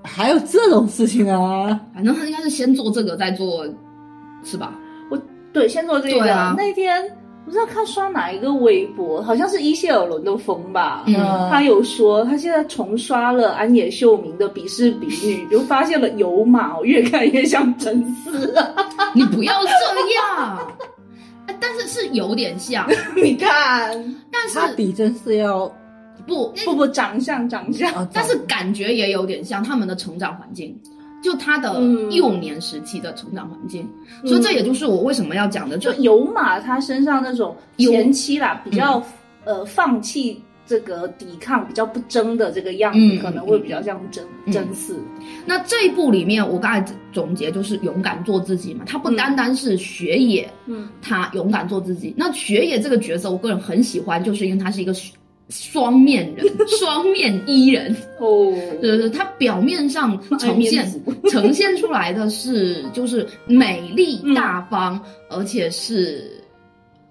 [SPEAKER 3] 还有这种事情啊？
[SPEAKER 1] 反正他应该是先做这个，再做，是吧？
[SPEAKER 4] 对，先做这
[SPEAKER 1] 对
[SPEAKER 4] 个。
[SPEAKER 1] 啊
[SPEAKER 4] 那天不知道看刷哪一个微博，好像是伊谢尔伦的风吧。
[SPEAKER 1] 嗯
[SPEAKER 4] 他有说，他现在重刷了安野秀明的《鄙视比女》，就发现了有马，我越看越像真丝。
[SPEAKER 1] 你不要这样，啊但是是有点像，
[SPEAKER 4] 你看，
[SPEAKER 1] 但是
[SPEAKER 3] 他比真是要
[SPEAKER 1] 不，那
[SPEAKER 4] 不不，长相长相，
[SPEAKER 3] 啊，
[SPEAKER 1] 但是感觉也有点像他们的成长环境，就他的
[SPEAKER 4] 嗯幼
[SPEAKER 1] 幼年时期的成长环境，
[SPEAKER 4] 嗯
[SPEAKER 1] 所以这也就是我为什么要讲的，就
[SPEAKER 4] 就有马他身上那种
[SPEAKER 1] 有嗯
[SPEAKER 4] 前期啦，比较、呃放弃这个抵抗，比较不争的这个样子，
[SPEAKER 1] 嗯
[SPEAKER 4] 可能会比较像真、
[SPEAKER 1] 嗯
[SPEAKER 4] 真嗣。
[SPEAKER 1] 那这一部里面，我刚才总结就是勇敢做自己嘛，他不
[SPEAKER 4] 嗯
[SPEAKER 1] 单单是学野，
[SPEAKER 4] 嗯
[SPEAKER 1] 他勇敢做自己。那学野这个角色，我个人很喜欢，就是因为他是一个双双面人，双面伊人。
[SPEAKER 4] 哦，
[SPEAKER 1] 呃，他表面 上呈现
[SPEAKER 4] 爱面子
[SPEAKER 1] 呈现出来的是就是美丽
[SPEAKER 4] 嗯
[SPEAKER 1] 大方，而且是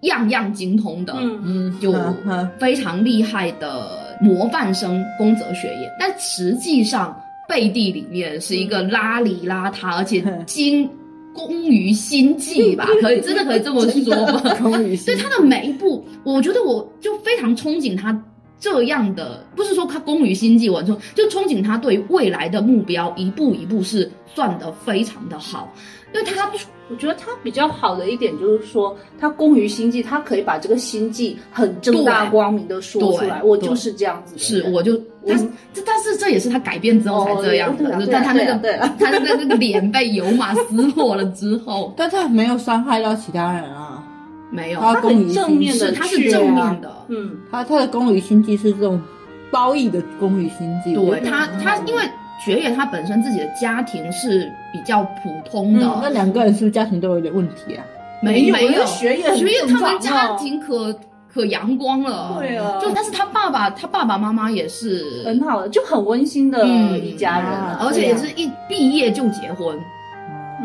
[SPEAKER 1] 样样精通的，
[SPEAKER 4] 嗯
[SPEAKER 3] 嗯，
[SPEAKER 1] 就
[SPEAKER 3] 哈哈
[SPEAKER 1] 非常厉害的模范生宫泽学也，但实际上背地里面是一个邋里邋 遢，而且精工于心计吧，可以真的可以这么说 吗？
[SPEAKER 3] 空余
[SPEAKER 4] 嗯
[SPEAKER 1] 所以他的每一步，我觉得我就非常憧憬他这样的，不是说他工于心计，我说就憧憬他对未来的目标一步一步是算得非常的好，因为他
[SPEAKER 4] 我觉得他比较好的一点就是说，他工于心计，他可以把这个心计很正大光明的说出来。
[SPEAKER 1] 对
[SPEAKER 4] 我就是这样子的
[SPEAKER 1] 是
[SPEAKER 4] 人，
[SPEAKER 1] 我就他这但是这也是他改变之后才这样的，
[SPEAKER 4] 嗯哦对啊对啊
[SPEAKER 1] 但他那个
[SPEAKER 4] 对啊
[SPEAKER 1] 他那个脸被油马撕破了之后，
[SPEAKER 3] 但他没有伤害到其他人啊，
[SPEAKER 1] 没有，
[SPEAKER 3] 他公
[SPEAKER 4] 很
[SPEAKER 3] 于
[SPEAKER 4] 正
[SPEAKER 3] 心
[SPEAKER 4] 面
[SPEAKER 1] 是
[SPEAKER 4] 的，
[SPEAKER 1] 他是正面的，
[SPEAKER 4] 啊嗯，
[SPEAKER 3] 他他的公于心计是这种褒义的公于心计，我
[SPEAKER 1] 对
[SPEAKER 3] 觉得
[SPEAKER 1] 他他因为学野他本身自己的家庭是比较普通的，
[SPEAKER 4] 嗯
[SPEAKER 3] 那两个人是不是家庭都有点问题啊？
[SPEAKER 1] 没
[SPEAKER 4] 没有
[SPEAKER 1] 有
[SPEAKER 4] 学业很
[SPEAKER 1] 学野他们
[SPEAKER 4] 正常
[SPEAKER 1] 家
[SPEAKER 4] 哦
[SPEAKER 1] 庭可可阳光了，
[SPEAKER 4] 对啊
[SPEAKER 1] 嗯就但是他爸爸他爸爸妈妈也是
[SPEAKER 4] 很好的，就很温馨的
[SPEAKER 1] 嗯
[SPEAKER 4] 一家人啊、
[SPEAKER 1] 而且
[SPEAKER 4] 对
[SPEAKER 1] 也
[SPEAKER 4] 啊
[SPEAKER 1] 是一毕业就结婚，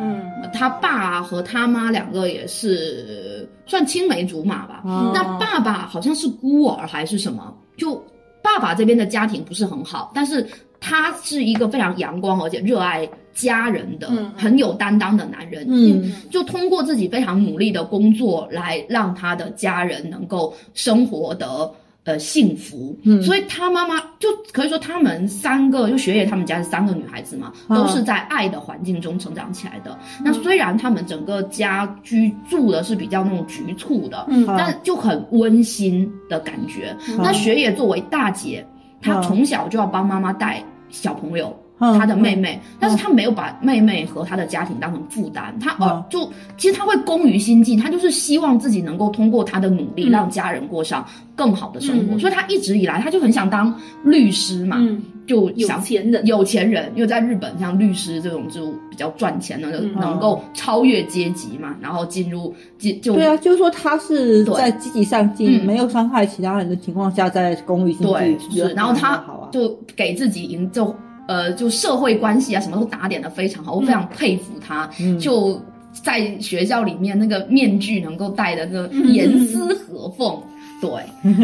[SPEAKER 4] 嗯，
[SPEAKER 1] 他爸和他妈两个也是算青梅竹马
[SPEAKER 4] 啊
[SPEAKER 1] 吧。
[SPEAKER 3] 哦
[SPEAKER 1] 那爸爸好像是孤儿还是什么，就爸爸这边的家庭不是很好，但是他是一个非常阳光而且热爱家人的、
[SPEAKER 4] 嗯
[SPEAKER 1] 很有担当的男人。
[SPEAKER 3] 嗯，
[SPEAKER 1] 就通过自己非常努力的工作来让他的家人能够生活得呃幸福。
[SPEAKER 3] 嗯
[SPEAKER 1] 所以他妈妈就可以说他们三个，就学野他们家是三个女孩子嘛，
[SPEAKER 3] 嗯
[SPEAKER 1] 都是在爱的环境中成长起来的。那虽然他们整个家居住的是比较那种局促的，
[SPEAKER 4] 嗯
[SPEAKER 1] 但就很温馨的感觉。
[SPEAKER 4] 嗯
[SPEAKER 1] 那学野作为大姐，她
[SPEAKER 3] 嗯
[SPEAKER 1] 从小就要帮妈妈带小朋友。
[SPEAKER 3] 嗯
[SPEAKER 1] 他的妹妹，但是他没有把妹妹和他的家庭当成负担，他呃
[SPEAKER 3] 嗯
[SPEAKER 1] 就其实他会工于心计，他就是希望自己能够通过他的努力
[SPEAKER 4] 嗯
[SPEAKER 1] 让家人过上更好的生活，
[SPEAKER 4] 嗯
[SPEAKER 1] 所以他一直以来他就很想当律师嘛，
[SPEAKER 4] 嗯，
[SPEAKER 1] 就
[SPEAKER 4] 有
[SPEAKER 1] 想。
[SPEAKER 4] 钱人，
[SPEAKER 1] 有钱人，因为在日本，像律师这种就比较赚钱的，
[SPEAKER 4] 嗯
[SPEAKER 1] 能够超越阶级嘛，然后进入进就
[SPEAKER 3] 对啊，就是说他是
[SPEAKER 1] 嗯对
[SPEAKER 3] 在积极上
[SPEAKER 1] 嗯
[SPEAKER 3] 进、没有伤害其他人的情况下，在公益经
[SPEAKER 1] 对，
[SPEAKER 3] 济，
[SPEAKER 1] 是，然后他
[SPEAKER 3] 好啊，
[SPEAKER 1] 就给自己营造呃，就社会关系啊，什么都打点的非常好，我非常佩服他。
[SPEAKER 3] 嗯
[SPEAKER 1] 就
[SPEAKER 3] 嗯
[SPEAKER 1] 在学校里面那个面具能够戴的那个严丝合缝， 对，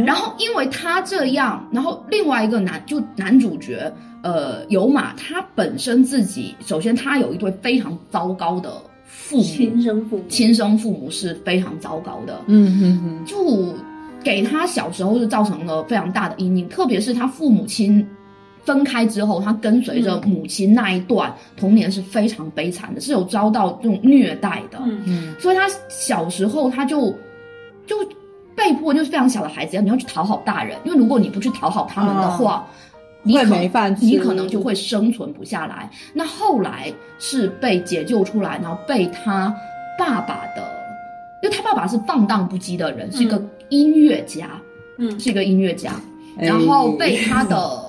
[SPEAKER 1] 然后因为他这样，然后另外一个男就男主角，呃，有马他本身自己，首先他有一对非常糟糕的父母
[SPEAKER 4] 亲，生父母，
[SPEAKER 1] 亲生父母是非常糟糕的，
[SPEAKER 3] 嗯哼哼，
[SPEAKER 1] 就给他小时候就造成了非常大的阴影，特别是他父母亲分开之后，他跟随着母亲那一段、童年是非常悲惨的，是有遭到这种虐待的，
[SPEAKER 4] 嗯，
[SPEAKER 3] 嗯
[SPEAKER 1] 所以他小时候他就就被迫就是非常小的孩子，你要去讨好大人，因为如果你不去讨好他们的话，你
[SPEAKER 3] 哦会
[SPEAKER 1] 可
[SPEAKER 3] 没饭吃
[SPEAKER 1] 你可能就会生存不下来。那后来是被解救出来，然后被他爸爸的，因为他爸爸是放荡不羁的人，是一
[SPEAKER 3] 嗯
[SPEAKER 1] 个音乐家，
[SPEAKER 4] 嗯
[SPEAKER 1] 是一个音乐家，
[SPEAKER 3] 哎
[SPEAKER 1] 然后 被他的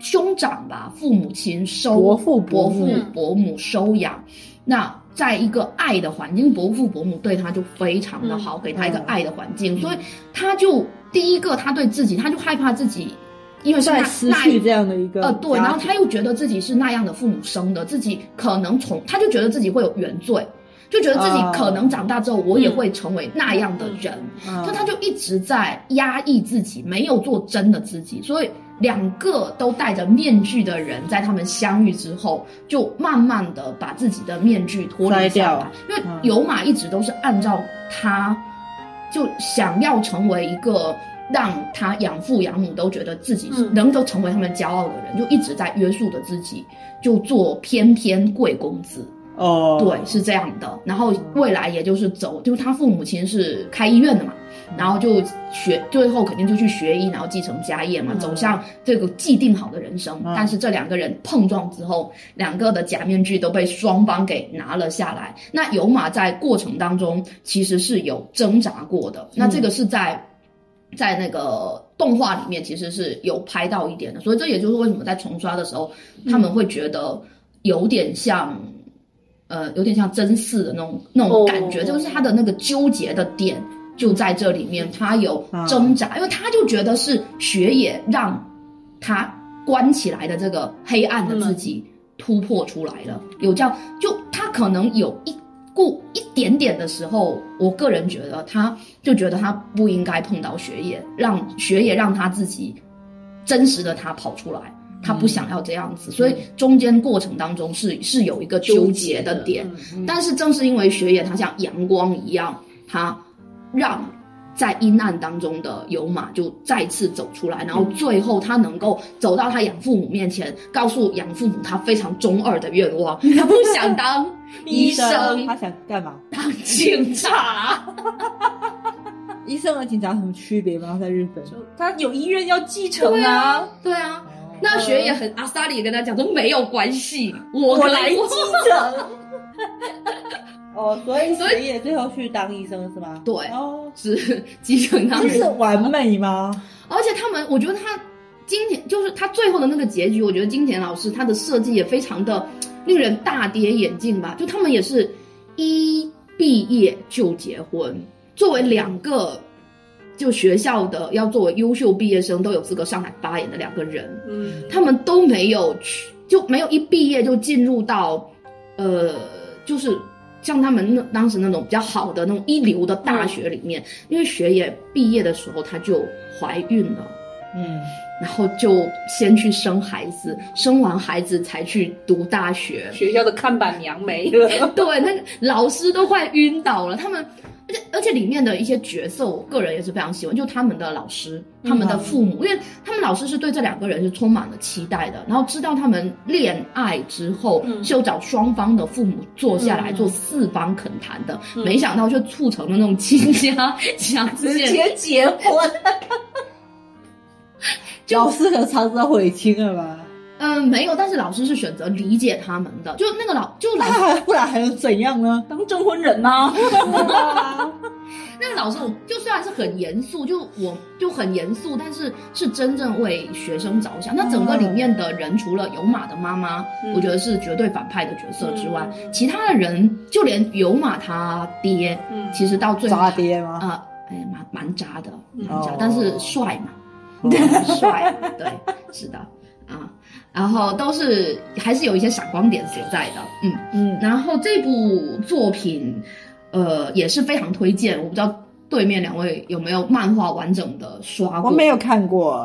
[SPEAKER 1] 兄长吧，父母亲收
[SPEAKER 3] 伯父
[SPEAKER 1] 伯
[SPEAKER 3] 伯
[SPEAKER 1] 父
[SPEAKER 3] 母
[SPEAKER 1] 伯母收养。那在一个爱的环境，伯父伯母对他就非常
[SPEAKER 3] 嗯
[SPEAKER 1] 的好，给他一个爱的环境，所以他就第一个，他对自己，他就害怕自己，因为是那
[SPEAKER 3] 再失
[SPEAKER 1] 那
[SPEAKER 3] 去这样的一个
[SPEAKER 1] 呃对，
[SPEAKER 3] 家
[SPEAKER 1] 然后
[SPEAKER 3] 庭
[SPEAKER 1] 他又觉得自己是那样的父母生的，自己可能从他就觉得自己会
[SPEAKER 3] 啊
[SPEAKER 1] 有原罪，就觉得自己
[SPEAKER 3] 哦
[SPEAKER 1] 可能长大之后我也会成为那样的人，
[SPEAKER 3] 嗯
[SPEAKER 1] 所以他就一直在压抑自己，没有做真的自己。所以两个都戴着面具的人，在他们相遇之后，就慢慢的把自己的面具脱离
[SPEAKER 3] 摘
[SPEAKER 1] 下
[SPEAKER 3] 掉
[SPEAKER 1] 来。因为
[SPEAKER 3] 嗯
[SPEAKER 1] 有马一直都是按照他，就想要成为一个让他养父养母都觉得自己
[SPEAKER 4] 嗯
[SPEAKER 1] 能够成为他们骄傲的人，就一直在约束着自己，就做翩翩贵公子。
[SPEAKER 3] 哦，
[SPEAKER 1] 对，是这样的。然后未来也就是走，就是他父母亲是开医院的嘛，
[SPEAKER 3] 嗯
[SPEAKER 1] 然后就学，最后肯定就去学医，然后继承家业嘛，
[SPEAKER 4] 嗯
[SPEAKER 1] 走向这个既定好的人生。
[SPEAKER 3] 嗯
[SPEAKER 1] 但是这两个人碰撞之后，两个的假面具都被双方给拿了下来。那有马在过程当中其实是有挣扎过的，
[SPEAKER 3] 嗯
[SPEAKER 1] 那这个是在。在那个动画里面其实是有拍到一点的，所以这也就是为什么在重刷的时候，他们会觉得有点像，呃，有点像真嗣的那种那种
[SPEAKER 4] 哦
[SPEAKER 1] 感觉，就是他的那个纠结的点就在这里面，他有挣扎，因为他就觉得是雪野让他关起来的这个黑暗的自己突破出来了，有这样，就他可能有一过一点点的时候，我个人觉得他就觉得他不应该碰到雪野，让雪野让他自己真实的他跑出来。他不想要这样子，所以中间过程当中是是有一个纠结的点，
[SPEAKER 3] 嗯
[SPEAKER 1] 但是正是因为雪野他像阳光一样，他让在阴暗当中的有马就再次走出来，然后最后他能够走到他养父母面前，告诉养父母他非常中二的愿 望，他不想当医生
[SPEAKER 3] 他，想干嘛？
[SPEAKER 1] 当警 察。
[SPEAKER 3] 医生和警察有什么区别吗？在日本，
[SPEAKER 4] 他有医院要继承啊，
[SPEAKER 1] 对啊，那雪野很阿萨里也跟他讲说没有关系，我
[SPEAKER 4] 我
[SPEAKER 1] 可以
[SPEAKER 4] 来继承。
[SPEAKER 3] 哦，所以所以最后去当医生是吗？
[SPEAKER 1] 对
[SPEAKER 3] 哦，
[SPEAKER 1] 是继承他
[SPEAKER 3] 这
[SPEAKER 1] 们
[SPEAKER 3] 是完美吗？
[SPEAKER 1] 而且他们，我觉得他金田就是他最后的那个结局，我觉得金田老师他的设计也非常的令人大跌眼镜吧。就他们也是一毕业就结婚，作为两个就学校的要作为优秀毕业生都有资格上台发言的两个人，
[SPEAKER 4] 嗯，
[SPEAKER 1] 他们都没有去，就没有一毕业就进入到，呃，就是像他们那当时那种比较好的那种一流的大学里面，因为学野毕业的时候她就怀孕了，
[SPEAKER 3] 嗯，
[SPEAKER 1] 然后就先去生孩子，生完孩子才去读大学。
[SPEAKER 4] 学校的看板娘没了。
[SPEAKER 1] 对，那个老师都快晕倒了，他们。而且而且里面的一些角色，我个人也是非常喜欢，就他们的老师、他们的父
[SPEAKER 4] 嗯
[SPEAKER 1] 母，因为他们老师是对这两个人是充满了期待的。然后知道他们恋爱之后，
[SPEAKER 4] 嗯
[SPEAKER 1] 是有找双方的父母坐下来
[SPEAKER 4] 嗯
[SPEAKER 1] 做四方恳谈的，
[SPEAKER 4] 嗯
[SPEAKER 1] 没想到就促成了那种倾家 强
[SPEAKER 4] 直
[SPEAKER 1] 奸。
[SPEAKER 4] 接结婚，
[SPEAKER 3] 老师可常常悔青了吧？
[SPEAKER 1] 嗯，没有，但是老师是选择理解他们的，就那个老就老
[SPEAKER 3] 那还不然还能怎样呢？
[SPEAKER 4] 当证婚人呐、
[SPEAKER 1] 那个老师，我就虽然是很严肃，就我就很严肃，但是是真正为学生着想。那整个里面的人，除了有马的妈妈，
[SPEAKER 4] 嗯
[SPEAKER 1] 我觉得是绝对反派的角色之外，
[SPEAKER 4] 嗯
[SPEAKER 1] 其他的人，就连有马他爹，
[SPEAKER 4] 嗯
[SPEAKER 1] 其实到最后
[SPEAKER 3] 渣爹吗？
[SPEAKER 1] 啊，哎，蛮蛮渣的，
[SPEAKER 4] 嗯
[SPEAKER 1] 蛮渣，
[SPEAKER 3] 哦
[SPEAKER 1] 但是帅嘛，帅，对，是的啊，然后都是还是有一些闪光点所在的，嗯。
[SPEAKER 3] 嗯，
[SPEAKER 1] 然后这部作品，呃，也是非常推荐。我不知道对面两位有没有漫画完整的刷过？
[SPEAKER 3] 我没有，看过，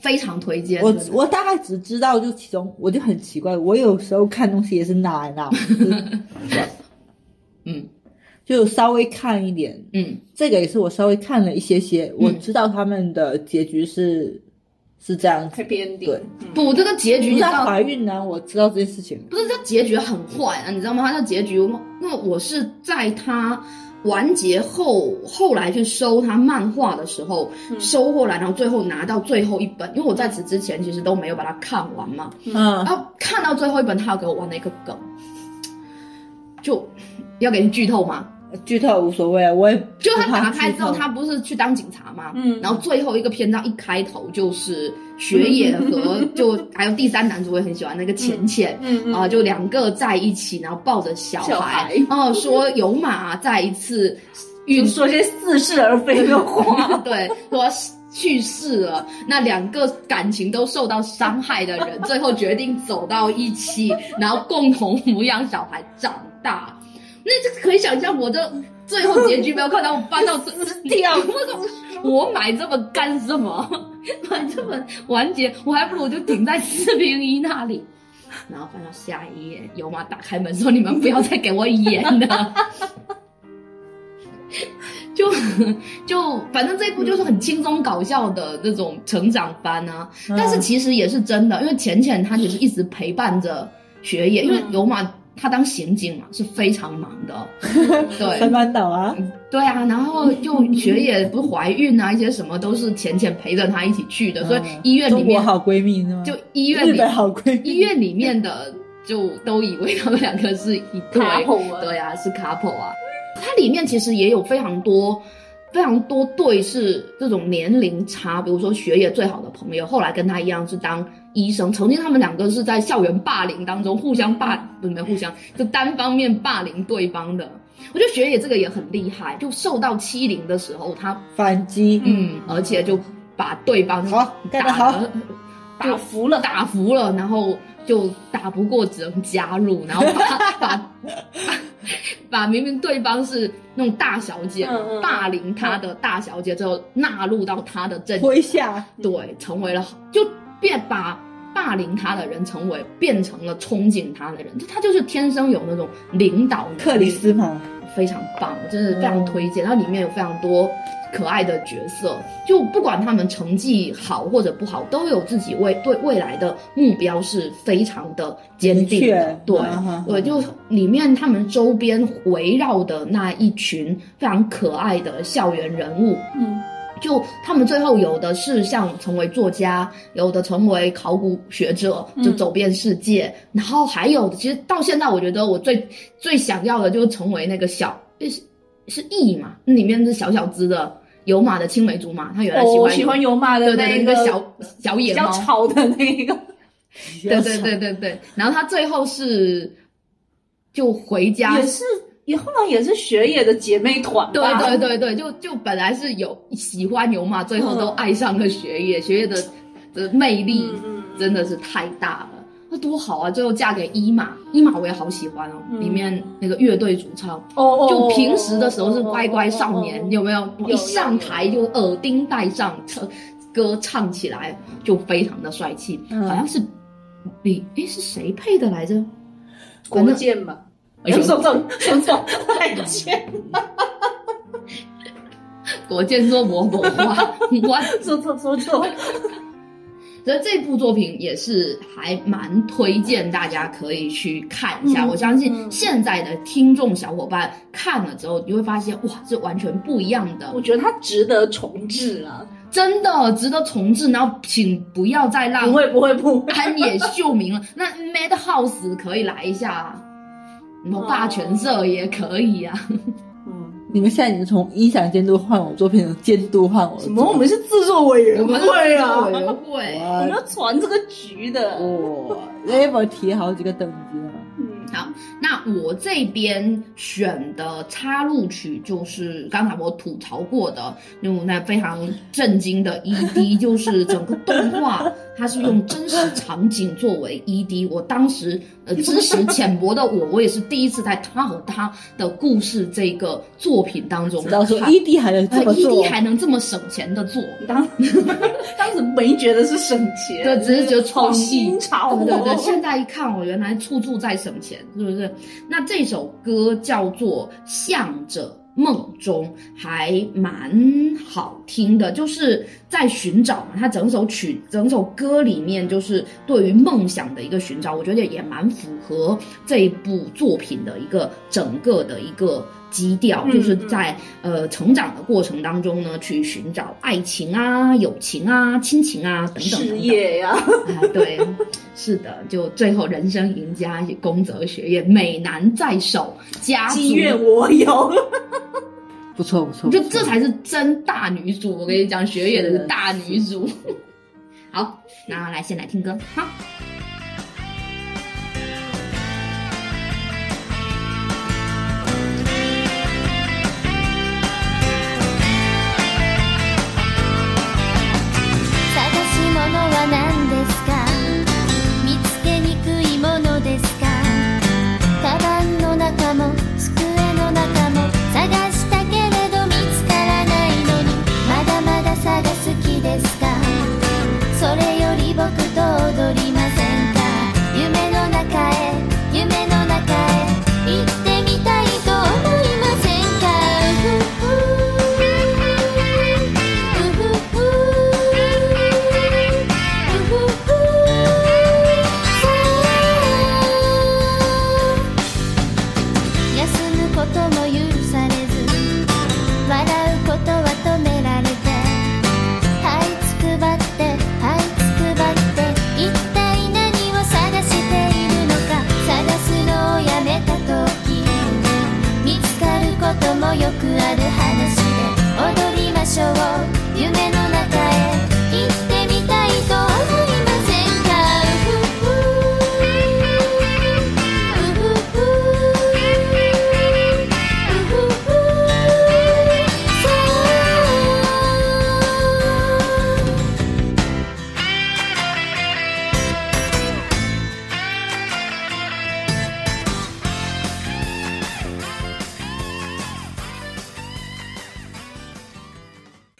[SPEAKER 1] 非常推荐。
[SPEAKER 3] 我
[SPEAKER 1] 真的
[SPEAKER 3] 我大概只知道就其中，我就很奇怪，我有时候看东西也是拿来拿， 去，
[SPEAKER 1] 嗯
[SPEAKER 3] 就稍微看一点。
[SPEAKER 1] 嗯
[SPEAKER 3] 这个也是我稍微看了一些些，我知道他们的结局是是这样子。
[SPEAKER 4] 太边地。
[SPEAKER 3] 对
[SPEAKER 4] 嗯
[SPEAKER 1] 不，这个结局
[SPEAKER 3] 不
[SPEAKER 1] 你
[SPEAKER 3] 是
[SPEAKER 1] 知
[SPEAKER 3] 她
[SPEAKER 1] 道，
[SPEAKER 3] 怀孕呢，我知道这件事情。
[SPEAKER 1] 不是这结局很坏啊，你知道吗？他这结局，那我是在他完结后后来去收他漫画的时候、
[SPEAKER 4] 嗯
[SPEAKER 1] 收过来，然后最后拿到最后一本，因为我在此之前其实都没有把它看完嘛。
[SPEAKER 3] 嗯
[SPEAKER 1] 然，后看到最后一本，他有给我玩了一个梗，就要给你剧透吗？
[SPEAKER 3] 剧透无所谓，啊我也
[SPEAKER 1] 就他
[SPEAKER 3] 不怕
[SPEAKER 1] 打开之后，
[SPEAKER 3] 剧透
[SPEAKER 1] 他不是去当警察吗？
[SPEAKER 4] 嗯
[SPEAKER 1] 然后最后一个篇章一开头就是雪野和就还有第三男主，我也很喜欢那个浅浅。
[SPEAKER 4] 嗯嗯
[SPEAKER 1] 啊、就两个在一起，然后抱着小
[SPEAKER 4] 小
[SPEAKER 1] 孩
[SPEAKER 4] 孩，
[SPEAKER 1] 哦、说有马再一次运
[SPEAKER 4] 就说些似是而非的话。
[SPEAKER 1] 哇，对，说去世了，那两个感情都受到伤害的人，最后决定走到一起，然后共同抚养小孩长大。那这可以想象，我的最后结局没有看到，我翻到这掉，我说我买这么干什么？ 买这么完结，我还不如就停在四平一那里。然后翻到下一页，有马打开门说：“你们不要再给我演了。就” 就反正这一部就是很轻松搞笑的那种成长番啊，
[SPEAKER 3] 嗯
[SPEAKER 1] 但是其实也是真的，因为浅浅她其实一直陪伴着学业，因为
[SPEAKER 4] 嗯
[SPEAKER 1] 有马她当刑警嘛是非常忙 的，对
[SPEAKER 3] 三班倒啊，
[SPEAKER 1] 对啊，然后就学业不是怀孕啊，一些什么都是浅浅陪着她一起去的，所以
[SPEAKER 3] 嗯
[SPEAKER 1] 医院里
[SPEAKER 3] 中国
[SPEAKER 1] 面
[SPEAKER 3] 好闺蜜是吗？
[SPEAKER 1] 就医院
[SPEAKER 3] 日
[SPEAKER 1] 里
[SPEAKER 3] 本好闺蜜，
[SPEAKER 1] 医院里面的就都以为他们两个是一 对
[SPEAKER 4] Couple 啊
[SPEAKER 1] 对啊，是 couple 啊。它里面其实也有非常多、非常多对是这种年龄差，比如说学业最好的朋友，后来跟他一样是当医生，曾经他们两个是在校园霸凌当中互相霸，不是没有互相，就单方面霸凌对方的。我觉得学野这个也很厉害，就受到欺凌的时候，他
[SPEAKER 3] 反击，
[SPEAKER 1] 嗯，而且就把对方
[SPEAKER 3] 好干得
[SPEAKER 1] 打
[SPEAKER 3] 好
[SPEAKER 1] 了打
[SPEAKER 4] 就服了，
[SPEAKER 1] 打服了，然后就打不过，只能加入，然后把把把把明明对方是那种大小姐、
[SPEAKER 4] 嗯嗯
[SPEAKER 1] 霸凌她的大小姐，最后纳入到她的阵营，
[SPEAKER 3] 推下，
[SPEAKER 1] 对，成为了就变把霸凌她的人成为变成了憧憬她的人，就她就是天生有那种领导能力
[SPEAKER 3] 克里斯嘛，
[SPEAKER 1] 非常棒，我真的非常推
[SPEAKER 3] 嗯
[SPEAKER 1] 荐。它里面有非常多可爱的角色，就不管他们成绩好或者不好，都有自己未对未来的目标是非常的坚定的
[SPEAKER 3] 明确。
[SPEAKER 1] 对
[SPEAKER 3] 嗯哼，
[SPEAKER 1] 我就里面他们周边围绕的那一群非常可爱的校园人物，
[SPEAKER 4] 嗯，
[SPEAKER 1] 就他们最后有的是像成为作家，有的成为考古学者，就走遍世界，然后还有其实到现在，我觉得我最最想要的就是成为那个小是是义嘛，里面是小小只的有马的青梅竹马，他原来喜
[SPEAKER 4] 我
[SPEAKER 1] 欢、
[SPEAKER 4] 哦喜欢油麻的
[SPEAKER 1] 对
[SPEAKER 4] 那
[SPEAKER 1] 对
[SPEAKER 4] 一
[SPEAKER 1] 那个小小
[SPEAKER 4] 比
[SPEAKER 1] 野
[SPEAKER 4] 较
[SPEAKER 1] 猫，
[SPEAKER 4] 吵的那一个，
[SPEAKER 1] 对对对对对，然后他最后是就回家
[SPEAKER 4] 也是也后来也是学野的姐妹团
[SPEAKER 1] 对
[SPEAKER 4] 吧，
[SPEAKER 1] 对对对，就就本来是有喜欢牛马，最后都爱上了学业，学业的的魅力
[SPEAKER 4] 嗯嗯嗯
[SPEAKER 1] 真的是太大了。那多好啊！最后嫁给伊玛，伊玛我也好喜欢哦。
[SPEAKER 4] 嗯
[SPEAKER 1] 里面那个乐队主唱，
[SPEAKER 4] 哦哦，
[SPEAKER 1] 就平时的时候是乖乖少年，有
[SPEAKER 4] 哦
[SPEAKER 1] 没有？
[SPEAKER 4] 有
[SPEAKER 1] 一上台就耳钉戴上，唱歌唱起来就非常的帅气。
[SPEAKER 3] 嗯
[SPEAKER 1] 好像是李诶是谁配的来着？
[SPEAKER 4] 哦哦国见嘛，
[SPEAKER 1] 哎呦
[SPEAKER 4] 走走 走走，再见，
[SPEAKER 1] 果见说我我话， 我
[SPEAKER 4] 走走走走，
[SPEAKER 1] 所以这部作品也是还蛮推荐大家可以去看一下。
[SPEAKER 4] 嗯
[SPEAKER 1] 我相信
[SPEAKER 4] 嗯
[SPEAKER 1] 现在的听众小伙伴看了之后，你会发现哇，这完全不一样的
[SPEAKER 4] 我，觉得它值得重置啊，
[SPEAKER 1] 真的值得重置。然后请不要再让
[SPEAKER 4] 不会不会不会，
[SPEAKER 1] 安野秀明了，那 Madhouse 可以来一下啊，什么霸权社也可以啊。
[SPEAKER 4] 嗯，
[SPEAKER 3] 你们现在已经从音响监督换我作品的监督换我作
[SPEAKER 4] 什
[SPEAKER 3] 品，
[SPEAKER 4] 么？我们是制作委员
[SPEAKER 1] 我们是
[SPEAKER 4] 会啊，
[SPEAKER 1] 制作委
[SPEAKER 4] 我
[SPEAKER 1] 员会，
[SPEAKER 4] 们
[SPEAKER 3] 哇
[SPEAKER 4] 要传这个局的，
[SPEAKER 3] 哇 l e v e l 提好几个等级了。
[SPEAKER 4] 嗯，
[SPEAKER 1] 好，那我这边选的插入曲就是刚才我吐槽过的，用那非常震惊的 ED，就是 整个动画它是用真实场景作为 ED。我当时呃知识浅薄的我，我也是第一次在他和他的故事这个作品当中
[SPEAKER 3] 直到说
[SPEAKER 1] 看
[SPEAKER 3] ED 还能
[SPEAKER 1] 呃
[SPEAKER 3] 这么做
[SPEAKER 1] ED，还能这么省钱的做，
[SPEAKER 4] 你当当时没觉得是省钱，
[SPEAKER 1] 对只是觉得创
[SPEAKER 4] 好
[SPEAKER 1] 意
[SPEAKER 4] 新潮哦，
[SPEAKER 1] 对对对，现在一看，我原来处处在省钱，是不是？那这首歌叫做《向着梦中》，还蛮好听的，就是在寻找嘛。它整首曲、整首歌里面，就是对于梦想的一个寻找，我觉得也蛮符合这一部作品的一个整个的一个。基调
[SPEAKER 4] 嗯
[SPEAKER 1] 就是在呃成长的过程当中呢，去寻找爱情啊、友情啊、亲情啊等等等
[SPEAKER 4] 事
[SPEAKER 1] 等
[SPEAKER 4] 业呀、
[SPEAKER 1] 啊，对，是的，就最后人生赢家也宫泽学院，美男在手，家族，
[SPEAKER 4] 积怨我有，
[SPEAKER 3] 不错不错，
[SPEAKER 1] 就
[SPEAKER 3] 不错
[SPEAKER 1] 这才是真大女主。我跟你讲，学院的是大女主。好，那来先来听歌，好。
[SPEAKER 2] 探し物は何ですか見つけにくいものですかカバンの中も机の中も探したけれど見つからないのにまだまだ探す気ですかそれより僕と踊りませんか夢の中へ夢の中へ行ってみたいと思いませんかうふふうふふうふふさあ休むことも許されず笑うことは止められてはいつくばってはいつくばって一体何を探しているのか探すのをやめた時見つかることもよくある話で踊りましょう夢の中へ行ってみたいと思いませんかうふふうふふうふふさあ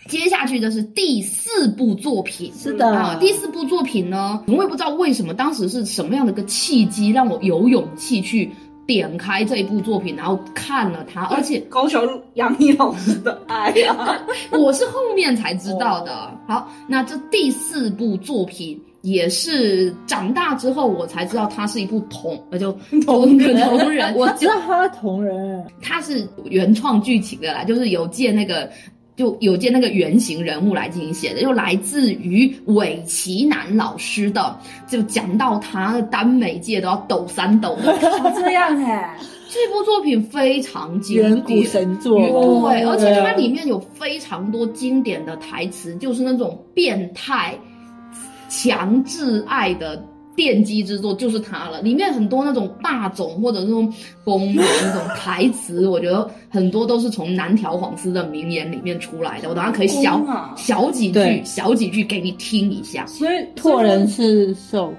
[SPEAKER 1] 接下去的是第四部作品，
[SPEAKER 3] 是的
[SPEAKER 1] 啊，第四部作品呢，我也不知道为什么当时是什么样的一个契机，让我有勇气去点开这一部作品，然后看了它，而且
[SPEAKER 4] 高桥阳一老师的爱啊呀、
[SPEAKER 1] 我是后面才知道
[SPEAKER 3] 哦
[SPEAKER 1] 的。好，那这第四部作品也是长大之后我才知道它是一部同，呃就同人同人，
[SPEAKER 3] 我知道他的同人，
[SPEAKER 1] 它是原创剧情的啦，就是有借那个。就有借那个原型人物来进行写的，就来自于尾崎南老师的，就讲到他耽美界都要抖三抖 的。
[SPEAKER 4] 这样哎、
[SPEAKER 1] 这部作品非常经典，
[SPEAKER 3] 远古神作，
[SPEAKER 1] 嗯对，而且它
[SPEAKER 3] 嗯对
[SPEAKER 1] 里面有非常多经典的台词，就是那种变态、强制爱的奠基之作，就是它了。里面很多那种霸总或者那种疯的那种台词，我觉得很多都是从南条晃司的名言里面出来的。我等下可以小、
[SPEAKER 4] 疯啊
[SPEAKER 1] 小几句
[SPEAKER 3] 对、
[SPEAKER 1] 小几句给你听一下。
[SPEAKER 4] 所以
[SPEAKER 3] 拓人是受，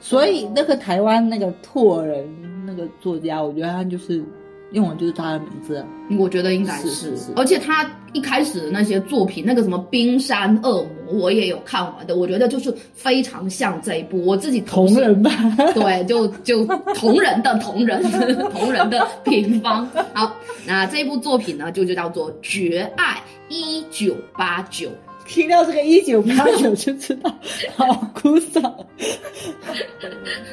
[SPEAKER 3] 所以那个台湾那个拓人那个作家，我觉得他就是用的就是他的名字啊，
[SPEAKER 1] 我觉得应该
[SPEAKER 3] 是
[SPEAKER 1] 是，
[SPEAKER 3] 是是
[SPEAKER 1] 而且他一开始的那些作品，那个什么《冰山恶魔》，我也有看完的，我觉得就是非常像这一部。我自己
[SPEAKER 3] 同
[SPEAKER 1] 时
[SPEAKER 3] 人吧。
[SPEAKER 1] 对，就就同人的同人同人的平方。好，那这部作品呢，就就叫做《绝爱一九八九》。
[SPEAKER 3] 听到这个一九八九就知道，好哭丧。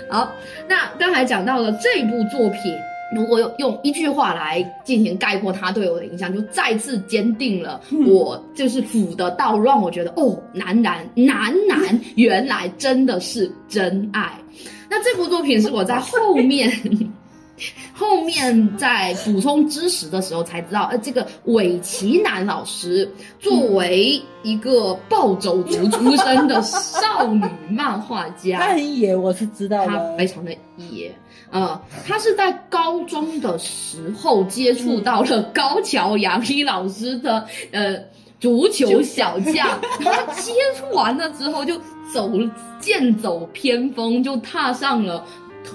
[SPEAKER 1] 好，那刚才讲到了这部作品，如果用用一句话来进行概括它对我的影响，就再次坚定了我就是腐的道路，让我觉得哦，男男男男原来真的是真爱。那这部作品是我在后面。 后面在补充知识的时候才知道，呃，这个韦奇南老师作为一个暴走族出身的少女漫画家，
[SPEAKER 3] 暗夜我是知道
[SPEAKER 1] 他
[SPEAKER 3] 的
[SPEAKER 1] 非，常的野，呃，他是在高中的时候接触到了高桥洋一老师的呃足球小将，他接触完了之后就走剑走偏锋，就踏上了。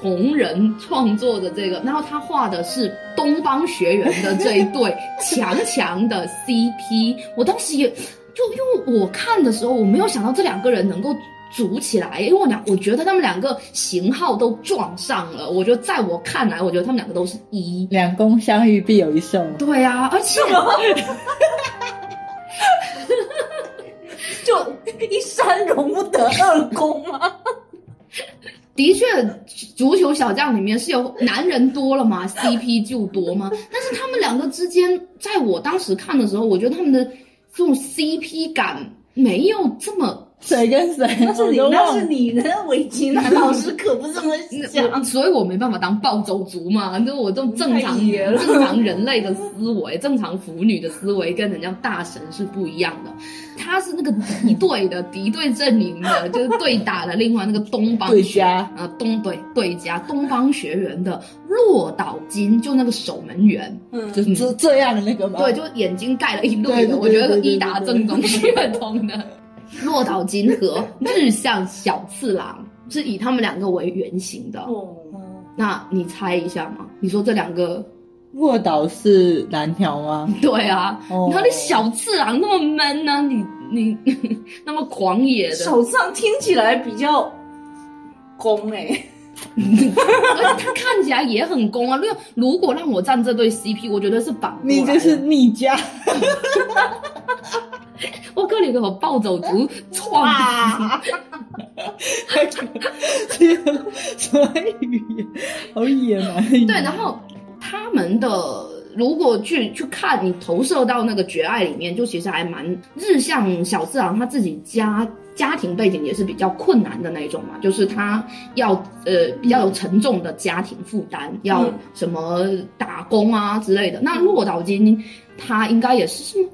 [SPEAKER 1] 同人创作的这个，然后他画的是东方学员的这一对 强强的 CP，我当时也就因为我看的时候，我没有想到这两个人能够组起来，因为我俩我觉得他们两个型号都撞上了，我觉得在我看来，我觉得他们两个都是一。
[SPEAKER 3] 两公相遇必有一胜。
[SPEAKER 1] 对啊，而且
[SPEAKER 4] 就一山容不得二公啊！
[SPEAKER 1] 的确，足球小将里面是有男人多了嘛，CP 就多嘛。但是他们两个之间，在我当时看的时候，我觉得他们的这种 CP 感没有这么
[SPEAKER 3] 谁跟谁？
[SPEAKER 4] 那是你，
[SPEAKER 3] 我都
[SPEAKER 4] 那
[SPEAKER 3] 忘
[SPEAKER 4] 是
[SPEAKER 3] 了
[SPEAKER 4] 你的围巾男老师可不这么
[SPEAKER 1] 我
[SPEAKER 4] 想。啊
[SPEAKER 1] 所以我没办法当暴走族嘛，就我这种正常
[SPEAKER 4] 太野了
[SPEAKER 1] 正常人类的思维，正常腐女的思维跟人家大神是不一样的。他是那个敌对的敌对阵营 的，就是对打的另外那个东方
[SPEAKER 3] 对
[SPEAKER 1] 学
[SPEAKER 3] 家
[SPEAKER 1] 啊东对对家东方学员的落岛金，就那个守门员，
[SPEAKER 4] 嗯
[SPEAKER 3] 就这这样的那个吗？
[SPEAKER 1] 对，就眼睛盖了一路
[SPEAKER 3] 对
[SPEAKER 1] 的，
[SPEAKER 3] 对
[SPEAKER 1] 我觉得
[SPEAKER 3] 对对
[SPEAKER 1] 一打正宗血统的。 落岛金和日向小次郎是以他们两个为原型的。
[SPEAKER 4] 哦，
[SPEAKER 3] 嗯
[SPEAKER 1] 那你猜一下嘛？你说这两 个，
[SPEAKER 3] 卧倒是蓝条吗？
[SPEAKER 1] 对啊，
[SPEAKER 3] 哦
[SPEAKER 1] 然后你小次郎那么闷呢、你 你那么狂野的，
[SPEAKER 4] 手上听起来比较攻哎、
[SPEAKER 1] 而且他看起来也很攻啊。如 果如果让我站这对 CP，我觉得是反过来
[SPEAKER 3] 你
[SPEAKER 1] 的。
[SPEAKER 3] 就是逆家，
[SPEAKER 1] 我靠，你给我暴走族创
[SPEAKER 4] 哇，
[SPEAKER 3] 什么语言？好野蛮的语言。
[SPEAKER 1] 对，然后他们的如果去去看你投射到那个绝爱里面，就其实还蛮日向小次郎他自己家家庭背景也是比较困难的那种嘛，就是他要呃比较有沉重的家庭负担，要
[SPEAKER 4] 嗯
[SPEAKER 1] 什么打工啊之类的。那落岛金他应该也是什么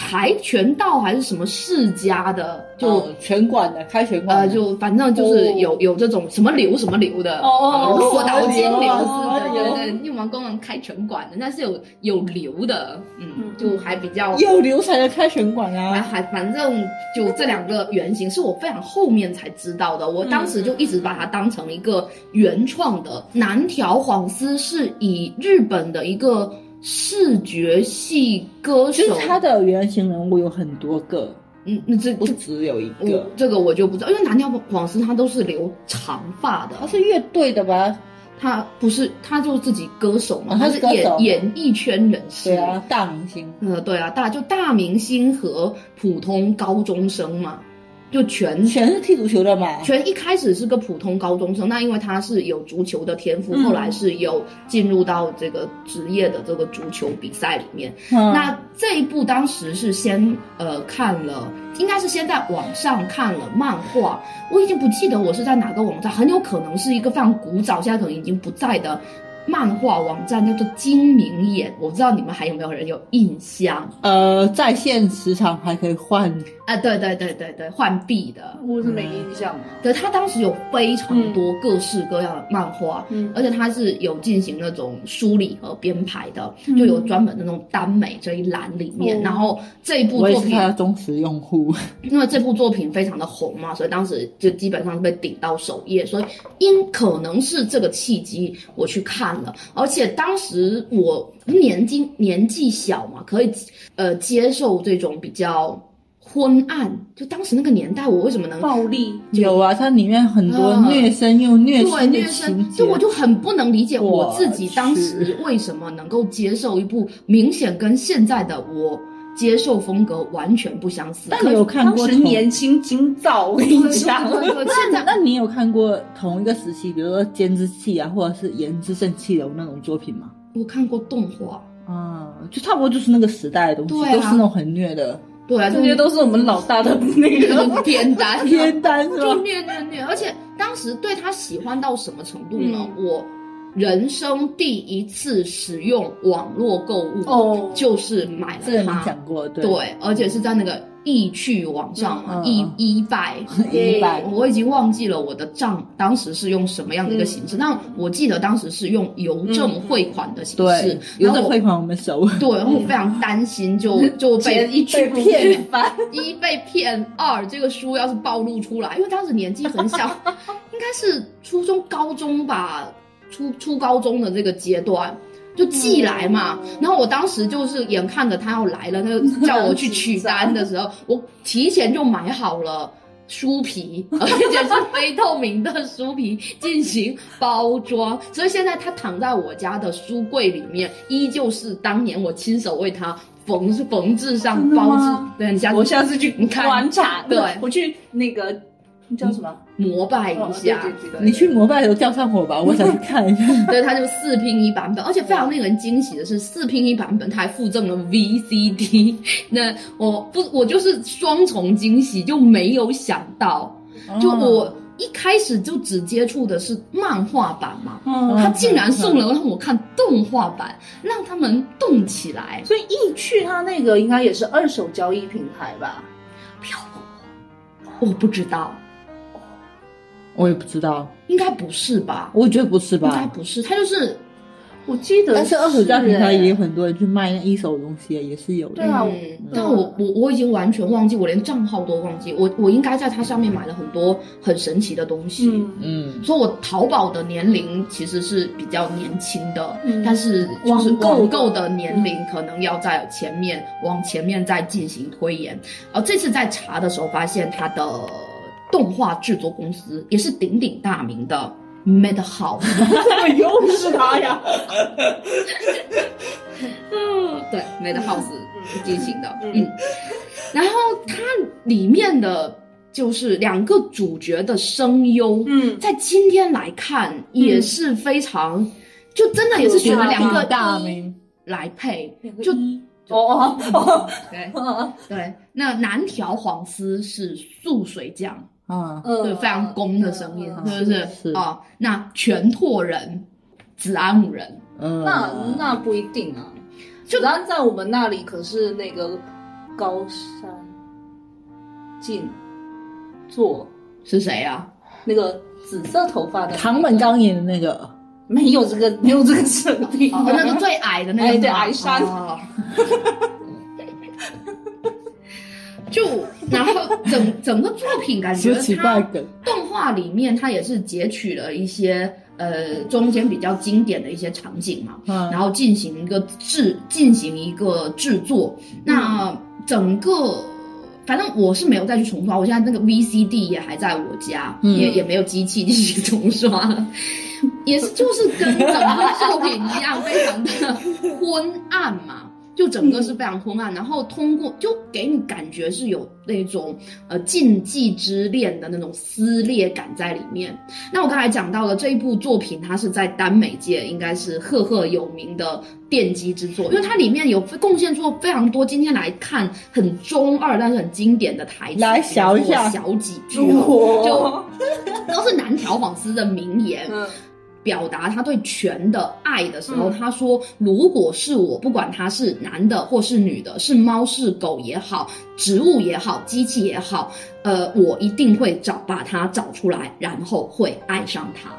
[SPEAKER 1] 跆拳道还是什么世家的，就。
[SPEAKER 3] 就拳馆的，开拳馆的
[SPEAKER 1] 呃，就反正就是有、有这种什么流什么流的，
[SPEAKER 4] 嗯哦哦哦
[SPEAKER 1] 呃，岛金流
[SPEAKER 4] 哦
[SPEAKER 1] 是，对
[SPEAKER 4] 哦
[SPEAKER 1] 对对，运王公然开拳馆的，那是有有流的，嗯
[SPEAKER 4] 嗯，
[SPEAKER 1] 就还比较。
[SPEAKER 3] 有流才能开拳馆
[SPEAKER 1] 还
[SPEAKER 3] 啊。
[SPEAKER 1] 还反正就这两个原型是我非常后面才知道的，我当时就一直把
[SPEAKER 4] 嗯
[SPEAKER 1] 它当成一个原创的。南条晃司是以日本的一个视觉系歌
[SPEAKER 3] 其
[SPEAKER 1] 手
[SPEAKER 3] 实，他的原型人物有很多个，
[SPEAKER 1] 嗯，那这
[SPEAKER 3] 不
[SPEAKER 1] 这
[SPEAKER 3] 只有一
[SPEAKER 1] 我
[SPEAKER 3] 个。
[SPEAKER 1] 这个我就不知道，因为南条晃司他都是留长发的，
[SPEAKER 3] 他是乐队的吧？
[SPEAKER 1] 他不是，他就是自己歌手嘛，
[SPEAKER 3] 啊
[SPEAKER 1] 他
[SPEAKER 3] 他是
[SPEAKER 1] 是
[SPEAKER 3] 歌
[SPEAKER 1] 演
[SPEAKER 3] 手
[SPEAKER 1] 演艺圈人士。
[SPEAKER 3] 对啊，，大明星。
[SPEAKER 1] 呃，对啊，大就大明星和普通高中生嘛，就全
[SPEAKER 3] 全是踢足球的嘛？
[SPEAKER 1] 全一开始是个普通高中生，那因为他是有足球的天赋，
[SPEAKER 4] 嗯
[SPEAKER 1] 后来是有进入到这个职业的这个足球比赛里面。
[SPEAKER 3] 嗯
[SPEAKER 1] 那这一部当时是先呃看了，应该是先在网上看了漫画，我已经不记得我是在哪个网站，很有可能是一个非常古早，现在可能已经不在的漫画网站，叫做金明眼。我不知道你们还有没有人有印象
[SPEAKER 3] 呃，在线时长还可以换，
[SPEAKER 1] 啊？对对对对对，浣碧的，
[SPEAKER 4] 我是没印象啊。
[SPEAKER 1] 对他当时有非常多各式各样的漫画，
[SPEAKER 4] 嗯
[SPEAKER 1] 而且他是有进行那种梳理和编排的，
[SPEAKER 4] 嗯
[SPEAKER 1] 就有专门的那种耽美这一栏里面。
[SPEAKER 4] 哦
[SPEAKER 1] 然后这一部
[SPEAKER 3] 我也
[SPEAKER 1] 作
[SPEAKER 3] 是
[SPEAKER 1] 品
[SPEAKER 3] 他的忠实用户。
[SPEAKER 1] 因为这部作品非常的红嘛，所以当时就基本上是被顶到首页，所以因可能是这个契机，我去看了，而且当时我年纪年纪小嘛，可以呃接受这种比较昏暗，就当时那个年代，我为什么能
[SPEAKER 4] 暴力，
[SPEAKER 3] 有啊，它里面很多
[SPEAKER 1] 嗯
[SPEAKER 3] 虐身又虐
[SPEAKER 1] 对
[SPEAKER 3] 心
[SPEAKER 1] 虐
[SPEAKER 3] 的
[SPEAKER 1] 身
[SPEAKER 3] 情，节
[SPEAKER 1] 就，我就很不能理解
[SPEAKER 3] 我
[SPEAKER 1] 我自己当时
[SPEAKER 3] 去
[SPEAKER 1] 为什么能够接受一部明显跟现在的我接受风格完全不相似。
[SPEAKER 3] 但
[SPEAKER 1] 可
[SPEAKER 3] 你有看
[SPEAKER 4] 当
[SPEAKER 3] 过
[SPEAKER 4] 时
[SPEAKER 3] 同？
[SPEAKER 4] 年轻精躁，我跟
[SPEAKER 1] 对
[SPEAKER 4] 你
[SPEAKER 1] 对
[SPEAKER 4] 讲，
[SPEAKER 1] 对对对现在
[SPEAKER 3] 那你有看过同一个时期，比如说《监之气》啊，或者是《言之盛气流》那种作品吗？
[SPEAKER 1] 我看过动画，
[SPEAKER 3] 啊、就差不多就是那个时代的东西，
[SPEAKER 1] 对啊
[SPEAKER 3] 都是那种很虐的
[SPEAKER 1] 对啊，
[SPEAKER 4] 这
[SPEAKER 3] 嗯
[SPEAKER 4] 些都是我们老大的那
[SPEAKER 1] 就
[SPEAKER 4] 个
[SPEAKER 1] 是偏单
[SPEAKER 3] 片单是
[SPEAKER 1] 就
[SPEAKER 3] 吧？
[SPEAKER 1] 虐虐虐，而且当时对他喜欢到什么程度呢？
[SPEAKER 3] 嗯
[SPEAKER 1] 我人生第一次使用网络购物，
[SPEAKER 4] 哦
[SPEAKER 1] 就是买
[SPEAKER 3] 这个
[SPEAKER 1] 了
[SPEAKER 3] 你
[SPEAKER 1] 它。
[SPEAKER 3] 讲过，对
[SPEAKER 1] 对，而且是在那个意趣往上嘛，
[SPEAKER 3] 嗯
[SPEAKER 1] 意
[SPEAKER 3] 嗯
[SPEAKER 1] 意 拜。
[SPEAKER 3] 一百
[SPEAKER 1] 我已经忘记了我的账当时是用什么样的一个形式，
[SPEAKER 3] 嗯
[SPEAKER 1] 那我记得当时是用邮政汇款的形式
[SPEAKER 3] 对，，有
[SPEAKER 1] 然后
[SPEAKER 3] 点
[SPEAKER 1] 我
[SPEAKER 3] 汇款我们熟，
[SPEAKER 1] 对，然后我非常担心就，就 被
[SPEAKER 3] 一去
[SPEAKER 1] 被
[SPEAKER 3] 骗翻，
[SPEAKER 1] 一被骗，二这个书要是暴露出来，因为当时年纪很小，应该是初中、高中吧，初初高中的这个阶段。就寄来嘛，
[SPEAKER 3] 嗯
[SPEAKER 1] 然后我当时就是眼看着他要来了，他就叫我去取单的时候，我提前就买好了书皮，而且是非透明的书皮进行包装，所以现在它躺在我家的书柜里面，依旧是当年我亲手为它缝缝制上
[SPEAKER 3] 真的
[SPEAKER 1] 包
[SPEAKER 3] 吗
[SPEAKER 1] 制，对，你下次
[SPEAKER 4] 我下次去
[SPEAKER 1] 你看
[SPEAKER 4] 观察，
[SPEAKER 1] 对
[SPEAKER 4] 我去那个那叫什么？
[SPEAKER 1] 膜拜一下，
[SPEAKER 4] 哦对对对对
[SPEAKER 3] 你去膜拜楼吊上火吧，我想去看一下。
[SPEAKER 1] 对，它就四拼一版本，而且非常令人惊喜的是，四拼一版本它还附赠了 VCD。那 我不，我就是双重惊喜，就没有想到，
[SPEAKER 4] 嗯
[SPEAKER 1] 就
[SPEAKER 3] 啊
[SPEAKER 1] 我一开始就只接触的是漫画版嘛，
[SPEAKER 4] 嗯
[SPEAKER 1] 他竟然送了让我看动画版，让他们动起来。
[SPEAKER 4] 所以易趣它那个应该也是二手交易平台吧？
[SPEAKER 1] 我不知道，
[SPEAKER 3] 我也不知道，
[SPEAKER 1] 应该不是
[SPEAKER 4] 嗯
[SPEAKER 1] 吧？
[SPEAKER 3] 我觉得不是
[SPEAKER 1] 应该
[SPEAKER 3] 吧？
[SPEAKER 1] 不是，它哎就是
[SPEAKER 4] 我记得
[SPEAKER 3] 但是二手交易平台
[SPEAKER 4] 欸
[SPEAKER 3] 也有很多人去卖那一手的东西，也是有
[SPEAKER 4] 对
[SPEAKER 3] 的。
[SPEAKER 4] 啊我
[SPEAKER 1] 嗯，但我我我已经完全忘记，我连账号都忘记。我我应该在它上面买了很多很神奇的东西。
[SPEAKER 4] 嗯，
[SPEAKER 3] 嗯，
[SPEAKER 1] 所以，我淘宝的年龄其实是比较年轻的，
[SPEAKER 4] 嗯
[SPEAKER 1] 但是就是
[SPEAKER 4] 网购嗯
[SPEAKER 1] 网购的年龄可能要在前面往前面再进行推演。呃，这次在查的时候发现，它的动画制作公司也是鼎鼎大名的 Madhouse。
[SPEAKER 4] 又是它呀。
[SPEAKER 1] 对，Madhouse 进行的，
[SPEAKER 4] 嗯
[SPEAKER 1] 嗯，然后它里面的就是两个主角的声优，
[SPEAKER 4] 嗯，
[SPEAKER 1] 在今天来看也是非常，就真的也是选了两
[SPEAKER 4] 嗯
[SPEAKER 1] 个
[SPEAKER 3] 大
[SPEAKER 1] 一
[SPEAKER 3] 名，
[SPEAKER 1] 来配，
[SPEAKER 4] 就
[SPEAKER 1] 就
[SPEAKER 4] 哦哦
[SPEAKER 1] 对
[SPEAKER 4] 哦，
[SPEAKER 1] 对。那南条晃司是素水匠，
[SPEAKER 3] 啊，
[SPEAKER 4] 嗯
[SPEAKER 1] 对，非常攻的声音，
[SPEAKER 4] 嗯
[SPEAKER 1] 是不是？
[SPEAKER 3] 是
[SPEAKER 1] 啊，那全拓人，子安五人，
[SPEAKER 3] 嗯，
[SPEAKER 4] 那那不一定啊，
[SPEAKER 1] 就
[SPEAKER 4] 子安在我们那里可是那个高山静坐
[SPEAKER 1] 是谁啊？
[SPEAKER 4] 那个紫色头发的
[SPEAKER 3] 唐本刚演的那个，
[SPEAKER 4] 没有这个没有这个设定，
[SPEAKER 1] 哦，那个 最矮的那个
[SPEAKER 4] 哎
[SPEAKER 1] 是吗，
[SPEAKER 4] 对矮山
[SPEAKER 1] 哦就然后整整个作品感觉
[SPEAKER 3] 说奇
[SPEAKER 1] 它
[SPEAKER 3] 怪梗，
[SPEAKER 1] 动画里面它也是截取了一些呃中间比较经典的一些场景嘛，
[SPEAKER 3] 嗯
[SPEAKER 1] 然后进行一个制进行一个制作。那
[SPEAKER 3] 嗯
[SPEAKER 1] 整个反正我是没有再去重刷，我现在那个 VCD 也还在我家，
[SPEAKER 3] 嗯
[SPEAKER 1] 也也没有机器进行重刷。 也是，就是跟整个作品一样，非常的昏暗嘛，就整
[SPEAKER 3] 嗯
[SPEAKER 1] 个是非常昏暗。然后通过就给你感觉是有那种呃禁忌之恋的那种撕裂感在里面。那我刚才讲到了这一部作品，它是在耽美界应该是赫赫有名的奠基之作，因为它里面有贡献出非常多今天来看很中二但是很经典的台词，
[SPEAKER 3] 来小一
[SPEAKER 1] 比如说
[SPEAKER 3] 下
[SPEAKER 1] 我小几句哦，
[SPEAKER 4] 我
[SPEAKER 1] 就 都是南条晃司的名言。
[SPEAKER 4] 嗯
[SPEAKER 1] 表达他对权的爱的时候，
[SPEAKER 4] 嗯
[SPEAKER 1] 他说：“如果是我，不管他是男的或是女的，是猫是狗也好，植物也好，机器也好，呃，我一定会找把他找出来，然后会爱上他。”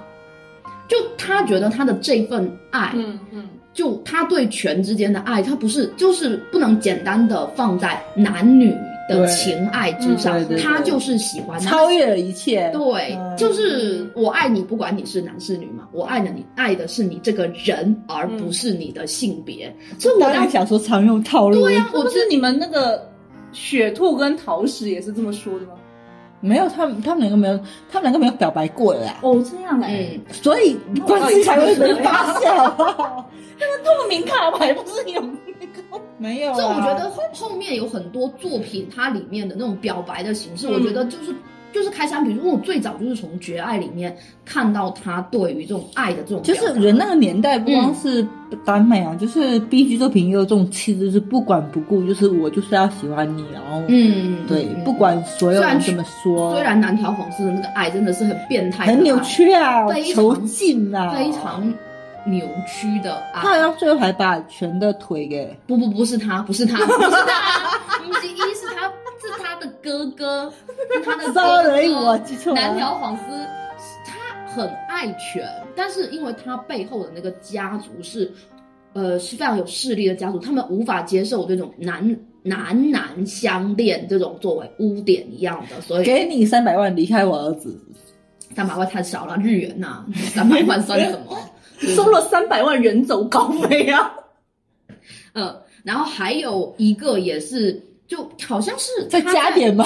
[SPEAKER 1] 就他觉得他的这份爱，
[SPEAKER 4] 嗯嗯
[SPEAKER 1] 就他对权之间的爱，他不是就是不能简单的放在男女的
[SPEAKER 3] 对
[SPEAKER 1] 情爱之上，
[SPEAKER 3] 对对对
[SPEAKER 1] 他就是喜欢他
[SPEAKER 3] 超越了一切，
[SPEAKER 1] 对，
[SPEAKER 3] 嗯
[SPEAKER 1] 就是我爱你，不管你是男是女嘛，我爱的你爱的是你这个人，而
[SPEAKER 4] 嗯
[SPEAKER 1] 不是你的性别。所以我啊
[SPEAKER 3] 导
[SPEAKER 1] 当
[SPEAKER 3] 演小说常用套路，对呀，
[SPEAKER 4] 我是你们那个雪兔跟桃矢也是这么说的吗？
[SPEAKER 3] 没有他们，他们两个没有，他们两个没有表白过的啦，
[SPEAKER 4] 哦，这样哎、
[SPEAKER 1] 嗯，
[SPEAKER 3] 所以关系才会没发
[SPEAKER 1] 哦
[SPEAKER 3] 酵。
[SPEAKER 1] 嗯
[SPEAKER 4] 透明卡牌不是有那个？
[SPEAKER 3] 没有啊，
[SPEAKER 1] 所以我觉得后后面有很多作品，它里面的那种表白的形式，
[SPEAKER 4] 嗯
[SPEAKER 1] 我觉得就是。就是开山鼻祖，因为我最早就是从《绝爱》里面看到他对于这种爱的这种表
[SPEAKER 3] 就
[SPEAKER 1] 达，
[SPEAKER 3] 是人那个年代，不
[SPEAKER 1] 嗯
[SPEAKER 3] 光是耽美啊，就是 B G 作品也有这种气质，就是不管不顾，就是我就是要喜欢你，然后
[SPEAKER 1] 嗯，
[SPEAKER 3] 对
[SPEAKER 1] 嗯，
[SPEAKER 3] 不。管所有人怎么说，
[SPEAKER 1] 虽然南条晃司的那个爱真的是很变态的爱，
[SPEAKER 3] 很扭曲啊
[SPEAKER 1] 非，常
[SPEAKER 3] 囚禁啊，
[SPEAKER 1] 非。常扭曲的爱，
[SPEAKER 3] 他好像最后还把全的腿给
[SPEAKER 1] 不不不是他，不是他，不是他，不是一是他，是他哥哥，是他的哥哥
[SPEAKER 3] ，sorry，我记错
[SPEAKER 1] 南
[SPEAKER 3] 了。
[SPEAKER 1] 条晃司他很爱权，但是因为他背后的那个家族是，呃，是非常有势力的家族，他们无法接受这种男男男相恋这种作为污点一样的，所以
[SPEAKER 3] 给你三百万离开我儿子，
[SPEAKER 1] 三百万太少了，日元呐、三百万算什 么？
[SPEAKER 4] 收了三百万人走稿费啊！
[SPEAKER 1] 嗯，然后还有一个也是，就好像是
[SPEAKER 3] 再
[SPEAKER 1] 他
[SPEAKER 3] 加
[SPEAKER 1] 在
[SPEAKER 3] 点吧。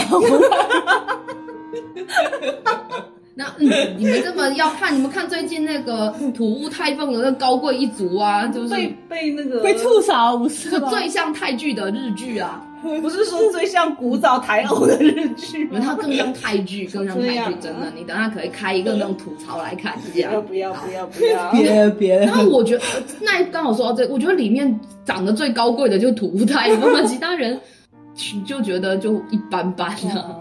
[SPEAKER 1] 那嗯， 你们这么要看，你们看最近那个土屋太凤的那个高贵一族啊，就是
[SPEAKER 4] 被被那个
[SPEAKER 3] 被吐槽不是
[SPEAKER 1] 就
[SPEAKER 3] 吗？
[SPEAKER 1] 最像泰剧的日剧啊，
[SPEAKER 4] 不是说最像古早台偶的日剧吗？
[SPEAKER 1] 它更像泰剧，更像
[SPEAKER 4] 这
[SPEAKER 1] 泰
[SPEAKER 4] 样
[SPEAKER 1] 剧，
[SPEAKER 4] 啊
[SPEAKER 1] 真的，你等下可以开一个那种吐槽来看一下
[SPEAKER 4] 不。要不要不要不要！
[SPEAKER 3] 别别，
[SPEAKER 1] 然后我觉得，那刚好说到这，我觉得里面长得最高贵的就土屋太凤，其他人就觉得就一般般啊了、
[SPEAKER 4] 哦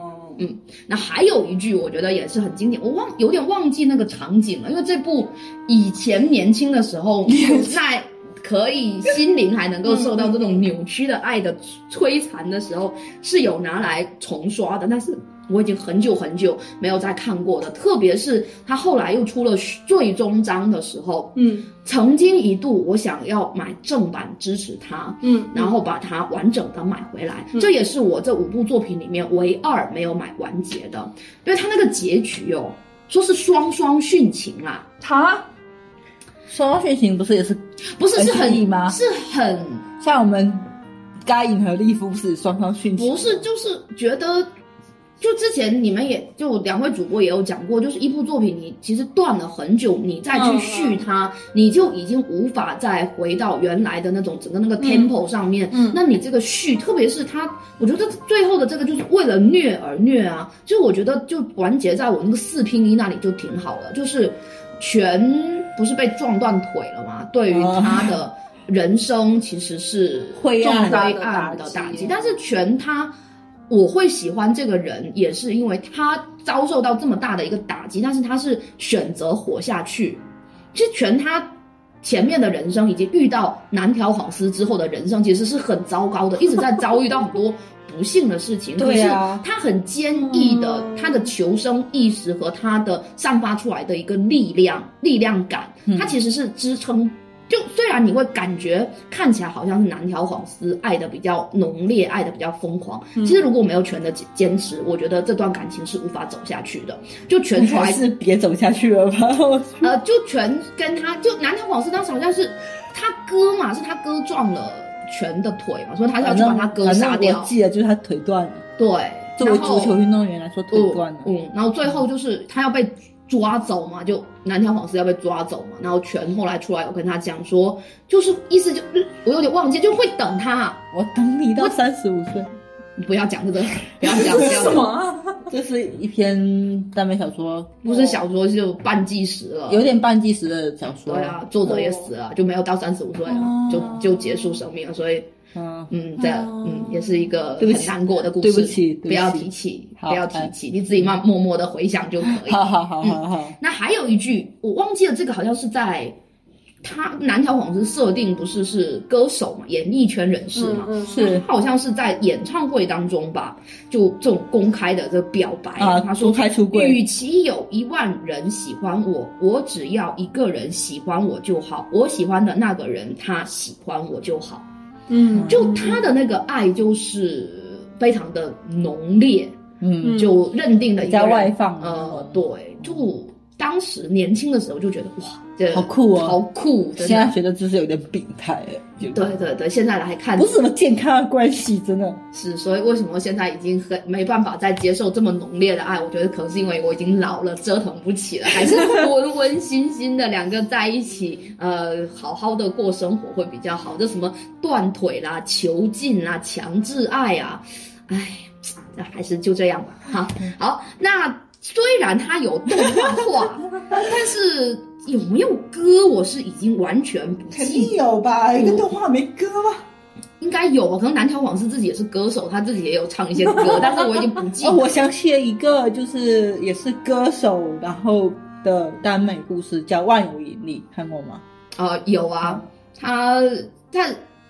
[SPEAKER 1] 那还有一句，我觉得也是很经典，我忘有点忘记那个场景了，因为这部以前年轻的时候，在可以心灵还能够受到这种扭曲的爱的摧残的时候，是有拿来重刷的，但是。我已经很久很久没有再看过的，特别是他后来又出了最终章的时候，
[SPEAKER 4] 嗯
[SPEAKER 1] 曾经一度我想要买正版支持他，
[SPEAKER 4] 嗯，
[SPEAKER 1] 然后把它完整的买回来。
[SPEAKER 4] 嗯
[SPEAKER 1] 这也是我这五部作品里面唯二没有买完结的，因为它那个结局哦，说是双双殉情啊啦，
[SPEAKER 4] 他
[SPEAKER 3] 双血型不是也是
[SPEAKER 1] 不是
[SPEAKER 3] 很
[SPEAKER 1] 是
[SPEAKER 3] 犀利
[SPEAKER 1] 很
[SPEAKER 3] 吗
[SPEAKER 1] 是很
[SPEAKER 3] 像我们该隐和利夫不是双双殉
[SPEAKER 1] 不
[SPEAKER 3] 情？
[SPEAKER 1] 是就是觉得。就之前你们也就两位主播也有讲过，就是一部作品你其实断了很久，你再去
[SPEAKER 4] 嗯
[SPEAKER 1] 续它，你就已经无法再回到原来的那种整个那个 tempo 上面，
[SPEAKER 4] 嗯
[SPEAKER 1] 那你这个续，特别是他，我觉得最后的这个就是为了虐而虐啊，就我觉得就完结在我那个四拼一那里就挺好了，就是全不是被撞断腿了嘛，对于他的人生其实是
[SPEAKER 3] 灰暗
[SPEAKER 1] 重灰暗的打
[SPEAKER 4] 打
[SPEAKER 1] 击
[SPEAKER 4] 击，
[SPEAKER 1] 但是全他。我会喜欢这个人，也是因为他遭受到这么大的一个打击，但是他是选择活下去，其实全他前面的人生以及遇到南条晃司之后的人生，其实是很糟糕的，一直在遭遇到很多不幸的事 情。
[SPEAKER 3] 对啊
[SPEAKER 1] 可是他很坚毅的，
[SPEAKER 4] 嗯
[SPEAKER 1] 他的求生意识和他的散发出来的一个力量、力量感，
[SPEAKER 3] 嗯
[SPEAKER 1] 他其实是支撑。就虽然你会感觉看起来好像是南条晃司爱的比较浓烈，爱的比较疯狂，
[SPEAKER 3] 嗯
[SPEAKER 1] 其实如果没有全的坚坚持，我觉得这段感情是无法走下去的。就全出来
[SPEAKER 3] 还是别走下去 了吧？我
[SPEAKER 1] 呃，就全跟他就南条广司当时好像是他哥嘛，是他哥撞了全的腿嘛，所以他要
[SPEAKER 3] 反
[SPEAKER 1] 去把
[SPEAKER 3] 正
[SPEAKER 1] 他哥
[SPEAKER 3] 反
[SPEAKER 1] 杀
[SPEAKER 3] 正
[SPEAKER 1] 掉
[SPEAKER 3] 我。记得就是他腿断了。
[SPEAKER 1] 对，
[SPEAKER 3] 作为
[SPEAKER 1] 然后
[SPEAKER 3] 足球运动员来说，腿断了。
[SPEAKER 1] 嗯。嗯，然后最后就是他要被抓走嘛，就南条晃司要被抓走嘛，然后全后来出来有跟他讲说，就是意思就嗯我有点忘记，就会等他，
[SPEAKER 3] 我等你到三十五岁。
[SPEAKER 1] 你不要讲 这个，不要讲，不要
[SPEAKER 4] 什
[SPEAKER 1] 讲。
[SPEAKER 4] 么？啊
[SPEAKER 3] 这是一篇耽美小说，
[SPEAKER 1] 不是小说就半计时了，
[SPEAKER 3] 有点半纪实的小说。
[SPEAKER 1] 对，啊，作者也死了，就没有到三十五岁了，
[SPEAKER 3] 哦
[SPEAKER 1] 就就结束生命了，所以
[SPEAKER 3] 嗯，
[SPEAKER 1] 嗯，这样
[SPEAKER 3] 哦
[SPEAKER 1] 嗯，也是一个
[SPEAKER 3] 对不
[SPEAKER 1] 很
[SPEAKER 3] 起
[SPEAKER 1] 难过的故事。
[SPEAKER 3] 对不起对不起
[SPEAKER 1] 要提起，
[SPEAKER 3] 好嗯
[SPEAKER 1] 不要提起，你自己慢默默的回想就可以。
[SPEAKER 3] 好好好好好，
[SPEAKER 1] 那还有一句，我忘记了，这个好像是在他南条晃司设定不是是歌手嘛，演艺圈人士嘛。
[SPEAKER 4] 嗯
[SPEAKER 3] 是
[SPEAKER 1] 他好像是在演唱会当中吧，就这种公开的这个表白，
[SPEAKER 3] 啊
[SPEAKER 1] 他说
[SPEAKER 3] 公开出柜
[SPEAKER 1] 与其有一万人喜欢我，我只要一个人喜欢我就好，我喜欢的那个人他喜欢我就好。
[SPEAKER 4] 嗯
[SPEAKER 1] 就他的那个爱就是非常的浓烈，
[SPEAKER 3] 嗯，
[SPEAKER 1] 就认定了一个人
[SPEAKER 3] 比较外放
[SPEAKER 1] 呃，对，就当时年轻的时候就觉得哇，这
[SPEAKER 3] 好酷哦
[SPEAKER 1] 好酷！真的
[SPEAKER 3] 现在觉得这是有点病态，就
[SPEAKER 1] 对对对，现在来看
[SPEAKER 3] 不是什么健康的关系，真的。
[SPEAKER 1] 是，所以为什么现在已经很没办法再接受这么浓烈的爱？我觉得可能是因为我已经老了，折腾不起了，还是温温馨馨的两个在一起，呃，好好的过生活会比较好。这什么断腿啦、囚禁啦、强制爱啊，唉，那还是就这样吧。哈，好，那虽然它有动画化， 但是有没有歌，我是已经完全不记得。
[SPEAKER 3] 有吧？一个动画没歌吗？
[SPEAKER 1] 应该有吧？可能南条广司自己也是歌手，他自己也有唱一些歌，但是我已经不记得
[SPEAKER 3] 哦，。我想起了一个，就是也是歌手，然后的耽美故事叫《万有引力》，看过吗？
[SPEAKER 1] 呃，有啊，他他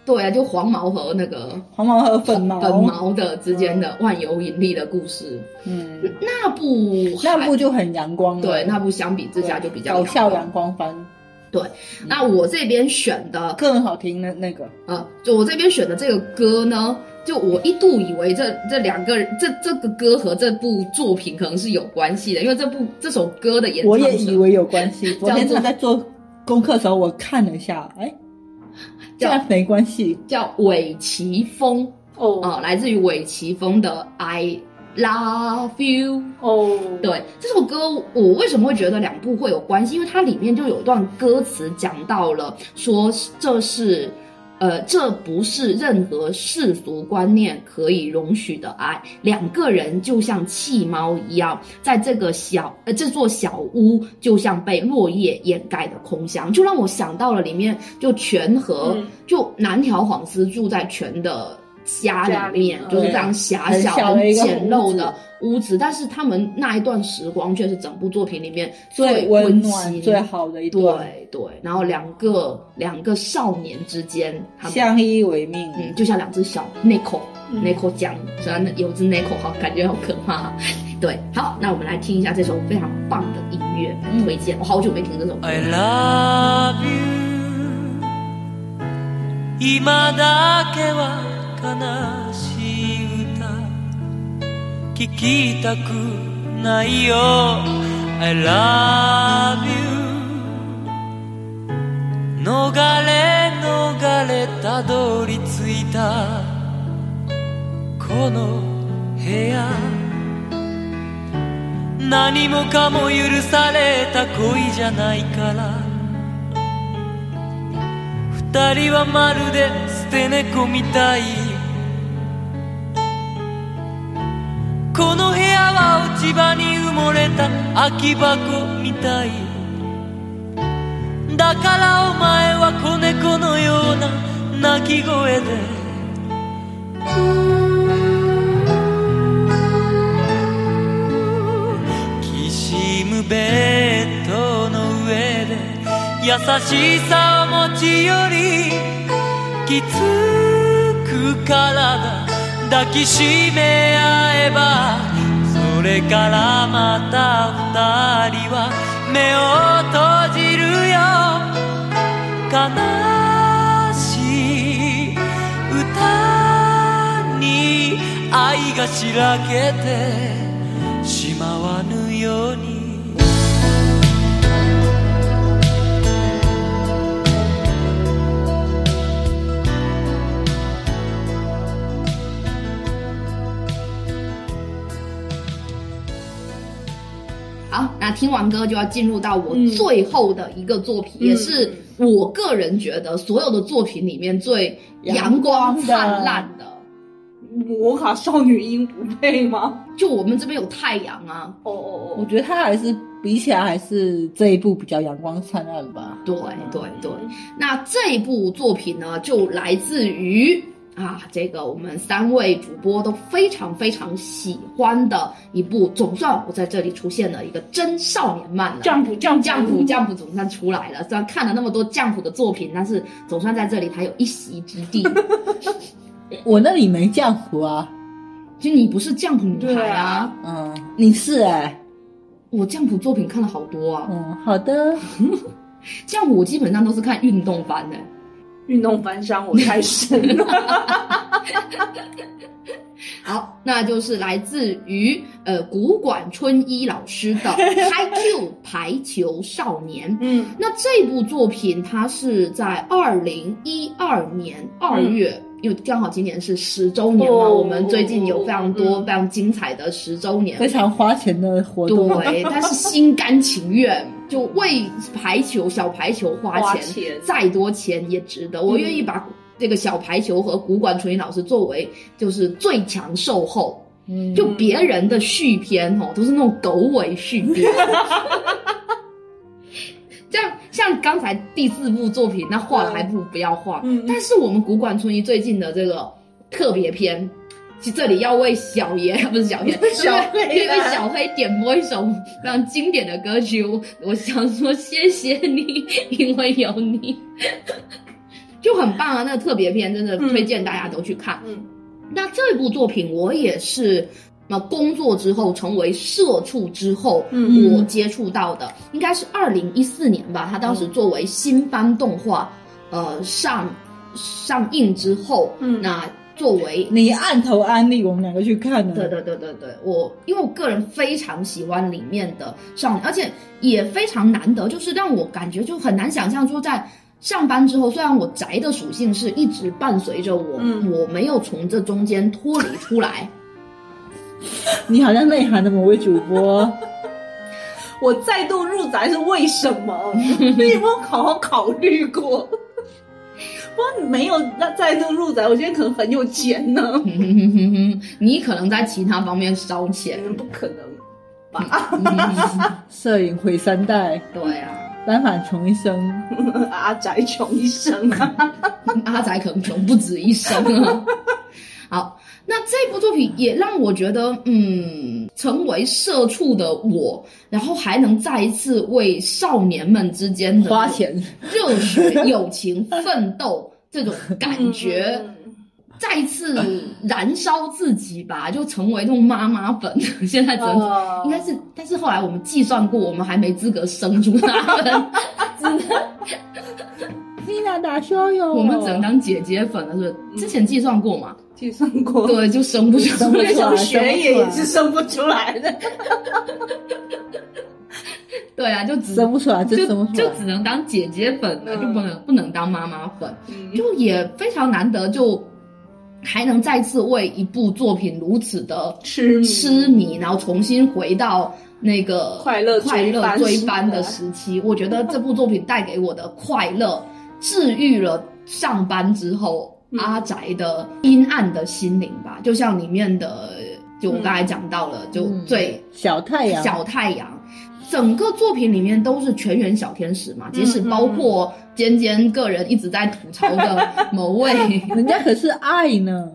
[SPEAKER 1] 对啊，就黄毛和那个
[SPEAKER 3] 黄毛和粉毛，
[SPEAKER 1] 粉毛的之间的万有引力的故事。
[SPEAKER 3] 嗯，
[SPEAKER 1] 那部还
[SPEAKER 3] 那部就很阳光了，
[SPEAKER 1] 对那部相比之下就比较
[SPEAKER 3] 搞笑
[SPEAKER 1] 阳
[SPEAKER 3] 阳光番，
[SPEAKER 1] 光那我这边选的
[SPEAKER 3] 更好听的那个，
[SPEAKER 1] 呃，就我这边选的这个歌呢，就我一度以为这这两个人这这个歌和这部作品可能是有关系的，因为这部这首歌的演唱
[SPEAKER 3] 我
[SPEAKER 1] 者
[SPEAKER 3] 也以为有关 系。昨天
[SPEAKER 1] 叫做
[SPEAKER 3] 他在做功课的时候，我看了一下，哎，竟
[SPEAKER 1] 叫
[SPEAKER 3] 然没关系。
[SPEAKER 1] 叫尾崎峰
[SPEAKER 4] 哦
[SPEAKER 1] 啊、呃来自于尾崎峰的《I Love You》。
[SPEAKER 4] 哦，
[SPEAKER 1] 对这首歌，我为什么会觉得两部会有关系？因为它里面就有一段歌词讲到了，说这是，呃，这不是任何世俗观念可以容许的爱。两个人就像弃猫一样，在这个小呃这座小屋，就像被落叶掩盖的空箱，就让我想到了里面就全和、
[SPEAKER 4] 嗯
[SPEAKER 1] 就南条晃司住在全的。家
[SPEAKER 4] 家
[SPEAKER 1] 里
[SPEAKER 4] 里嗯
[SPEAKER 1] 面就是非常狭
[SPEAKER 3] 很
[SPEAKER 1] 小、
[SPEAKER 3] 小
[SPEAKER 1] 很
[SPEAKER 3] 的一个
[SPEAKER 1] 简
[SPEAKER 3] 屋
[SPEAKER 1] 陋
[SPEAKER 3] 子
[SPEAKER 1] 的屋子，但是他们那一段时光却是整部作品里面
[SPEAKER 3] 最
[SPEAKER 1] 温
[SPEAKER 3] 温
[SPEAKER 1] 馨
[SPEAKER 3] 暖、最好的一段，
[SPEAKER 1] 对对，然后两个两个少年之间，他们
[SPEAKER 3] 相依为命。
[SPEAKER 1] 嗯，就像两只小 Nico
[SPEAKER 4] 嗯
[SPEAKER 1] Nico 讲，虽然有只 Nico 好感觉好可怕，对，好，那我们来听一下这首非常棒的音乐
[SPEAKER 3] 嗯
[SPEAKER 1] 推荐，我好久没听这首歌
[SPEAKER 5] I
[SPEAKER 1] 了。
[SPEAKER 5] love you 今だけは悲しい歌聞きたくないよ I love you 逃れ逃れたどり着いたこの部屋何もかも許された恋じゃないから二人はまるで捨て猫みたいこの部屋は落ち葉に埋もれた空き箱みたいだからお前は子猫のような鳴き声できしむベッドの上で優しさを持ちよりきつく体抱きしめ合えばそれからまた二人は目を閉じるよ悲しい歌に愛がしらけてしまわぬように
[SPEAKER 1] 好，那听完歌就要进入到我
[SPEAKER 4] 嗯
[SPEAKER 1] 最后的一个作品，
[SPEAKER 4] 嗯
[SPEAKER 1] 也是我个人觉得所有的作品里面最阳光灿烂的。
[SPEAKER 4] 魔卡少女樱不配吗？
[SPEAKER 1] 就我们这边有太阳啊，
[SPEAKER 4] 哦哦
[SPEAKER 3] 我
[SPEAKER 4] 哦，
[SPEAKER 3] 觉得他还是比起来还是这一部比较阳光灿烂吧。
[SPEAKER 1] 对对对。那这部作品呢，就来自于啊，这个我们三位主播都非常非常喜欢的一部，总算我在这里出现了一个真少年漫了。
[SPEAKER 4] 降普降
[SPEAKER 1] 降谱，降谱总算出来了。虽然看了那么多降谱的作品，但是总算在这里还有一席之 地。
[SPEAKER 3] 我那里没降服啊，
[SPEAKER 1] 其实你不是降谱女孩
[SPEAKER 4] 对
[SPEAKER 1] 啊
[SPEAKER 4] 啊，
[SPEAKER 3] 嗯，你是哎、
[SPEAKER 1] 我降谱作品看了好多啊。
[SPEAKER 3] 嗯，好的，
[SPEAKER 1] 像我基本上都是看运动番的、
[SPEAKER 4] 运动翻伤我太深了。
[SPEAKER 1] 好，那就是来自于呃古馆春一老师 的《HiQ 排球少年》。
[SPEAKER 4] 嗯
[SPEAKER 1] 那这部作品它是在二零一二年二月。因为刚好今年是十周年嘛，
[SPEAKER 4] 嗯哦
[SPEAKER 1] 我们最近有非常多、
[SPEAKER 4] 嗯
[SPEAKER 1] 非常精彩的十周年
[SPEAKER 3] 非常花钱的活动，
[SPEAKER 1] 对，但哎是心甘情愿，就为排球、小排球花钱，
[SPEAKER 4] 花钱
[SPEAKER 1] 再多钱也值得。我愿意把这个小排球和古管纯一老师作为就是最强售后。
[SPEAKER 3] 嗯，
[SPEAKER 1] 就别人的续篇哦，都是那种狗尾续篇。这样像刚才第四部作品，那画了还不如不要画。
[SPEAKER 4] 嗯嗯
[SPEAKER 1] 但是我们古馆春一最近的这个特别篇，其实这里要为小爷不是 小爷，
[SPEAKER 4] 小黑啊
[SPEAKER 1] 因为小黑点播一首非常经典的歌曲，我我想说谢谢你，因为有你。 就很棒啊！那个特别篇真的
[SPEAKER 4] 嗯
[SPEAKER 1] 推荐大家都去看。
[SPEAKER 4] 嗯
[SPEAKER 1] 那这部作品我也是。那工作之后成为社畜之后，
[SPEAKER 4] 嗯
[SPEAKER 1] 我接触到的应该是二零一四年吧。他当
[SPEAKER 4] 嗯
[SPEAKER 1] 时作为新番动画，呃上上映之后，
[SPEAKER 4] 嗯
[SPEAKER 1] 那作为
[SPEAKER 3] 你按头安利我们两个去看
[SPEAKER 4] 嗯
[SPEAKER 3] 的，
[SPEAKER 1] 对对对对对，我因为我个人非常喜欢里面的少年，而且也非常难得，就是让我感觉就很难想象说在。上班之后，虽然我宅的属性是一直伴随着我，
[SPEAKER 4] 嗯
[SPEAKER 1] 我没有从这中间脱离出来。
[SPEAKER 3] 你好像内涵的某位主播，
[SPEAKER 4] 我再度入宅是为什么？你有没有好好考虑过？ 不，没有那再度入宅，我觉得可能很有钱呢。
[SPEAKER 1] 你可能在其他方面烧钱。
[SPEAKER 4] 嗯不可能，
[SPEAKER 3] 摄影毁三代，
[SPEAKER 1] 对啊，
[SPEAKER 3] 单反重一生，
[SPEAKER 4] 阿宅穷一生啊！
[SPEAKER 1] 阿宅可能穷不止一生 啊。好，那这部作品也让我觉得，嗯，成为社畜的我，然后还能再一次为少年们之间的
[SPEAKER 3] 花钱，
[SPEAKER 1] 热血、友情、奋斗这种感 觉，
[SPEAKER 3] 嗯
[SPEAKER 1] 再一次燃烧自己吧，就成为那种妈妈粉。 现在只能
[SPEAKER 4] 哦
[SPEAKER 1] 应该是，但是后来我们计算过，我们还没资格生出他们，
[SPEAKER 3] 你俩打消哟，
[SPEAKER 1] 我们只能当姐姐粉了，是不
[SPEAKER 3] 嗯
[SPEAKER 1] 是？之前计算过嘛？
[SPEAKER 4] 计算过，
[SPEAKER 1] 对，就生不出
[SPEAKER 3] 生不
[SPEAKER 1] 来
[SPEAKER 3] 出。
[SPEAKER 4] 小
[SPEAKER 3] 来
[SPEAKER 4] 学也也是生不出来的。
[SPEAKER 1] 对啊，就只
[SPEAKER 3] 生不出来，
[SPEAKER 1] 就
[SPEAKER 3] 真生不出
[SPEAKER 1] 就
[SPEAKER 3] 来。
[SPEAKER 1] 只能当姐姐粉了，
[SPEAKER 4] 嗯
[SPEAKER 1] 就不能不能当妈妈粉，
[SPEAKER 4] 嗯
[SPEAKER 1] 就也非常难得，就还能再次为一部作品如此的
[SPEAKER 4] 痴迷
[SPEAKER 1] 痴迷，然后重新回到那个
[SPEAKER 4] 快乐追
[SPEAKER 1] 快乐
[SPEAKER 4] 番
[SPEAKER 1] 追
[SPEAKER 4] 时
[SPEAKER 1] 番的
[SPEAKER 4] 代
[SPEAKER 1] 时期。我觉得这部作品带给我的快乐，治愈了上班之后、
[SPEAKER 4] 嗯
[SPEAKER 1] 阿宅的阴暗的心灵吧。就像里面的，就我刚才讲到了，就
[SPEAKER 3] 嗯
[SPEAKER 1] 最
[SPEAKER 3] 小太阳，
[SPEAKER 1] 小太阳。整个作品里面都是全员小天使嘛，即使包括尖尖个人一直在吐槽的某位，
[SPEAKER 3] 人家可是爱呢。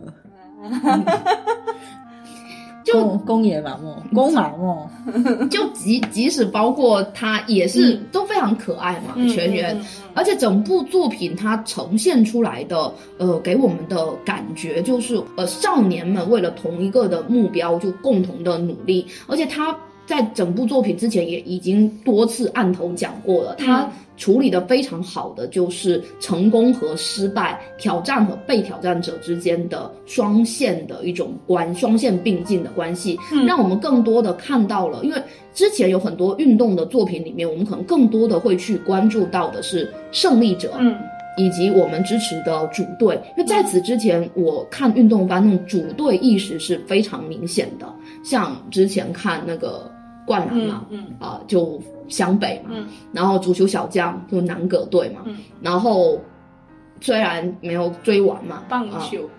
[SPEAKER 1] 就
[SPEAKER 3] 宫宫野马 梦，宫马梦，
[SPEAKER 1] 就即即使包括他也是、都非常可爱嘛，
[SPEAKER 4] 嗯
[SPEAKER 1] 全员。
[SPEAKER 4] 嗯
[SPEAKER 1] 而且整部作品它呈现出来的，呃，给我们的感觉就是，呃，少年们为了同一个的目标就共同的努力，而且他在整部作品之前也已经多次按头讲过了，他
[SPEAKER 4] 嗯
[SPEAKER 1] 处理的非常好的就是成功和失败、挑战和被挑战者之间的双线的一种关双线并进的关系，
[SPEAKER 4] 嗯
[SPEAKER 1] 让我们更多的看到了，因为之前有很多运动的作品里面，我们可能更多的会去关注到的是胜利者，
[SPEAKER 4] 嗯
[SPEAKER 1] 以及我们支持的主队，因为在此之前，我看运动番那种主队意识是非常明显的，像之前看那个灌篮嘛，
[SPEAKER 4] 嗯嗯
[SPEAKER 1] 啊、就湘北嘛，
[SPEAKER 4] 嗯
[SPEAKER 1] 然后足球小将就南葛队嘛，
[SPEAKER 4] 嗯
[SPEAKER 1] 然后虽然没有追完嘛，
[SPEAKER 4] 棒
[SPEAKER 1] 啊
[SPEAKER 4] 球嗯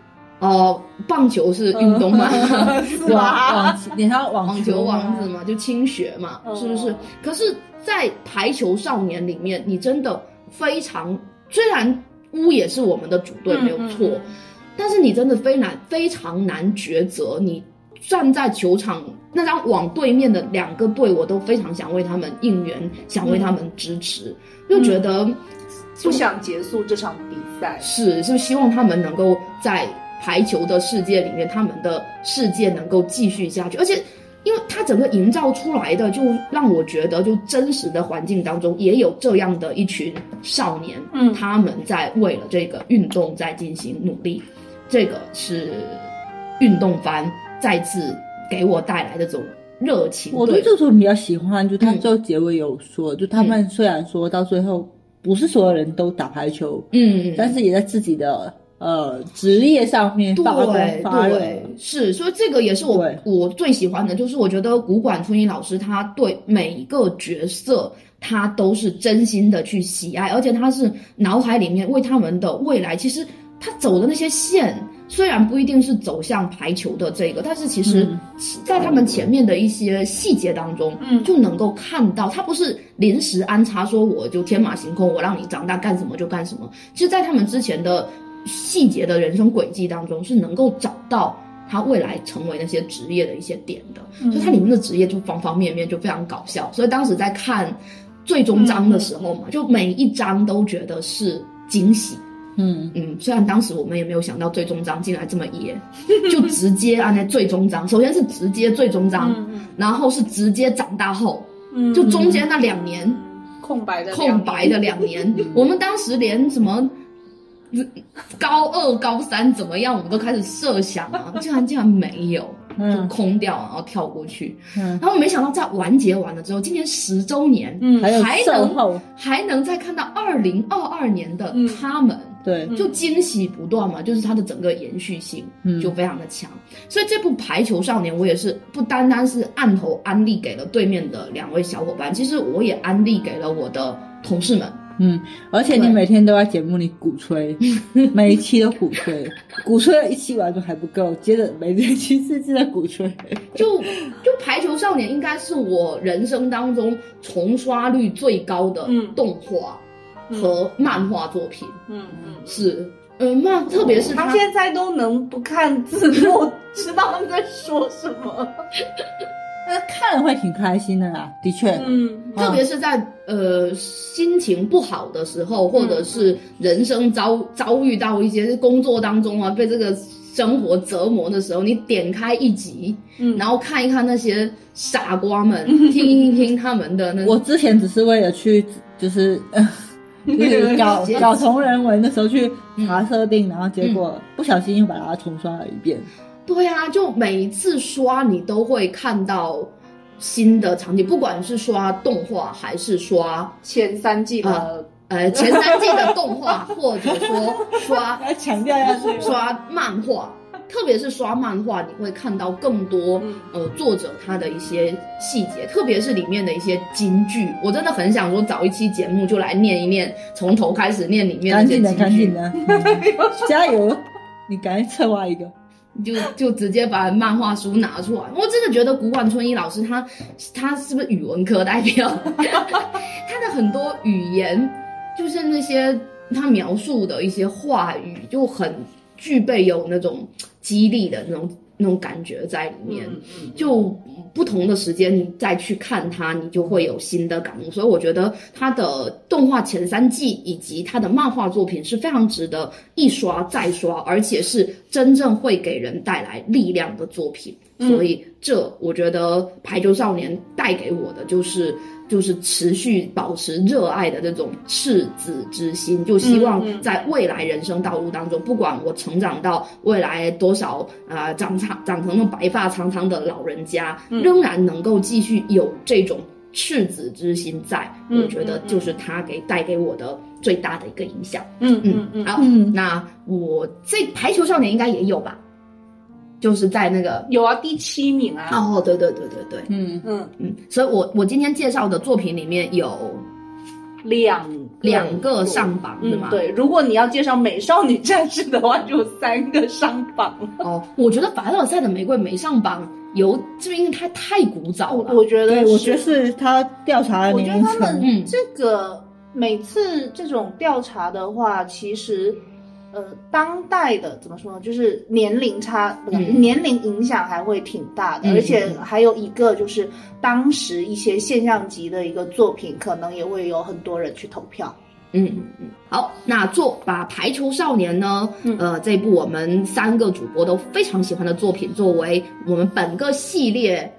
[SPEAKER 1] 哦、棒球是运动嘛，
[SPEAKER 4] 是
[SPEAKER 3] 网
[SPEAKER 4] 吧？
[SPEAKER 3] 网球，你看网
[SPEAKER 1] 网球
[SPEAKER 3] 球
[SPEAKER 1] 王子
[SPEAKER 3] 吗？
[SPEAKER 1] 嘛，就清学嘛，
[SPEAKER 4] 啊哦
[SPEAKER 1] 是不是？可是，在排球少年里面，你真的非常，虽然乌也是我们的主队、
[SPEAKER 4] 嗯
[SPEAKER 1] 没有错，
[SPEAKER 4] 嗯嗯
[SPEAKER 1] 但是你真的非难非常难抉择。你站在球场那张网对面的两个队，我都非常想为他们应援，想为他们支持，就觉得。
[SPEAKER 4] 不想结束这场比赛。
[SPEAKER 1] 是，就希望他们能够在排球的世界里面，他们的世界能够继续下去。而且，因为它整个营造出来的，就让我觉得，就真实的环境当中也有这样的一群少年，
[SPEAKER 4] 嗯
[SPEAKER 1] 他们在为了这个运动在进行努力。这个是运动番再次给我带来的这种热情。
[SPEAKER 3] 我
[SPEAKER 1] 对嗯
[SPEAKER 3] 对这种比较喜欢，就他最后结尾有说，就他们虽然说到最后不是所有人都打排球，
[SPEAKER 1] 嗯，
[SPEAKER 3] 但是也在自己的呃职业上面发光
[SPEAKER 1] 对
[SPEAKER 3] 发热。
[SPEAKER 1] 对，是，所以这个也是我
[SPEAKER 3] 对
[SPEAKER 1] 我最喜欢的，就是我觉得古管春英老师他对每一个角色。他都是真心的去喜爱，而且他是脑海里面为他们的未来，其实他走的那些线，虽然不一定是走向排球的这个，但是其实
[SPEAKER 3] 嗯，
[SPEAKER 1] 在他们前面的一些细节当中，
[SPEAKER 4] 嗯
[SPEAKER 1] 就能够看到，他不是临时安插说我就天马行空，我让你长大干什么就干什么。其实，在他们之前的细节的人生轨迹当中，是能够找到他未来成为那些职业的一些点的。所以，它里面的职业就方方面面就非常搞笑。所以当时在看最终章的时候嘛，就每一章都觉得是惊喜。
[SPEAKER 3] 嗯，
[SPEAKER 1] 嗯，虽然当时我们也没有想到最终章竟然这么野，就直接按在最终章，首先是直接最终章，
[SPEAKER 4] 嗯
[SPEAKER 1] 然后是直接长大后，
[SPEAKER 4] 嗯
[SPEAKER 1] 就中间那两年
[SPEAKER 4] 空白的
[SPEAKER 1] 空白的两年，我们当时连什么。高二、高三怎么样？我们都开始设想啊，竟然竟然没有，就
[SPEAKER 3] 嗯
[SPEAKER 1] 空掉，然后跳过去。
[SPEAKER 3] 嗯，
[SPEAKER 1] 然后没想到在完结完了之后，今年十周年，
[SPEAKER 4] 嗯
[SPEAKER 3] 还有
[SPEAKER 1] 还
[SPEAKER 3] 售
[SPEAKER 1] 能
[SPEAKER 3] 后，
[SPEAKER 1] 还能再看到二零二二年的
[SPEAKER 4] 嗯
[SPEAKER 1] 他们，
[SPEAKER 3] 对，
[SPEAKER 4] 嗯
[SPEAKER 1] 就惊喜不断嘛，就是它的整个延续性
[SPEAKER 3] 嗯
[SPEAKER 1] 就非常的强。所以这部《排球少年》，我也是不单单是按头安利给了对面的两位小伙伴，其实我也安利给了我的同事们。
[SPEAKER 3] 嗯，而且你
[SPEAKER 1] 对
[SPEAKER 3] 每天都在节目里鼓吹， 每一期都鼓吹，鼓吹了一期完都还不够，接着每一期次次在鼓吹，
[SPEAKER 1] 就就《排球少年》应该是我人生当中重刷率最高的
[SPEAKER 4] 嗯
[SPEAKER 1] 动画和漫画作品，
[SPEAKER 4] 嗯嗯，
[SPEAKER 1] 是。嗯，漫特别是
[SPEAKER 4] 哦他
[SPEAKER 1] 它
[SPEAKER 4] 现在都能不看字幕，知道他们在说什么。
[SPEAKER 3] 那看了会挺开心的啦，的确，
[SPEAKER 4] 嗯
[SPEAKER 1] 特别是在呃心情不好的时候，或
[SPEAKER 4] 嗯
[SPEAKER 1] 者是人生遭遭遇到一些工作当中啊，被这个生活折磨的时候，你点开一集，
[SPEAKER 4] 嗯
[SPEAKER 1] 然后看一看那些傻瓜们， 听一听他们的那
[SPEAKER 3] 我之前只是为了去，就是。就是搞
[SPEAKER 1] 解
[SPEAKER 3] 搞同人文的时候去查设定，然后结果不小心又把它重刷了一遍。
[SPEAKER 1] 对啊，就每一次刷你都会看到新的场景，不管是刷动画还是刷
[SPEAKER 4] 前三季的
[SPEAKER 1] 呃前三季的动画，或者说刷
[SPEAKER 3] 要强调一下这个，
[SPEAKER 1] 刷漫画，特别是刷漫画，你会看到更多、
[SPEAKER 4] 嗯
[SPEAKER 1] 呃作者他的一些细节，特别是里面的一些金句。我真的很想说，找一期节目就来念一念，从头开始念里面
[SPEAKER 3] 赶
[SPEAKER 1] 那些
[SPEAKER 3] 紧的，赶
[SPEAKER 1] 金
[SPEAKER 3] 紧
[SPEAKER 1] 句，
[SPEAKER 3] 的， 加油！你赶紧策划一个。
[SPEAKER 1] 就就直接把漫画书拿出来。我真的觉得古管春一老师他他是不是语文科代表？ 他的很多语言，就是那些他描述的一些话语，就很具备有那种激励的那种那种感觉在里面。就不同的时间你再去看它，你就会有新的感悟。所以我觉得他的动画前三季以及他的漫画作品是非常值得一刷再刷，而且是真正会给人带来力量的作品。
[SPEAKER 4] 嗯
[SPEAKER 1] 所以这我觉得《排球少年》带给我的就是。就是持续保持热爱的这种赤子之心，就希望
[SPEAKER 4] 嗯嗯
[SPEAKER 1] 在未来人生道路当中，不管我成长到未来多少啊、呃长长长成那种白发苍苍的老人家，
[SPEAKER 4] 嗯
[SPEAKER 1] 仍然能够继续有这种赤子之心在，
[SPEAKER 4] 嗯
[SPEAKER 1] 我觉得就是他给带给我的最大的一个影响。
[SPEAKER 4] 嗯
[SPEAKER 1] 嗯
[SPEAKER 4] 嗯嗯，
[SPEAKER 1] 好，
[SPEAKER 3] 嗯
[SPEAKER 1] 那我这排球少年应该也有吧，就是在那个
[SPEAKER 4] 有啊，第七名啊，
[SPEAKER 1] 哦，对对对对对，
[SPEAKER 3] 嗯，
[SPEAKER 4] 嗯，
[SPEAKER 1] 嗯，所以我我今天介绍的作品里面有
[SPEAKER 4] 两
[SPEAKER 1] 两个上榜，对
[SPEAKER 4] 嗯
[SPEAKER 1] 吗？，
[SPEAKER 4] 对，如果你要介绍美少女战士的话，就三个上榜。
[SPEAKER 1] 哦，我觉得凡尔赛的玫瑰没上榜，有是不是因为它太古早
[SPEAKER 4] 我
[SPEAKER 1] 了？
[SPEAKER 4] 我觉得
[SPEAKER 3] 对，
[SPEAKER 4] 是，
[SPEAKER 3] 我觉得是他调查了
[SPEAKER 4] 我觉
[SPEAKER 3] 年
[SPEAKER 4] 得
[SPEAKER 3] 龄
[SPEAKER 4] 他
[SPEAKER 3] 层，
[SPEAKER 1] 嗯
[SPEAKER 4] 们这个每次这种调查的话，其实，呃，当代的怎么说呢，就是年龄差，不是
[SPEAKER 1] 嗯
[SPEAKER 4] 年龄影响还会挺大的，
[SPEAKER 1] 嗯
[SPEAKER 4] 而且还有一个就是当时一些现象级的一个作品，可能也会有很多人去投票。
[SPEAKER 1] 嗯嗯嗯，好，那做把《排球少年》呢，
[SPEAKER 4] 嗯
[SPEAKER 1] 呃，这部我们三个主播都非常喜欢的作品，作为我们本个系列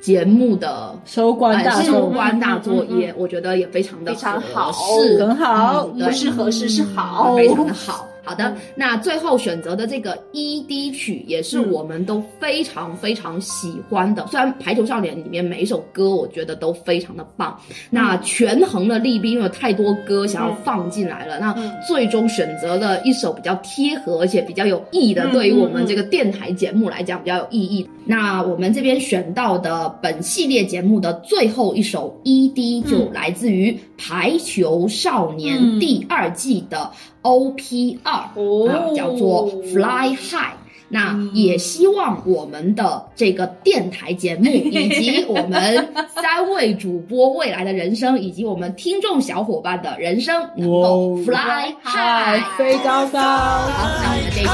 [SPEAKER 1] 节目的
[SPEAKER 3] 收官大
[SPEAKER 1] 呃
[SPEAKER 4] 是
[SPEAKER 1] 收
[SPEAKER 3] 众，
[SPEAKER 1] 官大作业，
[SPEAKER 4] 嗯
[SPEAKER 1] 我觉得也非常的
[SPEAKER 4] 非常好
[SPEAKER 1] 是
[SPEAKER 3] 很好
[SPEAKER 1] 嗯
[SPEAKER 4] 不
[SPEAKER 1] 对，嗯
[SPEAKER 4] 是合适是好，
[SPEAKER 1] 非常的好。
[SPEAKER 4] 哦
[SPEAKER 1] 好的，那最后选择的这个 ED 曲也是
[SPEAKER 4] 嗯
[SPEAKER 1] 我们都非常非常喜欢的。虽然《排球少年》里面每一首歌我觉得都非常的棒，
[SPEAKER 4] 嗯
[SPEAKER 1] 那权衡了利弊，因为有太多歌想要放进来了，
[SPEAKER 4] 嗯
[SPEAKER 1] 那最终选择了一首比较贴合而且比较有意义
[SPEAKER 4] 嗯
[SPEAKER 1] 的，对于我们这个电台节目来讲比较有意义。那我们这边选到的本系列节目的最后一首 ED 就来自于《排球少年》
[SPEAKER 4] 嗯
[SPEAKER 1] 第二季的 OP 二、
[SPEAKER 4] 哦
[SPEAKER 1] 啊，叫做 Fly High。那也希望我们的这个电台节目，以及我们三位主播未来的人生，以及我们听众小伙伴的人生，能够 fly high。
[SPEAKER 3] 飞高高。
[SPEAKER 5] 哎
[SPEAKER 1] 好，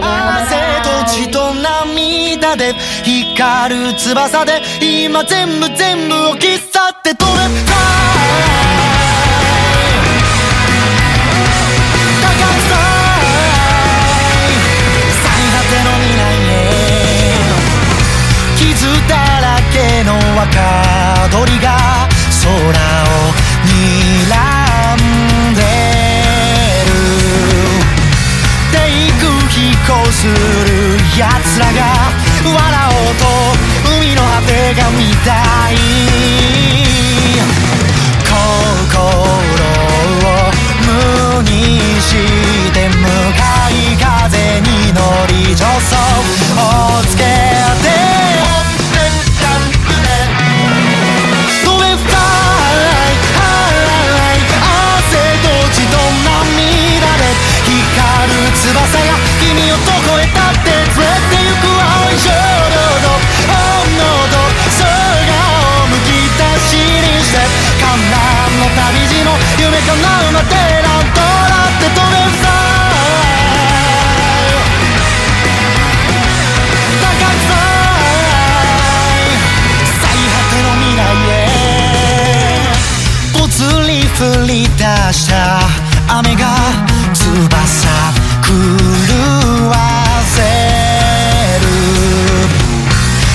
[SPEAKER 1] 那我们这一期节目就
[SPEAKER 6] 汗と血と
[SPEAKER 1] 到此为止，拜拜
[SPEAKER 6] 涙で光る翼で今全部全部を切っ去って取れただ
[SPEAKER 5] する奴らが笑おうと海の果てが見たい心を無にして向かい風に乗り助走をつけて飛べフ汗と血と涙で光る翼が君をどこへだって連れてゆく青い衝動の炎と空をむき出しにして観覧の旅路の夢叶うまでなんとだって飛べフ高くさい最果ての未来へぽつり降り出した雨が翼狂わせる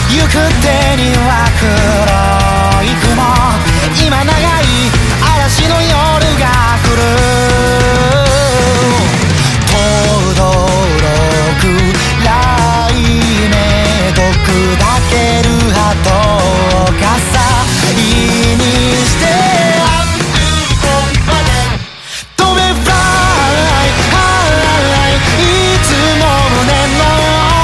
[SPEAKER 5] 行く手には黒い雲今長い嵐の夜が来る轟く雷鳴と砕ける波動を傘にして飛べ fly いつも胸の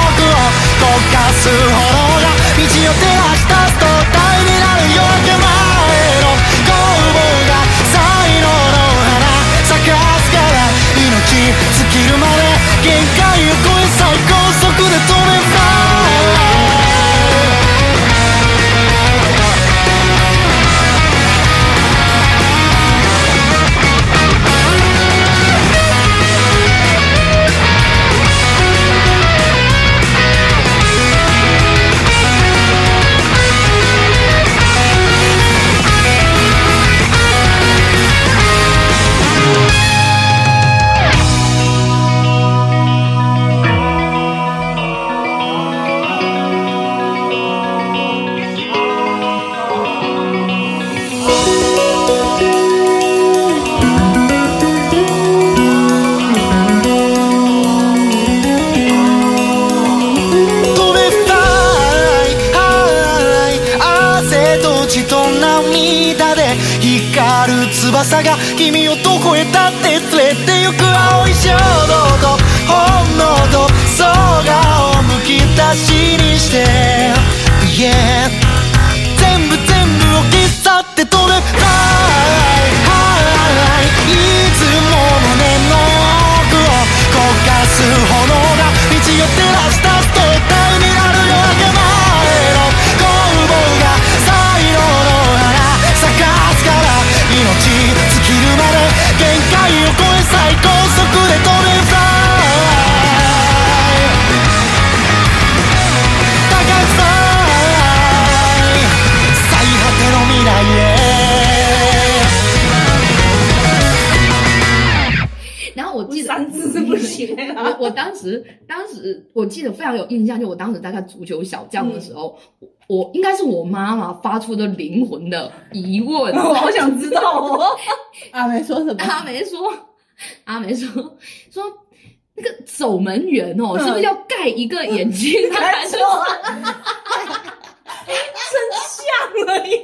[SPEAKER 5] 奥を溶かす炎が道を照らしたスト体になる夜明け前の攻防が才能の花咲かすから命尽きるまで限界を超え最高速で飛べ fly 飛べたい汗と血と涙で光る翼が君をどこへだって連れて行く青い衝動と本能と空をむき出しにして Yeah 全部全部を切っ去って飛べたいいつも胸の奥を焦がす炎が道を照らしたと体になる夜明け前の攻防が才能の花咲かすから命尽きるまで限界を超え最高速で飛べフライ高くさい最果ての未来へ
[SPEAKER 1] 然后我记得
[SPEAKER 4] 三字是不行的啊。
[SPEAKER 1] 我我当时当时我记得非常有印象，就我当时大概足球小将的时候，我我应该是我妈妈发出的灵魂的疑问，
[SPEAKER 4] 我好想知道哦，
[SPEAKER 3] 阿梅说什么？
[SPEAKER 1] 阿梅说，阿梅说说那个守门员哦，
[SPEAKER 4] 嗯
[SPEAKER 1] 是不是要盖一个眼睛？他
[SPEAKER 4] 来
[SPEAKER 1] 才
[SPEAKER 4] 说
[SPEAKER 1] 说，
[SPEAKER 4] 啊，真像了耶！